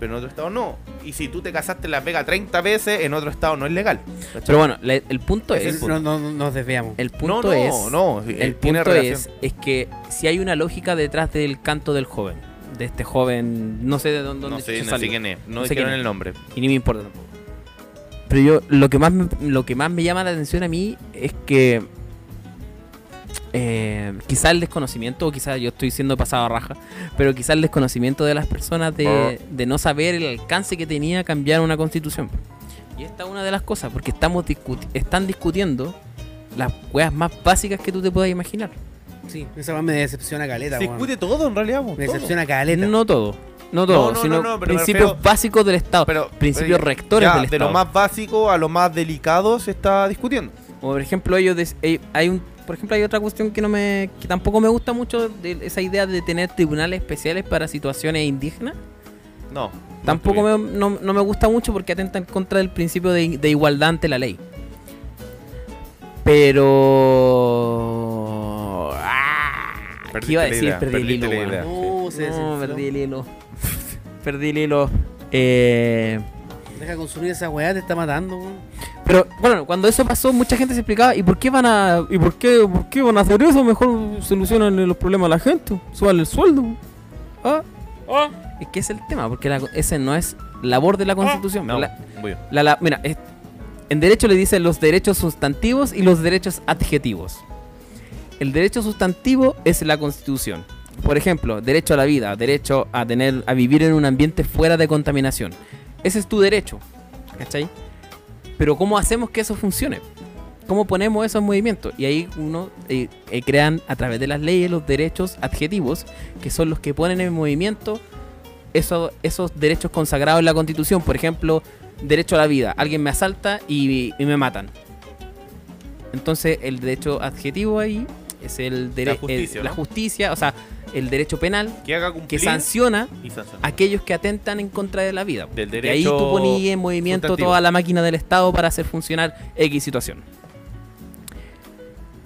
pero en otro estado no. Y si tú te casaste en Las Vegas 30 veces, en otro estado no es legal. ¿cachai?
Pero bueno, la- el punto
Ese
es,
punto.
No, no, no nos desviamos.
el
no,
punto
no,
es,
no. eh,
el punto es, es que si hay una lógica detrás del canto del joven, de este joven, no sé de dónde,
No
dónde
sé,
chucha
no sé
salió.
quién es. No,
No sé
dijeron
quién es.
el nombre.
y ni me importa tampoco. Pero yo lo que más me, lo que más me llama la atención a mí es que eh, quizá el desconocimiento, o quizá yo estoy siendo pasado a raja, pero quizá el desconocimiento de las personas de,
Oh.
de no saber el alcance que tenía cambiar una constitución. Y esta es una de las cosas, porque estamos discuti- están discutiendo las cosas más básicas que tú te puedas imaginar.
Sí, esa weá me decepciona caleta,
Se
weón.
discute todo en realidad. po,
Me
todo.
decepciona caleta.
No todo, no todo,
no, no,
sino
no, pero me
principios
refiero-
básicos del Estado,
Pero-
principios
pero
rectores
ya,
del
de
Estado.
lo más básico a lo más delicado se está discutiendo.
O por ejemplo, ellos des- eh, hay un por ejemplo, hay otra cuestión que no me que tampoco me gusta mucho de esa idea de tener tribunales especiales para situaciones indígenas.
No. no
tampoco
estoy
me, no, no me gusta mucho porque atenta en contra del principio de, de igualdad ante la ley. Pero ah,
Perdiste
¿qué iba a
la
decir?
idea,
perdí el
perdiste
hilo.
la
weón.
idea.
No, se
No,
decepcionó.
perdí el hilo. perdí el hilo. Eh,
Deja consumir esa weá, te está matando, weón.
Pero bueno, cuando eso pasó, mucha gente se explicaba, ¿y por qué van a y por qué, por qué van a hacer eso? Mejor solucionan los problemas a la gente, suban el sueldo. Ah, Es que ese es el tema, porque la- ese no es labor de la Constitución.
bien. No,
La-
muy bien.
la- la- mira, es- en derecho le dicen los derechos sustantivos y los derechos adjetivos. El derecho sustantivo es la Constitución. Por ejemplo, derecho a la vida, derecho a tener a vivir en un ambiente fuera de contaminación. Ese es tu derecho, ¿cachai? Pero ¿cómo hacemos que eso funcione? ¿Cómo ponemos eso en movimiento? Y ahí uno eh, eh, crean a través de las leyes los derechos adjetivos, que son los que ponen en movimiento eso- esos derechos consagrados en la Constitución. Por ejemplo, derecho a la vida. Alguien me asalta y, y me matan. Entonces, el derecho adjetivo ahí es el
La
derecho
justicia,
la
¿no?
justicia, o sea, el derecho penal
Que haga
que
cumplir
sanciona
y sanciona.
a aquellos que atentan en contra de la vida.
Del
y ahí tú
derecho
ponías en movimiento
sustantivo.
toda la máquina del Estado para hacer funcionar X situación.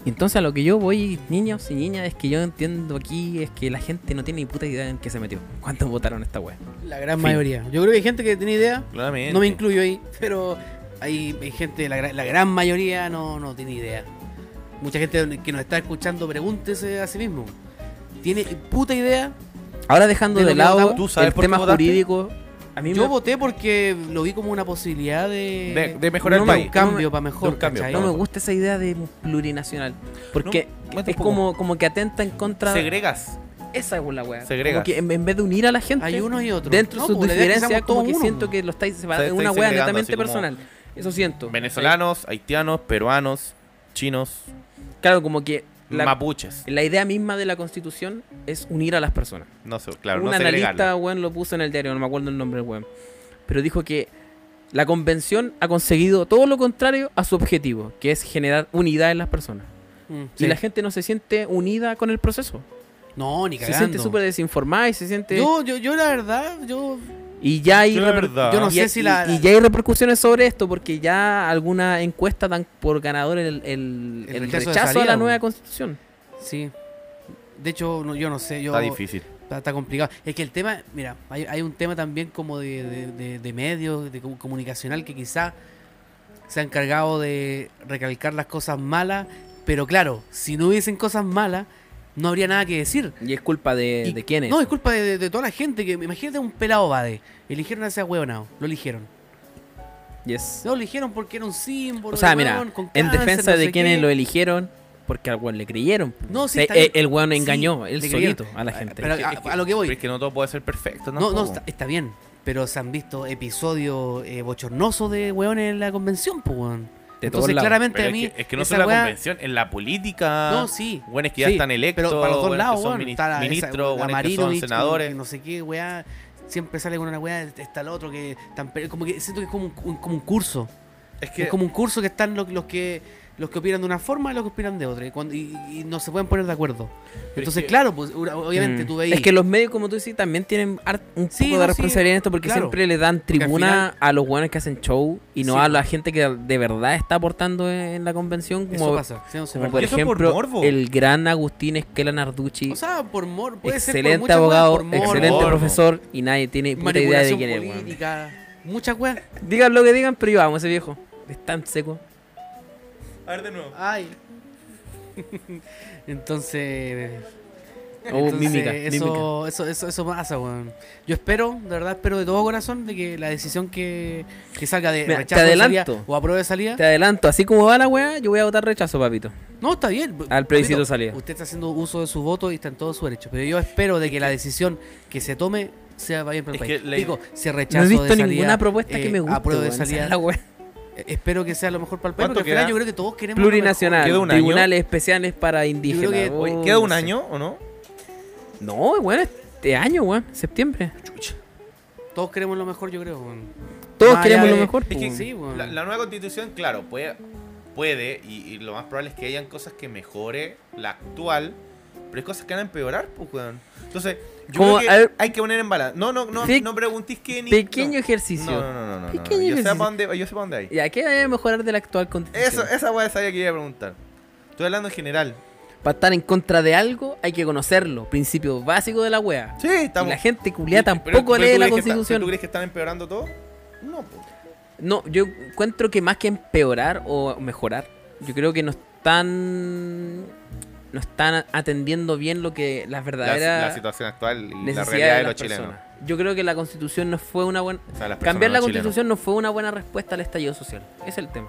Y Entonces a lo que yo voy, niños y niñas, es que yo entiendo aquí es que la gente no tiene ni puta idea en qué se metió. ¿Cuántos votaron esta wea?
La gran
Fin.
mayoría. Yo creo que hay gente que tiene idea.
Claramente.
No me incluyo ahí, pero hay, hay gente, la, gra- la gran mayoría no, no tiene idea. Mucha gente que nos está escuchando, pregúntese a sí mismo. ¿Tiene puta idea?
Ahora dejando
¿De
de,
lo que
lado
votamos?
¿Tú sabes
el
por qué
tema
votaste?
jurídico, a mí
Yo
me-
voté porque lo vi como una posibilidad de,
De- de mejorar
no
el
me-
país.
un cambio
No
para mejor.
un cambio,
¿cachai?
no me gusta esa idea de plurinacional. Porque
No, yo
es
tampoco.
como, como que atenta en contra de
Segregas.
esa es la wea.
Segrega.
Como que en, en vez de unir a la gente,
Hay unos y otros.
dentro
No,
de sus
pues, la idea es que
diferencias,
seamos
como
todos
que
uno,
siento
pues.
que lo estáis
O
separando.
sea,
Es una
estáis
wea
segregando
netamente
así como
personal. Eso siento.
Venezolanos, haitianos, peruanos, chinos,
Eh, Claro, como que la,
mapuches.
la idea misma de la constitución es unir a las personas.
No sé, claro,
Un
no segregarlas.
analista, weón, lo puso en el diario, no me acuerdo el nombre del weón. Pero dijo que la convención ha conseguido todo lo contrario a su objetivo, que es generar unidad en las personas.
Mm,
Y
sí.
la gente no se siente unida con el proceso.
No, ni
Se siente
cagando.
súper este desinformada y se siente...
este yo, yo, yo la verdad, yo
Y ya hay
De
reper-
verdad.
yo no
y,
sé si
y-
la-
y ya hay repercusiones sobre esto porque ya alguna encuesta dan por ganador el, el-
El
el
rechazo
rechazo,
de
a
salida,
la
po.
nueva constitución.
sí. De hecho, no, yo no sé, yo
Está difícil.
Está, está complicado. Es que el tema, mira, hay, hay un tema también como de, de, de- de medios, de comu- comunicacional, que quizá se han encargado de recalcar las cosas malas, pero claro, si no hubiesen cosas malas, no habría nada que decir.
¿Y es culpa de,
Y-
de quiénes?
No, es culpa de, de- de toda la gente. que Imagínate un pelado Bade. Eligieron a ese huevonao. Lo eligieron.
Yes.
No lo eligieron porque era un símbolo.
O sea,
de
mira,
hueón, con
en
cáncer,
defensa
no
de
sé
quienes
qué.
lo eligieron, porque al weón le creyeron.
No, sí,
Se-
está
e-
bien.
el weón
Sí,
engañó, él
le
solito
creyeron.
a la gente.
Pero a, a lo que voy.
Pero es que no todo puede ser perfecto, ¿no?
No, no, está, está bien. Pero se han visto episodios eh, bochornosos de hueones en la convención, pues, weón.
De todos
Entonces,
lados.
claramente
Pero
a mí.
es, que, es que no
esa
solo en la
weá-
convención, en la política.
No, sí.
Bueno, es que ya
Sí,
están electos.
Pero para los dos
buenos que
lados,
son
weón.
mini-
Está la- esa-
ministros,
la
buenos que
Marinovich,
son
con-
senadores.
que No sé qué, weá. Siempre sale con una weá, está el otro que. tan pe- como que siento que es como un, un- como un curso.
Es
Es como un curso que están los, los que los que opinan de una forma y los que opinan de otra. Y, cuando- y- y no se pueden poner de acuerdo. Entonces,
que-
claro, pues una- obviamente
Mm.
tú veis.
Es que los medios, como tú dices, también tienen har- un
Sí,
poco
no,
de
sí,
responsabilidad en esto porque
claro.
siempre le dan
al
tribuna a los weones que hacen show y no
Sí,
a
po.
la gente que de verdad está aportando en la convención. Como,
eso pasa. sí, no se puede.
como por
Y eso por
ejemplo,
morbo.
el gran Agustín Esquela Narducci.
o sea, por mor. Puede ser por
excelente
muchas
abogado,
weas, por morbo,
excelente
Morbo.
profesor y nadie tiene puta idea de
manipulación
quién es. weón.
política. Muchas weas.
Digan lo que digan, pero yo amo a ese viejo. Es tan seco. Oh,
A ver de nuevo.
Ay. Entonces.
Oh,
Entonces,
mímica,
eso,
mímica.
Eso, eso, eso pasa, weón. Yo espero, de verdad, espero de todo corazón de que la decisión que, que salga de
Mira, te
rechazo de salida
adelanto.
o apruebe de salida.
Te adelanto, así como va la weá, yo voy a votar rechazo, papito.
No, está bien.
Al plebiscito
Papito,
salida.
Usted está haciendo uso de su voto y está en todo su derecho. Pero yo espero de que la decisión que se tome sea para bien para el
Es
país.
que la-
Digo, si rechazo
no he visto
de salida,
ninguna propuesta que
eh,
me guste.
apruebe de
weón, esa
salida,
es la weá.
eh, Espero que sea lo mejor para el país.
¿Cuánto
Porque al final
queda?
yo creo que todos queremos. lo mejor.
Plurinacional,
¿Queda un año?
tribunales especiales para indígenas.
que-
Oh,
Oye, ¿Queda un
no sé.
año o no?
No, bueno, este año, weón, septiembre.
Todos queremos lo mejor, yo creo, weón.
Todos
Más
queremos
allá
lo
de-
mejor.
Es que
po.
sí, weón.
la, la nueva constitución, claro, puede, puede y, y lo más probable es que hayan cosas que mejore la actual, pero hay cosas que van a empeorar, pues, weón. Entonces, yo
Como,
creo que
a ver-
hay que poner en balance. No, no, no,
Pe-
no preguntéis que ni.
Pequeño
no.
ejercicio.
No, no, no, no, no, no.
Pequeño
Yo sé para
ejercicio.
dónde, yo sé pa' dónde hay.
¿Y a qué vaya a mejorar de la actual
Eso, eh.
constitución?
esa weá sabía que iba a preguntar. Estoy hablando en general.
Para estar en contra de algo hay que conocerlo. Principio básico de la wea.
Sí, estamos.
Y la gente culia
Pero-
tampoco
pero
lee
tú crees
la
que está- ¿Tú
constitución.
crees que están empeorando todo? No, pues.
No, yo encuentro que más que empeorar o mejorar, yo creo que no están. No están atendiendo bien lo que las
La,
verdaderas
la situación actual y la
necesidades
realidad de,
las
los chilenos.
personas. Yo creo que la constitución no fue una buena.
O sea, las personas,
Cambiar la
no chilenos.
constitución no fue una buena respuesta al estallido social. Ese Es el tema.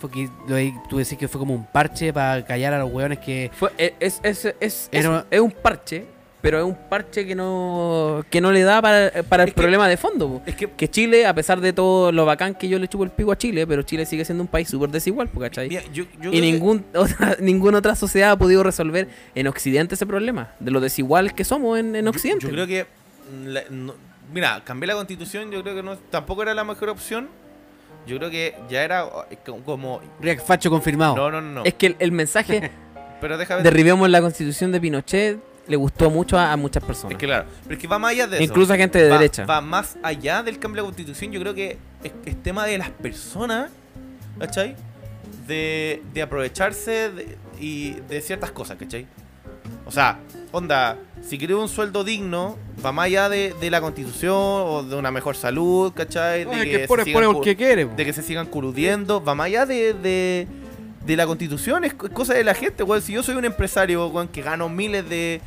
Porque lo de- tú decís que fue como un parche para callar a los hueones que.
Fue, e- es, es, es, es-
Era-
es un parche, pero es un parche que no, que no le da para, eh, para el
Es que-
problema de fondo. po.
Es que
Que Chile, a pesar de todo lo bacán que yo le chupo el pico a Chile, pero Chile sigue siendo un país súper desigual, po, ¿cachai?
Mira, yo- yo
y
creo que-
ningún otra, ninguna otra sociedad ha podido resolver en Occidente ese problema, de lo desiguales que somos en, en
yo-
Occidente.
Yo, creo que. mm, la- no- mira, cambié la constitución, yo creo que no, tampoco era la mejor opción. Yo creo que ya era eh, co- como.
React Facho confirmado.
No, no, no. no.
Es que el, el mensaje
pero déjame.
derribemos la constitución de Pinochet le gustó mucho a, a muchas personas.
Es que claro. Pero es que va más allá de eso.
Incluso a gente de
va,
derecha.
va más allá del cambio de la constitución. Yo creo que es, es tema de las personas, ¿cachai? De, de aprovecharse de- y de ciertas cosas, ¿cachai? O sea, onda, si querés un sueldo digno, va más allá de, de la constitución o de una mejor salud, ¿cachai? De se sigan cu-
quiere.
de que se sigan coludiendo, va más allá de, de, de la constitución, es co- cosa de la gente, weón. Si yo soy un empresario, weón, que gano miles de,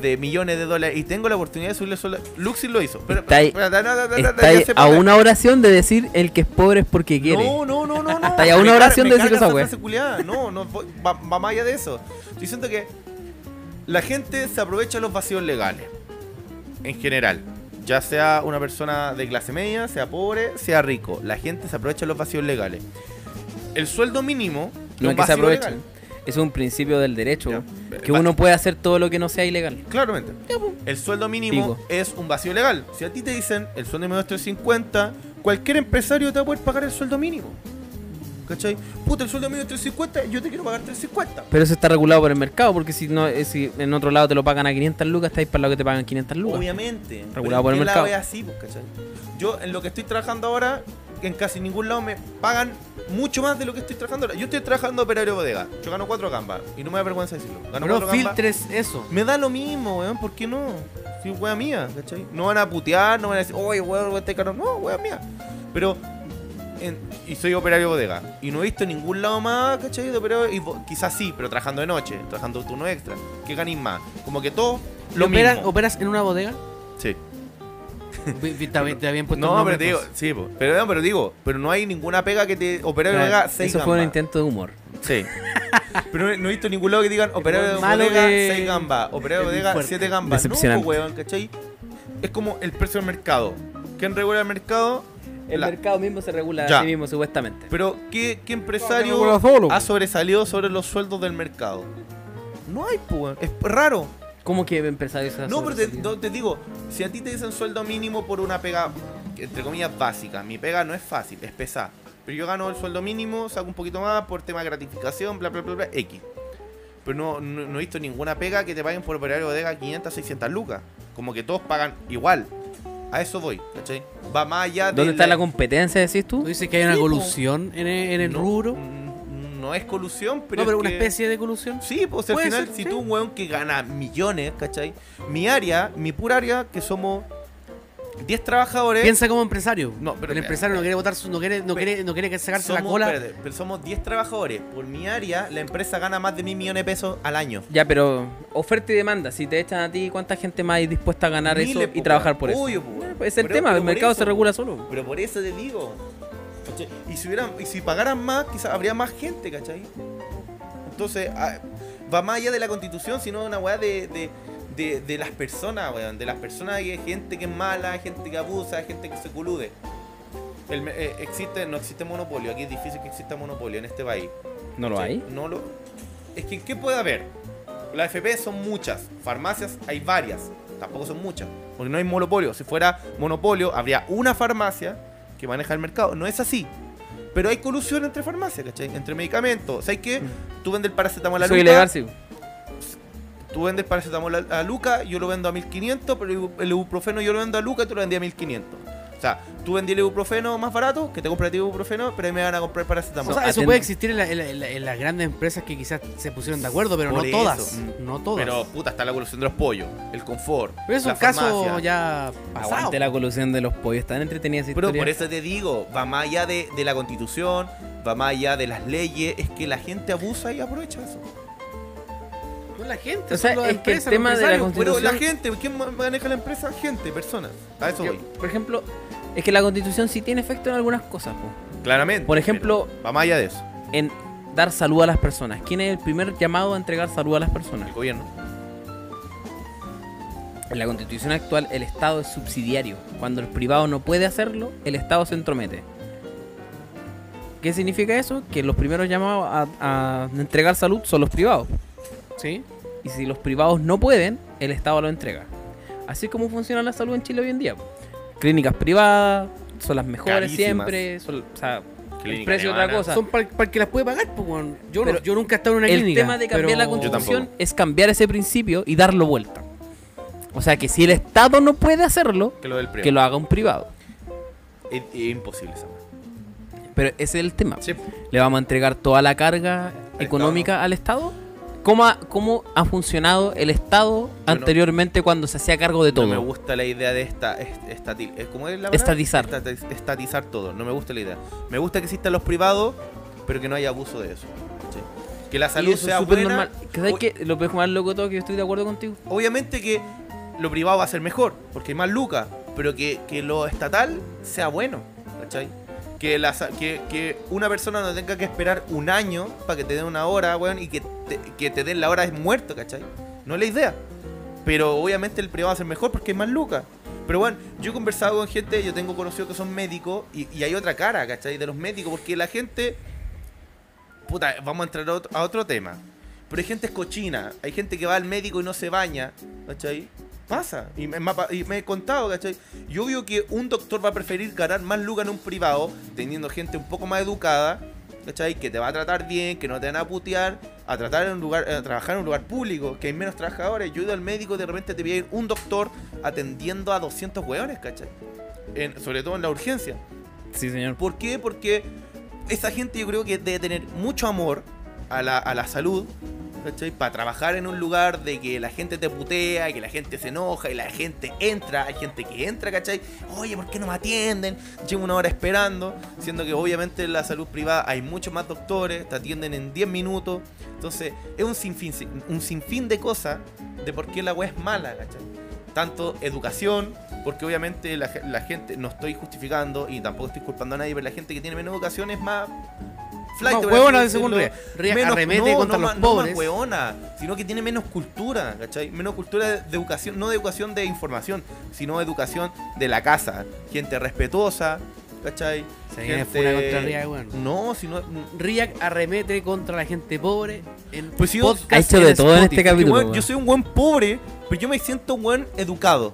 de millones de dólares y tengo la oportunidad de subirle solo. Luxi lo hizo. Pero,
Está ahí-
pero- pero- pero- pero-
Está
ya
ahí
sé por
a
la-
una oración de decir el que es pobre es porque quiere.
No, no, no, no. no.
Está ahí a
Me
una
carga-
oración
me
de decir
carga
esa
esa
weá.
frase culiada. No, no, voy- va, va más allá de eso. Estoy diciendo que la gente se aprovecha los vacíos legales. En general. Ya sea una persona de clase media, sea pobre, sea rico. La gente se aprovecha los vacíos legales. El sueldo mínimo. es
No es que se
vacío
aprovechen.
legal.
Es un principio del derecho.
Ya.
Que
Va-
uno puede hacer todo lo que no sea ilegal.
Claramente. El sueldo mínimo
Pico.
es un vacío legal. Si a ti te dicen el sueldo mínimo es 350, cualquier empresario te va a poder pagar el sueldo mínimo. ¿Cachai? Puta, el sueldo mínimo es 350, yo te quiero pagar 350.
Pero eso está regulado por el mercado, porque si no eh, si en otro lado te lo pagan a 500 lucas, estáis para lo que te pagan 500 lucas.
Obviamente. Pero
Regulado por el
¿qué
mercado.
lado es así, pues, ¿cachai? Yo en lo que estoy trabajando ahora, en casi ningún lado me pagan mucho más de lo que estoy trabajando ahora. Yo estoy trabajando operario de bodega. Yo gano cuatro gambas. Y no me da vergüenza decirlo. Gano
No
cuatro gambas.
filtres eso.
Me da lo mismo, weón, ¿por qué no? Si es wea mía, ¿cachai? No van a putear, no van a decir, oye, weón, weón, este caro. No, wea mía. Pero en- y soy operario de bodega. Y no he visto en ningún lado más, ¿cachai? De operario. Y vo- quizás sí, pero trabajando de noche, trabajando turno extra. ¿Qué ganéis más? Como que todo lo
¿Y opera-
mismo.
¿Operas en una bodega?
Sí.
Vi- vi- Está bien, está bien puesto el
No,
nombre,
pero te digo,
entonces.
sí, po. pero, no, pero digo, pero no hay ninguna pega que te operario de bodega
Claro,
seis
Eso fue un
gambas.
intento de humor.
Sí. Pero no- no he visto en ningún lado que digan operario de
malo
bodega,
que-
6 gambas, operario
el
de bodega,
fuerte.
7 gambas. No,
Decepcionante.
po, weón, ¿cachai? Es como el precio del mercado. ¿Quién regula el mercado?
El
La-
mercado mismo se regula
Ya.
a sí mismo, supuestamente.
Pero, ¿qué, qué
No, que no
empresario
cobra solo,
ha
po.
sobresalido sobre los sueldos del mercado? No hay, pues, weón. es raro.
¿Cómo que empresarios se
No, pero te,
sobresalido?
no, te digo, si a ti te dicen sueldo mínimo por una pega, entre comillas, básica, mi pega no es fácil, es pesada. Pero yo gano el sueldo mínimo, saco un poquito más por tema de gratificación, bla, bla, bla, bla, X. Pero no, no, no he visto ninguna pega que te paguen por operario de bodega 500, 600 lucas. Como que todos pagan igual. A eso voy, ¿cachai? Va más allá de...
¿Dónde está la competencia, decís
¿Tú
tú?
dices que hay una
Sí, po.
colusión en el, en el
no,
rubro?
mm, No es colusión, pero...
no, pero
es
una
que-
especie de colusión.
Sí, pues al
Puede
final,
ser,
si
sí.
tú un weón que gana millones, ¿cachai? Mi área, mi pura área, que somos 10 trabajadores.
Piensa como empresario.
No, pero
el
espérate.
empresario no quiere botar su, no quiere, no
Pero-
quiere, no quiere que sacarse
somos-
la cola.
espérate, pero somos 10 trabajadores. Por mi área, la empresa gana más de mil millones de pesos al año.
Ya, pero oferta y demanda. Si te echan a ti, ¿cuánta gente más es dispuesta a ganar
Miles,
eso y
pues,
trabajar
weón.
por eso?
Obvio, pues, weón.
Eh, pues, Es el
Pero-
tema,
pero
el
por
mercado
eso,
se regula solo.
Pero por eso te digo. ¿cachai? Y si, hubieran, y si pagaran más, quizás habría más gente, ¿cachai? Entonces, ah, va más allá de la constitución, sino una weá de, de, de- de las personas, weón. De las personas, hay gente que es mala, hay gente que abusa, hay gente que se colude. El me- eh, existe, no existe monopolio, aquí es difícil que exista monopolio en este país.
¿No lo
¿cachai?
hay?
No lo. Es que, ¿qué puede haber? Las FP son muchas, farmacias hay varias, tampoco son muchas, porque no hay monopolio. Si fuera monopolio, habría una farmacia que maneja el mercado. No es así. Pero hay colusión entre farmacias, ¿cachai? Entre medicamentos. ¿Sabes qué? Tú vendes el paracetamol a
Soy
Luca,
Mm. ilegal, sí.
tú vendes paracetamol a, a Luca, yo lo vendo a 1500, pero el ibu- el ibuprofeno yo lo vendo a Luca, tú lo vendí a 1500. O sea, tú vendí el ibuprofeno más barato, que te compré a ti ibuprofeno, pero ahí me van a comprar
O
paracetamol.
sea, eso
atento.
puede existir en, la- en la- en la- en las grandes empresas que quizás se pusieron de acuerdo, pero
Por
no todas,
eso.
no todas.
Pero puta, está la colusión de los pollos, el confort.
Pero es
la
un caso
farmacia.
ya pasado.
Aguante la colusión de los pollos. Están entretenidas esas
Pero
historias.
por eso te digo, va más allá de, de la constitución, va más allá de las leyes, es que la gente abusa y aprovecha eso.
No la gente,
O sea,
son las
es que el
empresas, los
tema de la
empresarios.
Pero la
Constitución-
gente, ¿quién ma- maneja la empresa? Gente, personas. A eso voy.
Por ejemplo, es que la constitución sí tiene efecto en algunas cosas. po.
Claramente.
Por ejemplo-
pero Va más allá de eso.
En dar salud a las personas. ¿Quién es el primer llamado a entregar salud a las personas?
El gobierno.
En la constitución actual, el Estado es subsidiario. Cuando el privado no puede hacerlo, el Estado se entromete. ¿Qué significa eso? Que los primeros llamados a, a entregar salud son los privados.
Sí.
Y si los privados no pueden, el Estado lo entrega. Así es como funciona la salud en Chile hoy en día. Clínicas privadas son las mejores
Carísimas.
siempre. son- o sea, el
Clínica
precio es otra
alemana.
cosa.
Son para que las puede pagar, pues, weón. Yo, no-
Pero
yo nunca he estado en una
el
clínica.
tema de cambiar
pero-
la
Yo
constitución
tampoco.
es cambiar ese principio y darlo vuelta. O sea que si el Estado no puede hacerlo,
Que lo del
que
premio.
lo haga un privado.
Es, es imposible esa.
Pero ese es el tema.
Sí.
¿Le vamos a entregar toda la carga económica al Estado? ¿Cómo ha, cómo ha funcionado el Estado anteriormente cuando se hacía cargo de todo?
No me gusta la idea de esta, est- estatil, eh, ¿cómo es la palabra?
Estatizar.
Estati- estatizar todo. No me gusta la idea. Me gusta que existan los privados, pero que no haya abuso de eso. ¿cachai? Que la salud
Y eso es
sea
súper
buena.
normal. Que ¿Sabes
o-
qué? Lo peor más loco de todo que yo estoy de acuerdo contigo.
Obviamente que lo privado va a ser mejor, porque hay más lucas, pero que, que lo estatal sea bueno, ¿cachai? Que, la, sa- que, que una persona no tenga que esperar un año para que te den una hora, weón, y que te, que te den la hora es muerto, ¿cachai? No es la idea. Pero obviamente el privado va a ser mejor porque hay más lucas. Pero bueno, yo he conversado con gente, yo tengo conocidos que son médicos, y, y hay otra cara, ¿cachai? De los médicos, porque la gente... Puta, vamos a entrar a otro, a otro tema. Pero hay gente es cochina, hay gente que va al médico y no se baña, ¿cachai? Pasa, y me, me ha pa- y me he contado, ¿cachai? Y obvio que un doctor va a preferir ganar más lucas en un privado, teniendo gente un poco más educada, ¿cachai? Que te va a tratar bien, que no te van a putear, a, tratar en un lugar, a trabajar en un lugar público, que hay menos trabajadores. Yo he ido al médico y de repente te piden un doctor atendiendo a 200 hueones, ¿cachai? En- sobre todo en la urgencia.
Sí, señor.
¿Por qué? Porque esa gente yo creo que debe tener mucho amor a la, a la salud, Para trabajar en un lugar de que la gente te putea, y que la gente se enoja y la gente entra, hay gente que entra, ¿cachai? Oye, ¿por qué no me atienden? Llevo una hora esperando, siendo que obviamente en la salud privada hay muchos más doctores, te atienden en 10 minutos. Entonces, es un sinfín, un sinfín de cosas de por qué la web es mala, ¿cachai? Tanto educación, porque obviamente la, ge- la gente, no estoy justificando y tampoco estoy culpando a nadie, pero la gente que tiene menos educación es más... flight,
Más
por así
huevona de
decirlo.
según Rea. Rea
Menos-
arremete
no,
contra
no
los
más- no más
pobres.
hueona, sino que tiene menos cultura, ¿cachai? Menos cultura de, de educación, no de educación de información, sino educación de la casa. Gente respetuosa, ¿cachai?
Se viene funa contra Rea, weón.
No, sino...
Riak Este, arremete contra la gente pobre en
Pues sí,
podcast
ha hecho de todo en
Spotify.
este
Que,
capítulo,
weón,
weón.
yo soy un buen pobre, pero yo me siento un buen educado.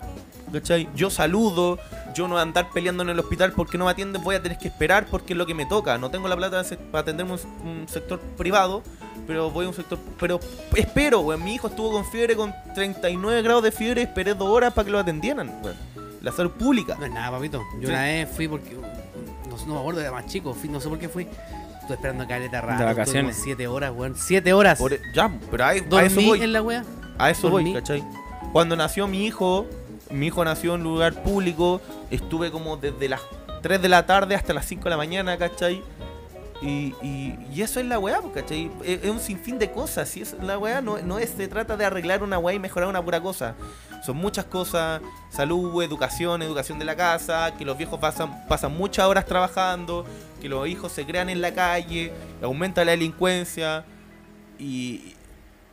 ¿Cachai? Yo saludo, yo no voy a andar peleando en el hospital porque no me atienden, voy a tener que esperar porque es lo que me toca. No tengo la plata se- para atenderme un, un sector privado, pero voy a un sector. Pero espero, weón. Mi hijo estuvo con fiebre, con 39 grados de fiebre, esperé dos horas para que lo atendieran, weón. La salud pública.
No es nada, papito. Yo
Sí.
una vez fui porque. uh, No, no me acuerdo, era más chico. fui- no sé por qué fui. Estuve esperando caleta rato. estuve
vacaciones.
como Siete horas, weón. Siete horas.
Por- e, ya, pero ahí- a eso
Dormí
voy.
en la wea.
A eso voy,
Dormí.
¿cachai? Cuando nació mi hijo, mi hijo nació en un lugar público, estuve como desde las 3 de la tarde hasta las 5 de la mañana, ¿cachai? Y, y- y eso es la weá, pues, ¿cachai? Es, es un sinfín de cosas, y es la weá no, no es, se trata de arreglar una weá y mejorar una pura cosa. Son muchas cosas, salud, educación, educación de la casa, que los viejos pasan, pasan muchas horas trabajando, que los hijos se crean en la calle, aumenta la delincuencia, y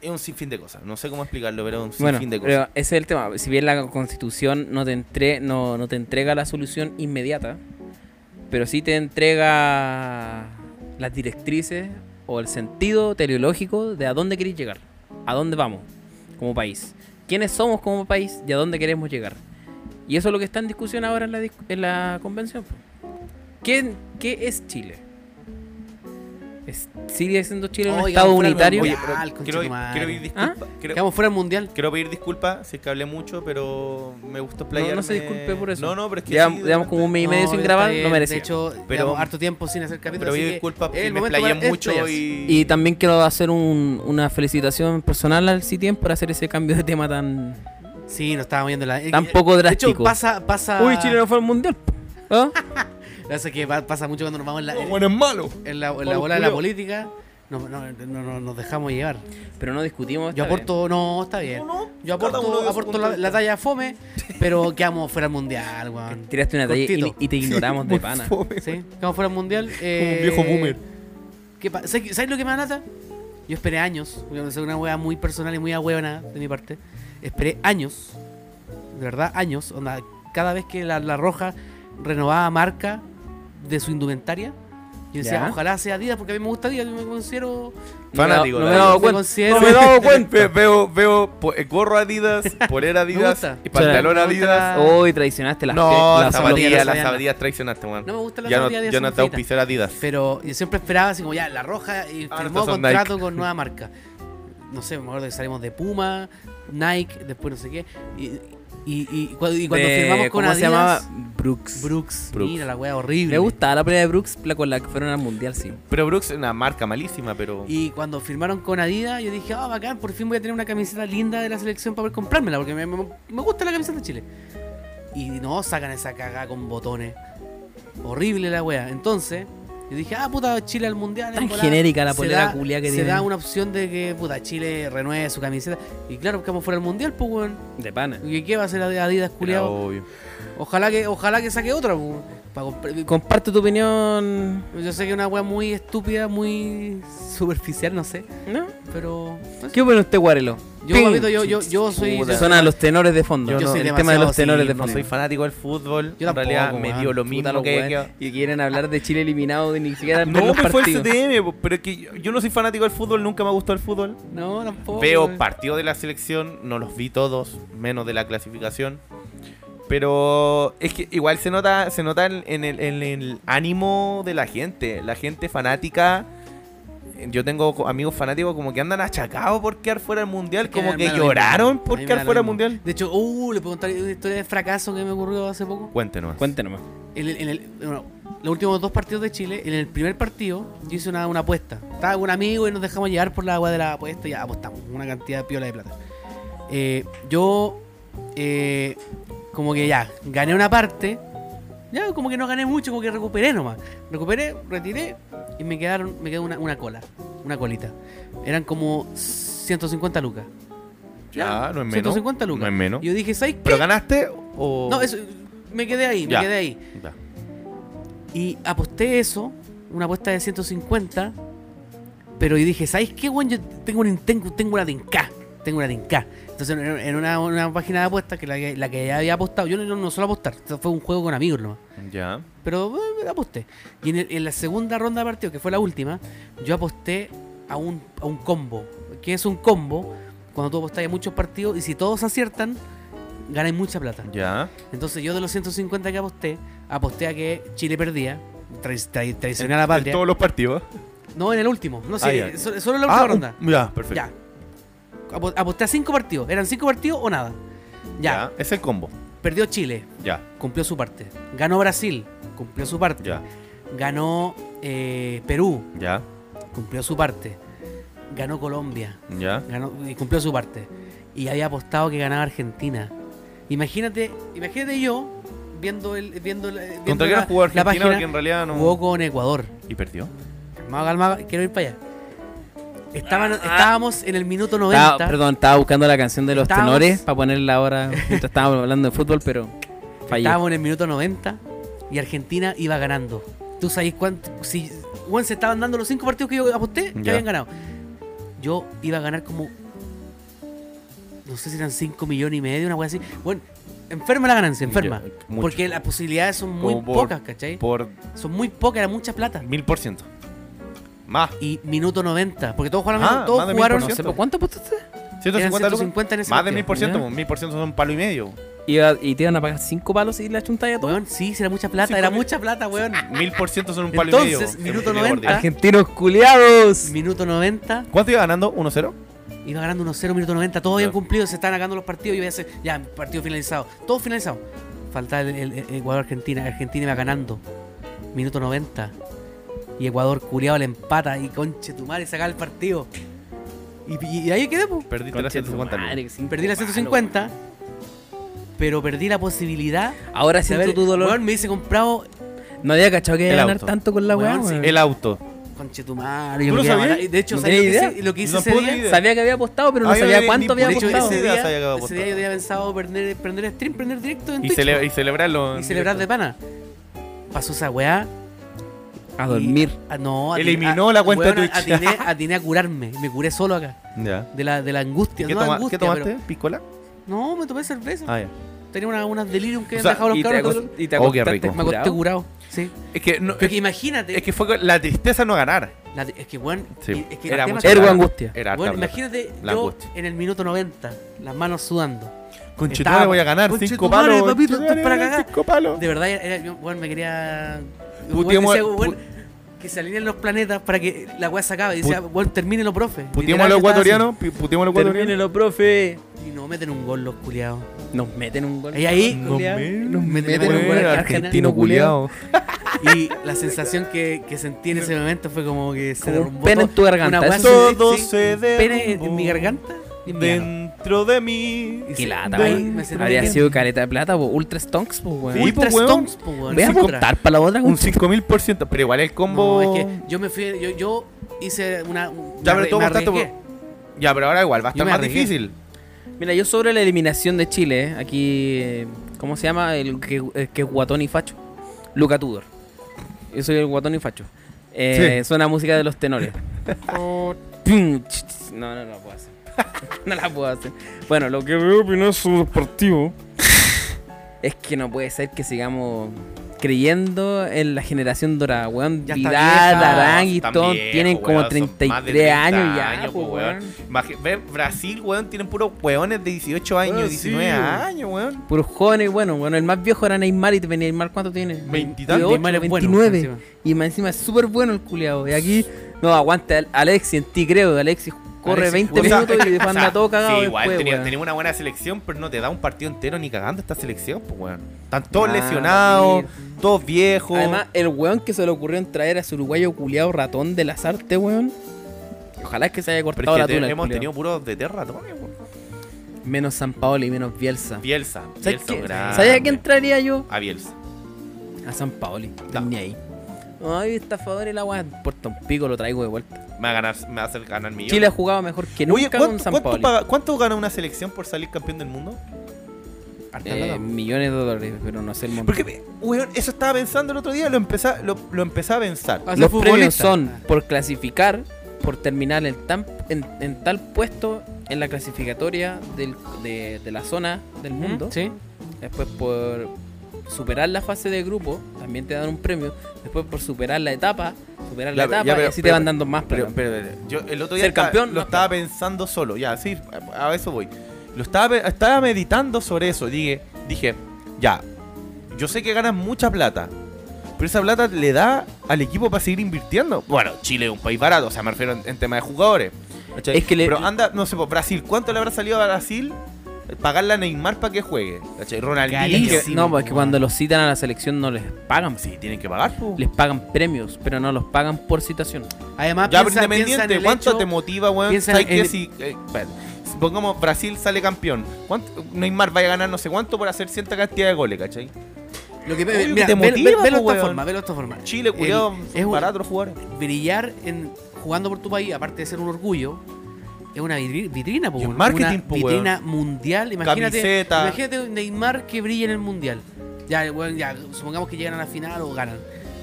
es un sinfín de cosas. No sé cómo explicarlo, pero es un sinfín
Bueno, eh,
de
pero
cosas.
ese es el tema. Si bien la constitución no te, entre, no, no te entrega la solución inmediata, pero sí te entrega las directrices o el sentido teleológico de a dónde queréis llegar, a dónde vamos como país, quiénes somos como país y a dónde queremos llegar. Y eso es lo que está en discusión ahora en la, dis- en la convención. po. ¿Qué, qué es Chile? ¿Es- ¿Sigue siendo Chile un
Oiga,
estado
fuera el
unitario?
Oye,
Oye,
pero al
quiero,
conchetumare.
quiero pedir
¿Ah?
disculpas. Quiero,
Quedamos fuera del mundial.
quiero pedir disculpas, si es que hablé mucho, pero me gustó playarme.
se disculpe por eso.
No, no, pero es que.
Llevamos
sí,
llevamos como un mes y
No,
medio sin
está
grabar,
bien.
no merecía.
De hecho,
Pero-
llevamos harto tiempo sin hacer capítulo.
Pero
así
pido
que
disculpas
es
porque
el
me
momento
playé
para
mucho
explayarse.
y.
Y también quiero hacer un- una felicitación personal al CITIEM por hacer ese cambio de tema tan,
Sí, nos estábamos viendo la.
tan poco drástico.
De hecho, pasa. pasa
Uy, Chile no fue al mundial. ¿Ah?
Lo que pasa es que pa- pasa mucho cuando nos vamos en la,
No, bueno, es malo.
en la, en la
Pablo
bola de la
culiao.
política. No, no, no, no- nos dejamos llevar.
Pero no discutimos.
Yo
esta
aporto. No, está bien.
No, no,
Yo
cada uno
aporto,
dio su
aporto
punto
la,
de
la
vista.
talla fome, pero quedamos fuera del mundial, weón.
vez. Tiraste una talla y,
Cortito.
y te ignoramos de pana.
¿Sí? Quedamos fuera del mundial. eh,
viejo boomer.
¿qué pa- ¿sabes, qué- sabes lo que me da lata? Yo esperé años. Es una wea muy personal y muy ahueona de mi parte. Esperé años. De verdad, años. Onda, cada vez que la, la roja renovaba marca de su indumentaria. Yo decía,
Ya.
ojalá sea Adidas, porque a mí me gusta Adidas, yo me considero
Fanático,
No me he
la
dado
me
cuenta.
considero-
No me he dado cuenta.
Ve- Veo, veo po- eh, gorro Adidas, polera Adidas,
gusta.
y pantalón
Me gusta
Adidas.
la-
Hoy traicionaste las
No,
zapatillas,
las zapatillas,
las
las zapatillas traicionaste, weón.
No me gustan las
Ya no,
zapatillas de
ya no
Santa
te
Rita.
auspiciar Adidas.
Pero yo siempre esperaba así como ya, La Roja
Ah,
y
Ahora
firmó
estos son
contrato
Nike.
con nueva marca. No sé, me acuerdo que salimos de Puma, Nike, después no sé qué. Y, y- y cu- y cuando
de-
firmamos con
¿Cómo
Adidas,
se llamaba? Brooks.
Brooks,
Brooks.
Mira la wea horrible.
Me gustaba la pelea de Brooks la con la que fueron al mundial, sí.
Pero Brooks es una marca malísima, pero.
Y cuando firmaron con Adidas, yo dije, ah, bacán, por fin voy a tener una camiseta linda de la selección para poder comprármela, porque me, me- me gusta la camiseta de Chile. Y no, sacan esa cagada con botones. Horrible la wea. Entonces, yo dije, ah, puta, Chile al mundial.
Tan
en volada,
genérica la
se
polera
da-
culia que
Se
tienen.
da una opción de que, puta, Chile renueve su camiseta. Y claro, que vamos fuera al mundial, pues, weón.
De pana.
¿Y qué va a hacer Adidas,
Era
culiado?
obvio.
Ojalá que, ojalá que saque otra, pues. pa' comprar-
Comparte tu opinión.
Yo sé que es una wea muy estúpida, muy superficial, no sé.
¿No?
Pero.
¿Qué opina usted, Guarelo?
este Yo,
Ping.
papito, yo, yo, yo soy.
Puta.
yo-
Suena los tenores de fondo.
Yo soy
el tema de
demasiado
los tenores de
simple,
No
fondo.
soy fanático del fútbol.
Yo
en realidad
tampoco,
me
weón.
dio lo
Puta
mismo
los
que.
weones.
que-
Y quieren hablar de Chile eliminado de ni siquiera ver
No,
los
me fue el
partidos.
CTM, po, pero es que yo, yo no soy fanático del fútbol, nunca me gustó el fútbol.
No, tampoco.
Veo
güey.
partidos de la selección, no los vi todos, menos de la clasificación. Pero es que igual se nota, se nota en, en el, en el ánimo de la gente. La gente fanática. Yo tengo co- amigos fanáticos como que andan achacados por quedar fuera del mundial,
Es
como
me
que
da lo
lloraron
mismo. A
por
mí me
quedar
da lo
fuera del
mismo.
mundial.
De hecho, uh, le preguntaré una historia de fracaso que me ocurrió hace poco.
Cuéntenos.
Cuéntenos.
En el- en el- bueno, los últimos dos partidos de Chile, en el primer partido yo hice una, una apuesta. Estaba con un amigo y nos dejamos llevar por la agua de la apuesta y ya apostamos una cantidad de piola de plata. Eh, yo, eh, como que ya, gané una parte, ya como que no gané mucho, como que recuperé nomás. Recuperé, retiré y me quedaron me quedó una, una cola, una colita. Eran como 150 lucas.
Ya, no es menos.
150 lucas.
No es menos.
Y yo dije, ¿sabes qué?
¿Pero ganaste o.?
No, eso, me quedé ahí,
Ya.
me quedé ahí.
Ya.
Y aposté eso, una apuesta de 150. Pero yo dije, ¿sabes qué, weón? Yo tengo, un, tengo, tengo una tinca. Tengo una tinca. Entonces, en, en una, una página de apuestas que la, que la que ya había apostado, yo no, no suelo apostar. Esto fue un juego con amigos nomás.
Ya.
Pero eh, aposté. Y en, el- en la segunda ronda de partido, que fue la última, yo aposté a un, a un combo. ¿Qué es un combo? Cuando tú apostas a muchos partidos y si todos aciertan, ganas mucha plata.
Ya.
Entonces yo de los 150 que aposté, aposté a que Chile perdía. Traicionar
En-
a la
en
patria.
todos los partidos.
No, en el último. No
Ah,
sé,
ya.
so- solo en la última
un-
ronda.
Ya, perfecto.
Ya. Apo- Aposté a cinco partidos. Eran cinco partidos o nada. Ya.
Es el combo.
Perdió Chile.
Ya,
Cumplió su parte. Ganó Brasil. Cumplió su parte.
ya,
Ganó eh, Perú.
ya,
Cumplió su parte. Ganó Colombia.
ya.
ganó- y cumplió su parte. Y había apostado que ganaba Argentina. Imagínate, imagínate yo viendo el viendo, la- viendo
¿Contra quién
la,
jugó
la
Argentina?
página,
Porque en realidad no.
jugó con Ecuador.
Y perdió.
Calmado, calmado, quiero ir para allá. Estaban-
Ah,
estábamos en el minuto 90.
Estaba- perdón, estaba buscando la canción de los
Estábamos-
tenores para ponerla ahora mientras estábamos hablando de fútbol, pero fallé.
Estábamos en el minuto 90 y Argentina iba ganando. ¿Tú sabes cuánto? Si, bueno, se estaban dando los cinco partidos que yo aposté, que
Ya.
habían ganado. Yo iba a ganar como. No sé si eran 5 millones y medio, una cosa así. Bueno, enferma la ganancia, enferma.
Ya, mucho.
porque las posibilidades son muy
Como por-
pocas, ¿cachai?
Por
Son muy pocas, era mucha plata.
mil por ciento. Más.
Y minuto 90, porque todos jugaron,
Ah,
todos
más de mil
jugaron
por
No sé, ¿por ¿cuánto apostaste?
150 lucas.
150 en ese
Más de
partido.
mil por ciento.
Ya.
Mil por ciento son palo y medio.
Iba- y te iban a pagar cinco palos y la chuntáis a todo.
Weón, sí, sí, era mucha plata,
Cinco
era
mil-
mucha plata, weón.
Mil por ciento son un palo y medio.
Entonces,
en-
minuto
en el borde.
90.
Argentinos culiados.
Minuto 90,
¿Cuánto iba ganando? ¿1-0?
iba ganando 1-0, minuto 90. Todos habían
Ya.
cumplido, se estaban acabando los partidos. Y iba a ser, ya, partido finalizado. Todo finalizado. Faltaba el, el- el Ecuador-Argentina. Argentina iba ganando. Minuto 90. Y Ecuador culiado le empata. Y conche tu madre, sacaba el partido. Y, y- y ahí quedé, po.
Perdiste las
Concha tu
150
madre,
lucas.
que sin-
Perdí la 150. Pero perdí la posibilidad
Ahora
de
siento
haber-
tu dolor.
Weón, me hice comprado.
no había cachado que iba
El
a ganar
auto.
tanto con la weá,
Weón, sí.
weón.
El auto.
Conche tu madre. yo
¿Tú
me
lo
quedaba
sabías?
mal. De hecho,
No
¿sabes
tenía
lo que
idea.
hice- lo que hice
No
ese
puedo
día?
ni idea.
Sabía que había apostado, pero no
Ah, yo
sabía
ni-
cuánto
ni-
había
De hecho,
apostado.
ese día,
Se había acabado
ese día
apostado.
yo había pensado prender, prender stream, prender directo en
Y,
Twitch,
cele-
po,
y celebrarlo.
y
en
celebrar de
directo.
pana. Pasó esa weá.
A dormir.
y- ah, no, ati-
Eliminó la cuenta de
weón,
Twitch.
Atiné, atiné a curarme. Me curé solo acá.
Ya.
De la, de la angustia.
¿Qué,
no
toma-
angustia,
¿Qué tomaste?
pero-
¿Picola?
no, me tomé cerveza.
Ah, ya.
Tenía una- unas delirium que
O
habían
sea,
dejado los
y te
cabros.
acos-
cuando-
y te
Oh, qué
acostaste
rico.
me acosté
curado.
curado. Sí.
Es que, no,
Pero que
es,
imagínate.
Eh, es que fue con la tristeza no ganar.
la de- es que, weón.
Sí,
y- es que
era
el tema
mucho
es que-
Ergo
Claro.
angustia.
Era harta
weón,
plata.
imagínate
La
yo
angustia.
en el minuto 90, las manos sudando.
Conchetumare
Estaba-
voy a ganar,
Conchetumare,
cinco palos.
papito, esto es
Conchetumare,
para cagar.
Cinco palos.
De verdad, era- yo, weón, me quería.
Puteemos-
weón, decía, weón, que se alineen los planetas para que la weá se acabe. Y decía, weón, terminen los profes.
Puteemos a los ecuatorianos, pi- puteemos a los ecuatorianos.
Termínelo, profe.
Y no meten un gol los culiados.
Nos meten un gol.
Y ahí,
Nos
Culeado.
meten-
Nos
meten
meten
un
un
gol
gol.
al
Argentino culiado.
y la sensación que, que sentí en ese momento fue como que se
Como un
derrumbó.
pene
todo.
en tu garganta.
Una weá
Eso
así,
todo
sí,
se
un Pene en,
derrumbó.
en mi garganta. y en mi ano.
Dentro de mí.
Y
Qué
se-
lata,
ahí
weón.
me sentí
Habría
bien.
sido careta de plata, po. Ultra Stonks, po, weón.
Sí,
Ultra
po, weón. pues,
Stonks, po, weón.
Voy a
Ultra.
contar para la otra.
Un 5000%, pero igual el combo.
No, es que yo me fui. Yo, yo hice una. me
Ya, pero
arre-
tú
me
apostaste
arriesgué.
por- Ya, pero ahora igual va a
Yo
estar
me
más
arriesgué.
difícil.
Mira, yo sobre la eliminación de Chile, eh, aquí, eh, ¿cómo se llama? El que, el que es guatón y facho. Luca Tudor. Yo soy el guatón y facho. Eh, Suena música de los tenores. Pum, ch, ch, no, no, no la puedo hacer. no la puedo hacer. Bueno, lo que veo opinar sobre el partido es que no puede ser que sigamos creyendo en la generación dorada, weón.
Ya está
Vidal,
vieja.
Arangui,
Están
Ton
viejos,
tienen como
weón, son más de
33 años
30
ya,
años,
po,
po,
weón.
Imagi- ve, Brasil, weón, tienen puros weones de 18 años,
Weón, sí,
19
weón.
años, weón.
Puros jóvenes, bueno, bueno, el más viejo era Neymar y te- Neymar, ¿cuánto tiene?
Veintitantos.
Neymar es bueno,
29.
encima.
y más encima es súper bueno el culiado. Y aquí No, aguante Al- Alexis, en ti creo. Alexis corre
Alexis,
20
o sea,
minutos y
o
después
sea,
anda todo cagado.
sí, igual
después,
tenía,
weón.
tenía una buena selección, pero no te da un partido entero ni cagando esta selección, pues weón. Están todos
Ah,
lesionados, todos viejos.
Además, el weón que se le ocurrió en traer a ese uruguayo culiado ratón de las artes, weón. Ojalá es que se haya
pero es
cortado
que
la
te-
tula. el
hemos
culiao.
tenido puros de terra ratones, weón.
Menos San Paolo y menos Bielsa.
Bielsa,
¿Sabes
Bielsa,
qué?
grande.
¿Sabes a quién traería yo?
A Bielsa.
A San Paoli.
No.
Ni ahí. Ay, está a favor el agua. Puerto un pico lo traigo de vuelta.
Me va a, ganar, me va a hacer ganar millones.
Chile ha jugado mejor que nunca
Oye,
con
¿cuánto,
San
cuánto
Paoli.
paga- cuánto gana una selección por salir campeón del mundo? Harta
Eh,
plata.
millones de dólares, pero no sé el monto.
Porque, weón, eso estaba pensando el otro día, lo empecé, lo, lo empecé a pensar.
Ah,
Los
Hace
premios
futbolista.
son por clasificar, por terminar en, tan- en, en tal puesto en la clasificatoria del- de, de la zona del mundo.
Sí.
Después por superar la fase de grupo, también te dan un premio. Después por superar la etapa, superar la
Ya, pero-
etapa,
ya, pero-
y así te
pero-
van dando más
Pero,
premios.
pero, pero, yo el otro día
Ser
estaba-
campeón,
lo
no,
estaba pensando solo, ya, sí, a a eso voy. Lo estaba, pe- estaba meditando sobre eso, dije, dije, ya, yo sé que ganas mucha plata, pero esa plata le da al equipo para seguir invirtiendo. Bueno, Chile es un país barato, o sea, me refiero en, en tema de jugadores. ¿cachai?
Es que le-
Pero anda, no sé, por Brasil, ¿cuánto le habrá salido a Brasil eh, pagarle a Neymar para que juegue? ¿Cachai?
Es
Ronaldinho.
que-
sí,
no,
pues,
porque cuando los citan a la selección no les pagan,
Sí, tienen que pagar, pues. po.
les pagan premios, pero no los pagan por citación.
Además,
Ya, pero
piensa, piensa en
independiente,
el
¿cuánto
hecho-
te motiva, weón?
piensa
¿Sabes
en-
qué? Si, eh, espérate. Si pongamos Brasil sale campeón, ¿cuánto, Neymar vaya a ganar no sé cuánto por hacer cierta cantidad de goles, ¿cachai?
Lo que,
Obvio que
mira,
te
ve- ve- velo
motiva, po,
de esta
weón.
forma, velo de esta forma.
Chile,
El-
cuidado,
es
es
un-
barato los jugadores.
brillar en jugando por tu país, aparte de ser un orgullo, es una vidri- vitrina, po,
Y es
weón.
marketing,
una
po, weón.
vitrina mundial. Imagínate,
Camiseta.
imagínate un Neymar que brilla en el mundial. Ya, el weón, ya, supongamos que llegan a la final o ganan.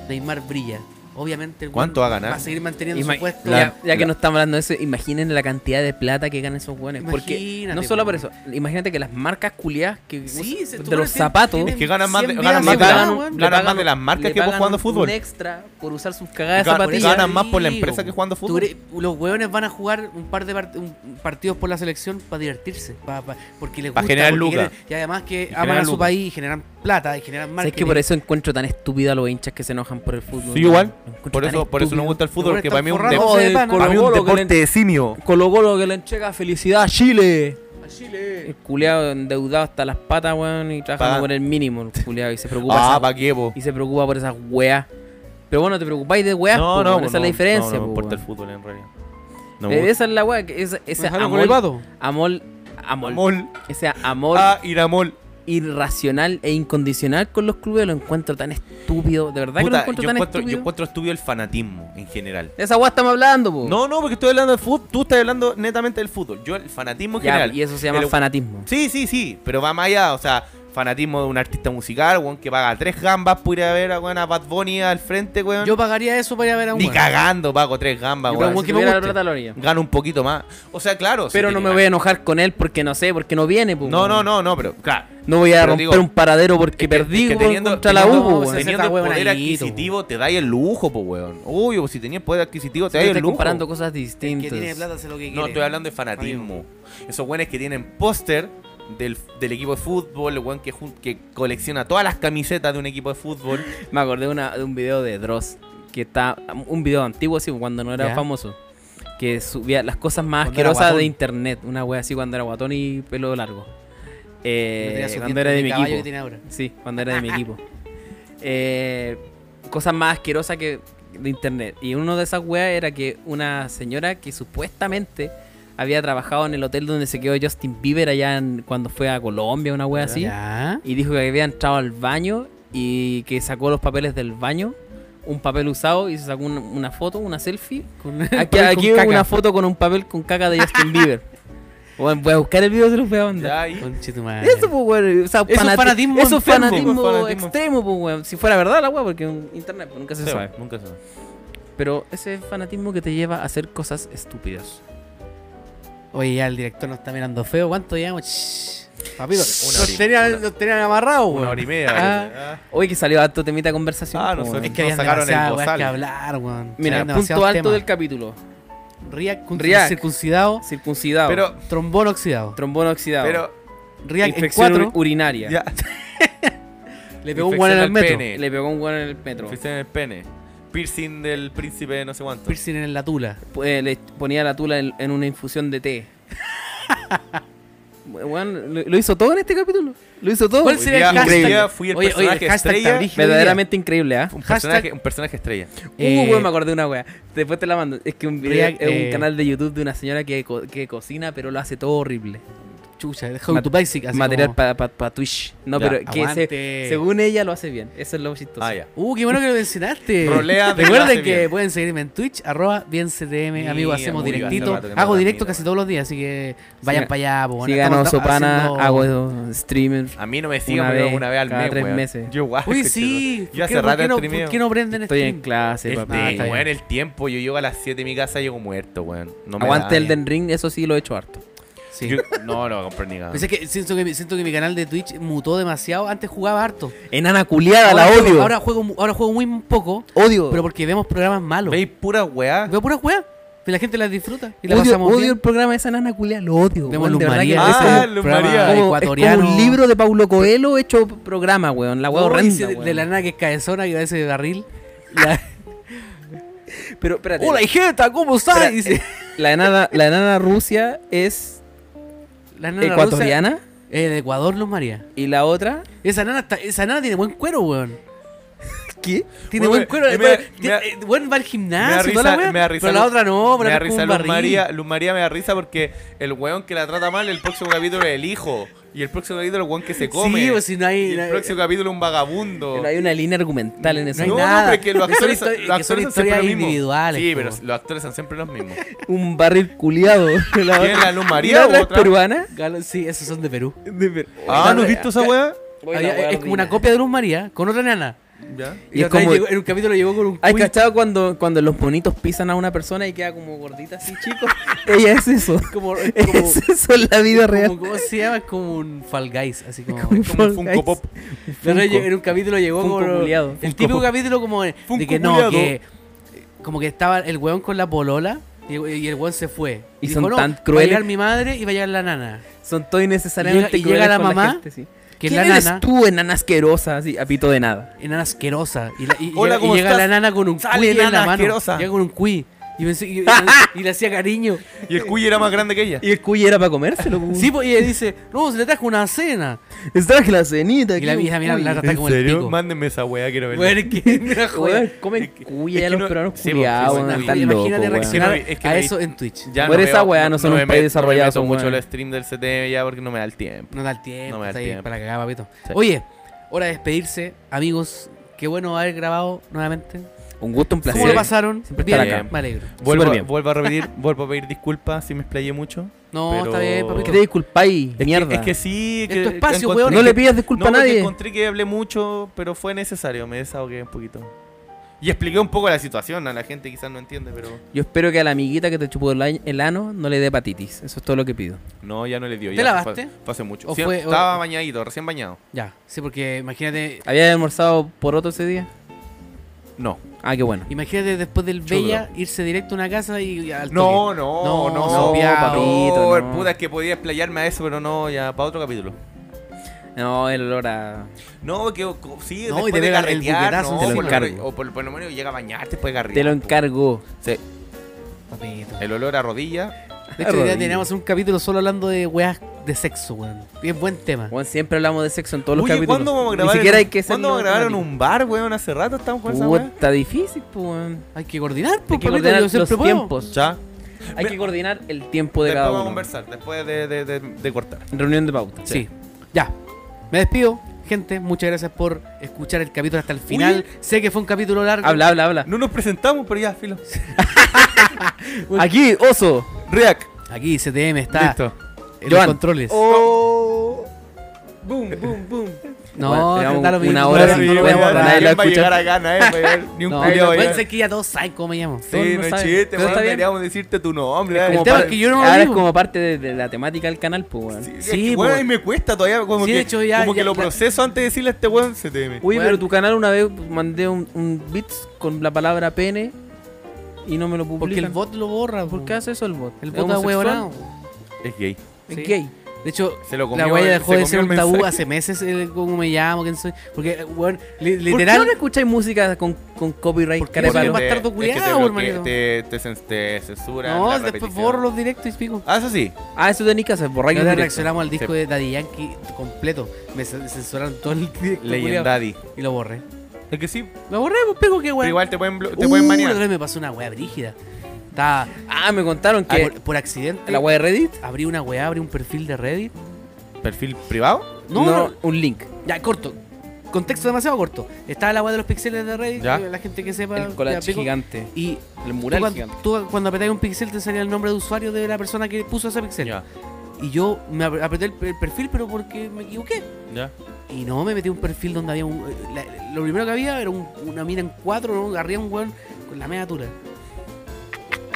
Neymar brilla. Obviamente, el weón
¿Cuánto va a ganar?
Va a seguir manteniendo
Ima-
su puesto.
ya,
Ya,
ya que no estamos hablando de eso, imaginen la cantidad de plata que ganan esos hueones. Porque
Imagínate,
no solo por
weón.
eso, imagínate que las marcas culiadas que
Sí, se- tú
de los
pareces-
zapatos
tienen
Es que ganan más, de-
100
ganan más,
veces
de, la-
más,
ganan,
weón.
le pagan
más de las
un-
marcas
le
que vos
pagan
jugando
un
fútbol.
extra por usar sus cagadas
Ganan,
zapatillas.
ganan más por la empresa
Digo,
que jugando
Tú
fútbol.
eres- los hueones van a jugar un par de part- un- un partidos por la selección para divertirse, pa- pa- porque les
Pa'
gusta.
generar
porque
lucas.
quieren- Y además que aman
generar
a su
lucas.
país, y generan plata, y generan
¿Sabes
marketing.
que por eso encuentro tan estúpido a los hinchas que se enojan por el fútbol?
Sí, igual.
Lo encuentro
Por
tan
eso, por eso
estúpido.
nos gusta el fútbol,
Los
que
hueones
para mí es un
están forrados
deporte,
de pan,
para
¿no?
mí un Colo-Colo que le-
de simio.
Colo Colo que le entrega felicidad a Chile. El culiado endeudado hasta las patas, weón, y trabajando
Pa-
por el mínimo, el culiado, y se preocupa.
Ah,
esa-
pa' qué, po.
y se preocupa por esas weas. Pero bueno, te preocupáis de weas, po, weón,
po,
esa es la diferencia.
No, no me
po,
importa el
weón.
fútbol, en realidad. No me
Eh,
gusta.
esa es la wea, que esa, ese
¿Dejaron con el
amor,
vato?
amor, amor,
Mol.
ese amor
Ah, Iramol.
irracional e incondicional con los clubes, lo encuentro tan estúpido, de verdad que lo
Puta,
encuentro
yo
tan
encuentro- yo
estúpido.
encuentro estudio el fanatismo en general.
De esa wea estamos hablando, pues. po.
No, no, porque estoy hablando del fútbol. Tú estás hablando netamente del fútbol. Yo, el fanatismo en
Ya,
general.
y eso se llama
El-
fanatismo.
Sí, sí, sí. Pero va más allá. O sea, fanatismo de un artista musical, weón, que paga tres gambas por ir a ver a, weón, a Bad Bunny al frente, weón.
Yo pagaría eso para ir a ver a un
Ni
hueón.
cagando pago tres gambas,
Yo
weón.
como
si
que me
tuviera
guste.
la plata
Gano un poquito más. O sea, claro. sí
Pero
tiene
no me
ganas.
voy a enojar con él porque no sé, porque no viene, po,
No,
weón.
no, no, no, pero claro.
No voy a
Pero
romper
digo,
un paradero porque
es que-
perdí
es que
weón,
teniendo-
contra la
teniendo-
U,
pues,
weón.
ese
Teniendo
está
el poder
huevonadito,
adquisitivo, te da el lujo, po, weón. Uy, pues, si tenías poder adquisitivo, te da el
Estoy
lujo.
comparando cosas
El
distintas.
que tiene plata hace lo que quiere.
No, estoy hablando de fanatismo. Esos güeyes que tienen póster del, del equipo de fútbol, el güey que, jun- que colecciona todas las camisetas de un equipo de fútbol.
Me acordé de una- de un video de Dross, que está un video antiguo así, cuando no era
Ya.
famoso, que subía las cosas más
Cuando era
asquerosas
guatón.
de internet, una wea así cuando era guatón y pelo largo. Eh,
No tenía su
cuando
diente
era de
ni
mi
caballo que
equipo.
tiene ahora.
Sí, cuando era de mi equipo. Eh, cosas más asquerosas que de internet. Y uno de esas weas era que una señora que supuestamente había trabajado en el hotel donde se quedó Justin Bieber allá en- cuando fue a Colombia, una wea así.
Ya.
Y dijo que había entrado al baño y que sacó los papeles del baño, un papel usado y se sacó un- una foto, una selfie.
Con-
Aquí,
con
aquí
caca.
una foto con un papel con caca de Justin Bieber. Bueno, voy a buscar el video, se los voy a mandar.
Ya, y-
Conchetumare.
Eso, pues, weón. O sea,
Es un
fanati-
fanatismo
eso es
enfermo,
fanatismo
pues, fanatismo.
extremo, pues, weón. Si fuera verdad la weá, porque en internet pues, nunca se
Sí,
sabe.
Nunca se sabe.
Pero ese fanatismo que te lleva a hacer cosas estúpidas.
Oye, ya el director nos está mirando feo. ¿Cuánto llevamos? Shh. Papito,
Una
nos
hora y-
tenían,
una-
nos tenían amarrados,
Una
weón.
hora y media.
Ah.
parece. Ah.
Oye, que salió harto temita de conversación.
Ah,
pues,
no sé.
weón.
Es que
Nos
habían
sacaron el
demasiadas weas que
bozal.
hablar, weón.
Mira,
Habían
punto
demasiados
alto
temas.
del capítulo.
React, con-
React.
circuncidado,
Circuncidado.
Pero,
trombón oxidado.
trombón
Ah,
oxidado.
pero,
React en
infección
cuatro,
ur- urinaria.
ya.
le pegó un guan en el
infección
metro.
al pene.
Le pegó un weón en el metro.
Fuiste en el pene. piercing del príncipe de no sé cuánto.
Piercing en la tula.
Pues le ponía la tula en, en una infusión de té. Bueno, lo, lo hizo todo en este capítulo. Lo hizo todo.
¿Cuál
Hoy
sería el
día- hoy
hashtag?
día fui el
Oye, oye,
personaje
el hashtag
estrella.
está brígido.
Verdaderamente increíble, ¿ah?
Un
Hashtag-
personaje, un personaje estrella.
Eh,
uh, weón, me acordé de una wea. Después te la mando. Es que un video,
React,
es un
eh,
canal de YouTube de una señora que, co- que cocina, pero lo hace todo horrible.
Chucha, deja
Mat-
tu basic. Así
Material
como-
para Twitch. No,
Ya,
pero que
aguante.
se- según ella lo hace bien. Eso es lo chistoso.
Ah, ya.
Uh, qué bueno que lo mencionaste.
Rolea de clase
Recuerden que
bien.
pueden seguirme en Twitch, arroba biencdm, amigo,
Mira,
hacemos
muy bien,
directito.
hace rato que no
Hago
hago
directo
amigo.
casi todos los días, así que vayan
Siga-
para allá. po, bueno,
Si gano
estamos- estamos
sopana,
haciendo-
hago streamer.
A mí no me sigan,
Una
pero
vez
una vez al
cada
mes.
tres
weón.
meses.
Yo guau,
Uy,
qué
sí.
chido.
¿por
Yo
qué-
hace
por qué
rato
no-
streameo.
¿Por qué no prenden
Estoy en
stream?
clase,
El
papá.
Ah,
tiempo,
está
weón,
bien.
el tiempo. Yo llego a las 7 de mi casa y llego muerto, weón. No me
Aguante
da
el Den
bien.
Ring, eso sí lo he hecho harto.
Sí.
Yo- No, no, compré ni nada.
Pues es que siento, que mi- siento que mi canal de Twitch mutó demasiado. Antes jugaba harto.
Enana culiada,
Ahora
la
juego-
odio.
Ahora juego, mu- ahora juego muy poco,
odio.
pero porque vemos programas malos.
¿Veis pura weá?
Veo puras weas. Y la gente las disfruta. Y la
odio
pasamos
odio
bien.
el programa de esa nana culiada, lo odio.
Vemos
weón,
Luz
de verdad que
María.
es como-
Ah,
ese
Luz
programa
María.
como- es como
Ecuatoriano.
un libro de Paulo Coelho hecho programa, weón. La weá
No, y
horrenda,
se-
weón.
de la nana que es cabezona que parece de barril.
Pero espérate.
¡Hola, hijeta! ¿Cómo
espera,
estás? Y dice-
eh, la, enana, la enana Rusia es
La nana rusa-
ecuatoriana
Eh, de Ecuador, Luz María.
y la otra.
Esa nana, está- esa nana tiene buen cuero, weón.
¿Qué?
Tiene
Bueno,
buen cuero.
me-
eh,
me-
ti-
me-
eh, Weón va al
me da
gimnasio, y toda la
risa,
wea,
me da risa
Pero la
Luz-
otra no,
me
pero
da
es como
risa
un
Luz
barril.
María, Luz María me da risa porque el weón que la trata mal, el próximo capítulo es el hijo. Y el próximo capítulo el weón que se come.
Sí, pues si no hay.
y
no
el
hay-
próximo capítulo un vagabundo.
Pero hay una línea argumental en
No
eso.
hay
no,
nada.
no, pero es que los
Que son
actores, son,
histori-
los
que
actores
son
son siempre
historias
los mismos.
individuales,
Sí,
po.
pero los actores son siempre los mismos.
Un barril culiado. ¿Quién
¿Quién, la Luz María
la
u
otra es
otra?
peruana?
Galo- Sí, esos son de Perú.
Ah, ¿no
Oye,
has visto esa weá?
Había- es como una copia de Luz María con otra nana.
Ya.
Y
Y
es como-
llegó- en un capítulo llegó con un
¿Has
cuy-
cachado cuando, cuando los monitos pisan a una persona y queda como gordita así, chicos? Ella es eso.
como, es como-
Es eso en la vida
es como-
real.
¿Cómo se llama? Es como un Fall Guys, así como.
Como
La
Como un
Fall
Funko
Guys.
Pop.
verdad,
Funko.
llegó- en un capítulo llegó
Funko
como.
culiado.
El
Funko.
típico capítulo como de
Funko
que no,
culiado.
que como que estaba el weón con la polola y, y el weón se fue.
Y son tan
Va a
crueles".
llegar mi madre y va a llegar la nana.
Son todo innecesariamente
Y llega- y llega
crueles
la
con
mamá,
gente, sí.
Que es
¿Quién
la
eres
nana,
tú, enana asquerosa? Así, a pito de nada.
enana asquerosa. Y, la- y- y
Hola,
llega, y
¿cómo
llega la
estás?
nana con un
Sale,
cuy en la
nana
mano.
asquerosa.
Llega con un cuy. Y, pensé- y- y- y le hacía cariño.
Y el cuy era más grande que ella.
Y el cuy era para comérselo. pu.
Sí, pues, y ella dice, no, se le trajo una cena.
Les traje la cenita.
Y la
aquí,
vieja, mira,
cuy.
la trata como el pico.
Mándenme esa weá, quiero verla.
Bueno, es que me la joda.
Joder, comen cuy
es
allá
que
los
no-
peruanos
sí,
culiados.
pues,
weón,
sí,
están
Imagínate
locos, weón.
reaccionar
Es que no vi- es que
a
no vi-
eso en Twitch.
Ya
Por
no
esa
veo-
weá no son un
me
país
meto-
desarrollado,
No
son
me meto mucho
weones.
el stream del CTM ya porque no me da el tiempo.
No da el tiempo,
No me da el
está ahí
tiempo.
para cagar, papito.
Sí.
Oye, hora de despedirse, amigos. Qué bueno haber grabado nuevamente.
Un gusto, un placer.
¿Cómo lo pasaron?
Siempre
bien,
estar
acá.
me alegro.
Vuelvo,
bien.
vuelvo a repetir, vuelvo a pedir disculpas si me explayé mucho.
No,
Pero-
está bien,
¿Por
papito.
qué te disculpáis,
Es que-
mierda?
es que sí.
Es
que
tu espacio,
encontré-
weón.
no le pidas disculpa
No,
a
porque
nadie.
encontré que hablé mucho, pero fue necesario. Me desahogué un poquito. Y expliqué un poco la situación. A la gente quizás no entiende, pero...
Yo espero que a la amiguita que te chupó el, a- el ano no le dé hepatitis. Eso es todo lo que pido.
No, ya no le dio.
¿Te
ya
lavaste?
Fue, fue hace mucho.
¿O
Sí,
fue- o-
estaba bañadito, recién bañado.
Ya, sí, porque imagínate,
¿Había almorzado por otro ese día?
No.
Ah, qué bueno.
imagínate después del
Chulo.
Bella irse directo a una casa y al toque.
No, no, no,
No,
no,
no,
papito, no.
puta, es que podía explayarme a eso, pero no, ya, para otro capítulo.
No, el olor a...
No, que o- co- sí,
No,
después
y te
de
pega el
carretear,
buquetazo encima.
no,
Te lo
por lo
encargo.
menos- o por, por lo menos llega a bañar, después de carretear.
Te lo
po.
encargo.
Sí,
Papito.
el olor a rodilla.
De hecho, ya
Rodilla.
teníamos un capítulo solo hablando de weas de sexo, weón. Bien buen tema.
Bueno, siempre hablamos de sexo en todos los
Oye,
capítulos.
¿cuándo vamos a grabar?
Ni siquiera
en,
hay que ser
¿Cuándo vamos a grabar en un bar, weón? Hace rato estamos con esa weón.
Está difícil, pues. weón.
Hay que coordinar,
Hay
pues,
que
papito,
coordinar
yo siempre
los
puedo.
tiempos.
Ya.
Hay
Mira,
que coordinar el tiempo de
Después
cada
vamos a
uno.
conversar, después de, de, de, de cortar.
Reunión de pauta.
Sí. Ya. Me despido, gente. Muchas gracias por escuchar el capítulo hasta el final. Sé que fue un capítulo largo.
Habla, habla, habla.
No nos presentamos, pero ya, filo.
Aquí, oso.
React.
Aquí CTM está
Listo.
en los
Joan.
controles.
Oh.
Boom, boom, boom.
No,
Bueno,
da lo mismo.
una
No
hora
lo-
sin-
no lo voy a
bueno,
borrar.
nadie
¿Quién
lo
va a
escucha.
llegar acá, nadie va a llegar, ni un
No,
culiao va a
puede
llegar.
ser que ya todos saben cómo me llamo.
Todo el
Sí,
mundo
no es
sabe.
chiste,
Pero
weón.
está bien.
Deberíamos decirte tu nombre.
Es
eh,
El
como
tema
compadre.
es que yo no lo
Ahora es
digo.
como parte de, de la temática del canal, pues. weón.
Sí,
Sí,
es que,
pues.
weón, ahí me cuesta todavía. Como,
Sí,
que,
de hecho, ya-
como
ya-
que lo
ya-
proceso antes de decirle a este weón CTM.
Uy,
Bueno.
pero tu canal una vez mandé un, un beats con la palabra pene y no me lo publican.
Porque el bot lo borra.
¿Por qué hace eso el bot?
El
¿Es
bot
homosexual?
ahueonado.
Es gay.
Es
Sí.
gay.
De hecho,
Se lo comió
la weá ya
el-
dejó
se
de
comió
ser
el
un tabú
mensaje.
hace meses, el cómo me llamo, quién soy. Porque, weón, li-
¿Por qué no
literal,
escucháis música con, con copyright?
Porque
Porque
Carepalo.
te-
Bastardo
es que te,
culiao,
bloquea-
hermanito.
te, te, cen- te censuran
no,
la
después
repetición.
borro los directos y pico.
Ah, eso sí.
Ah, eso tenéis que hacer, borráis
Nosotros
los directos.
reaccionamos al disco
Sí.
de Daddy Yankee completo. Me cen- censuraron todo el directo. culiao,
Legendaddy.
Y lo borré.
Es que sí,
Lo borré, pues pico, qué
pero
weón.
igual te pueden, blo- te pueden
la otra
banear.
vez me pasó una weá brígida. Estaba
Ah, me contaron
ah,
que
por, por accidente.
la web de Reddit
abrí una weá, abrí un perfil de Reddit.
¿Perfil privado?
No,
no,
no,
un link.
ya, corto. Contexto demasiado corto. Estaba la weá de los pixeles de Reddit.
Ya.
La gente que sepa.
El collage
ya, pico.
gigante.
Y
El
tú
mural
cuando,
gigante.
tú cuando apretáis un pixel te salía el nombre de usuario de la persona que puso ese pixel.
Ya,
Y yo me ap- apreté el, el perfil, pero porque me equivoqué.
ya.
Y no, me metí a un perfil donde había un. eh, la- lo primero que había era un- una mina en cuatro, ¿no? Arriba un weón con la media tula.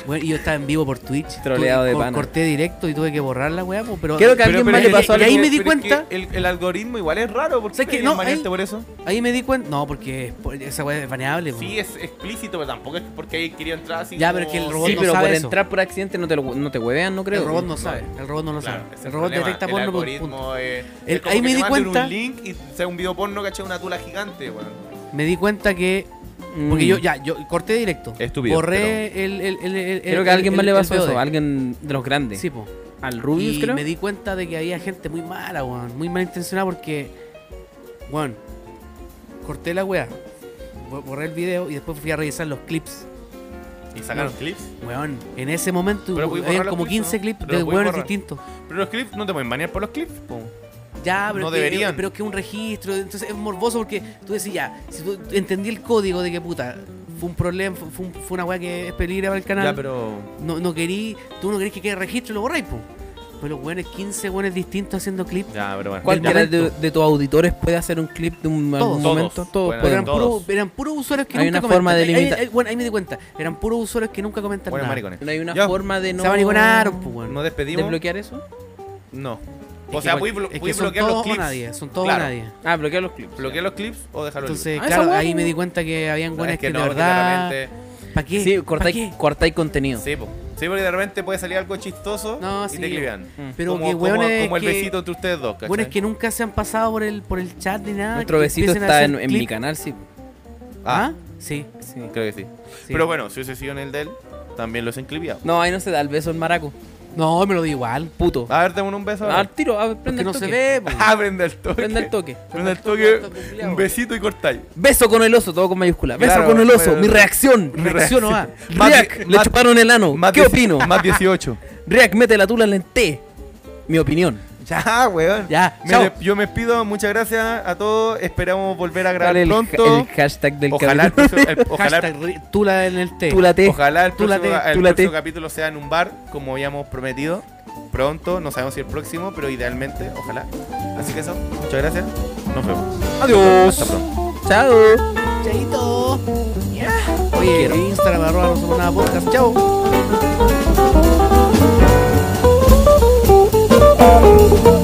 Bueno, y yo estaba en vivo por Twitch.
Troleado
Tuve-
de
co-
pana.
Corté directo y tuve que borrar la weá, po, pero.
Creo que alguien más le
pero-
pasó
y- y
algo.
ahí
que-
me di
pero es que
cuenta-
El, el algoritmo igual es raro, porque
¿Sabes qué?
es
No, ahí-
por eso.
Ahí me di cuenta. No, porque es por- esa weá es baneable. po.
Sí, es explícito, pero tampoco es porque ahí quería entrar así.
Ya,
como-
pero es que el robot
Sí,
no
pero
sabe
por
eso.
entrar por accidente no te, lo- no te huevean, no creo.
el robot no sabe. El robot no lo
Claro,
sabe.
ese es
El robot
problema,
detecta
el
porno por
algoritmo
punto.
es-
El-
es como
ahí
que
me
te
di
manden
cuenta-
un link y sea un video porno, caché una tula gigante, weón.
Me di cuenta que.
Mm.
Porque yo ya, yo corté directo.
Estúpido,
Borré el, el, el, el-
Creo
el-
que a alguien
el-
más le
el
pasó
POD.
eso, a alguien de los grandes.
Sí, po.
Al Rubius,
y
creo.
me di cuenta de que había gente muy mala, weón. Muy malintencionada porque, weón, corté la weá, bo- borré el video y después fui a revisar los clips.
Y sacaron
No.
clips.
Weón, en ese momento
Pero
hubo-
podéis
habían
borrar
como
los clips,
15
¿no?
clips
Pero
de
los podéis
weones
borrar.
distintos.
Pero los clips no te pueden banear por los clips, po.
Ya, pero,
No
es que-
deberían.
pero es que es un registro, entonces es morboso porque tú decís ya, si tú entendí el código de que puta, fue un problema, fue, fue un- fue una weá que es peligrosa para el canal.
Ya, pero.
No, no querí, tú no querés que quede registro y lo borráis, po. Pero los weones, 15 weones distintos haciendo clips.
Ya, pero bueno.
¿Cuál
Ya.
momento.
Cualquiera de, de tus auditores puede hacer un clip de un
Todos.
algún momento.
Todos.
Todos,
Bueno,
Pero
pueden.
eran,
todos.
puro- eran puros usuarios que
Hay
nunca
una forma de
comentan. Ahí-
limitar-
ahí- bueno, ahí me di cuenta. Eran puros usuarios que nunca comentan
Buenos
nada.
maricones.
No hay una
Ya.
forma de no.
Se abaniconaron, pues, weón.
¿Nos despedimos?
¿Desbloquear eso?
No.
Es
O
que
sea,
cual-
puedes blo-
es que
puedes
son
bloquear
todos
los
o
clips.
nadie, son todos o
Claro.
nadea.
Ah, bloquear los clips.
Bloquear los clips o dejarlos
Entonces,
Ah, esa
claro,
weá,
ahí
pues.
me di cuenta que habían
libres. No,
buenas
es
que, de
que no, porque
verdad.
de repente-
¿Para qué?
Sí,
¿Pa'
cortáis,
qué?
cortáis contenido.
Sí, po. Sí, porque de repente puede salir algo chistoso
No,
y
sí,
te clivean.
Mm.
Pero
como,
que
como-
weones
como el
que-
besito entre ustedes dos, ¿cachai?
Buenas que nunca se han pasado por el, por el chat ni nada.
Nuestro
Ah, que
besito
empiecen a
está
hacer
en, en mi
clip.
canal, sí.
¿Ah? Sí.
sí.
Creo que sí.
sí.
Pero bueno, si hubiese sido en el de él, también los encliviado.
No, ahí no se da el beso al maraco.
No, me lo di igual.
Puto.
A ver, dame un beso.
Ah, tiro, ah, prende
Porque
el
no se
toque.
ve, po.
Ah, prende el toque.
Prende el toque.
Prende el
toque,
toque,
toque, culiao.
un besito y cortáis.
Beso con el oso, todo con mayúscula. Beso
Claro,
con el oso,
bueno.
mi reacción.
Mi
Reacción o va.
Más
Reac,
die-
le
más-
chuparon el ano.
Más
¿Qué
10
opino?
Más 18.
Reac, mete la tula en el té. Mi opinión.
Ya, weón.
Ya,
Me
chao.
de- yo me despido, muchas gracias a todos. Esperamos volver a grabar
Dale el,
pronto.
el hashtag del
ojalá el
capítulo.
próximo- el- ojalá,
Hashtag re- tula en el té.
Tula té.
ojalá el
Tú la
próximo,
te-
el
tú la te.
próximo capítulo sea en un bar, como habíamos prometido. Pronto, no sabemos si el próximo, pero idealmente, ojalá. Así que eso, muchas gracias. Nos vemos.
Adiós.
Hasta pronto.
Chao.
Chaito. Oye,
Quiero.
Instagram, arroba, no somos nada podcast. Chao.
Thank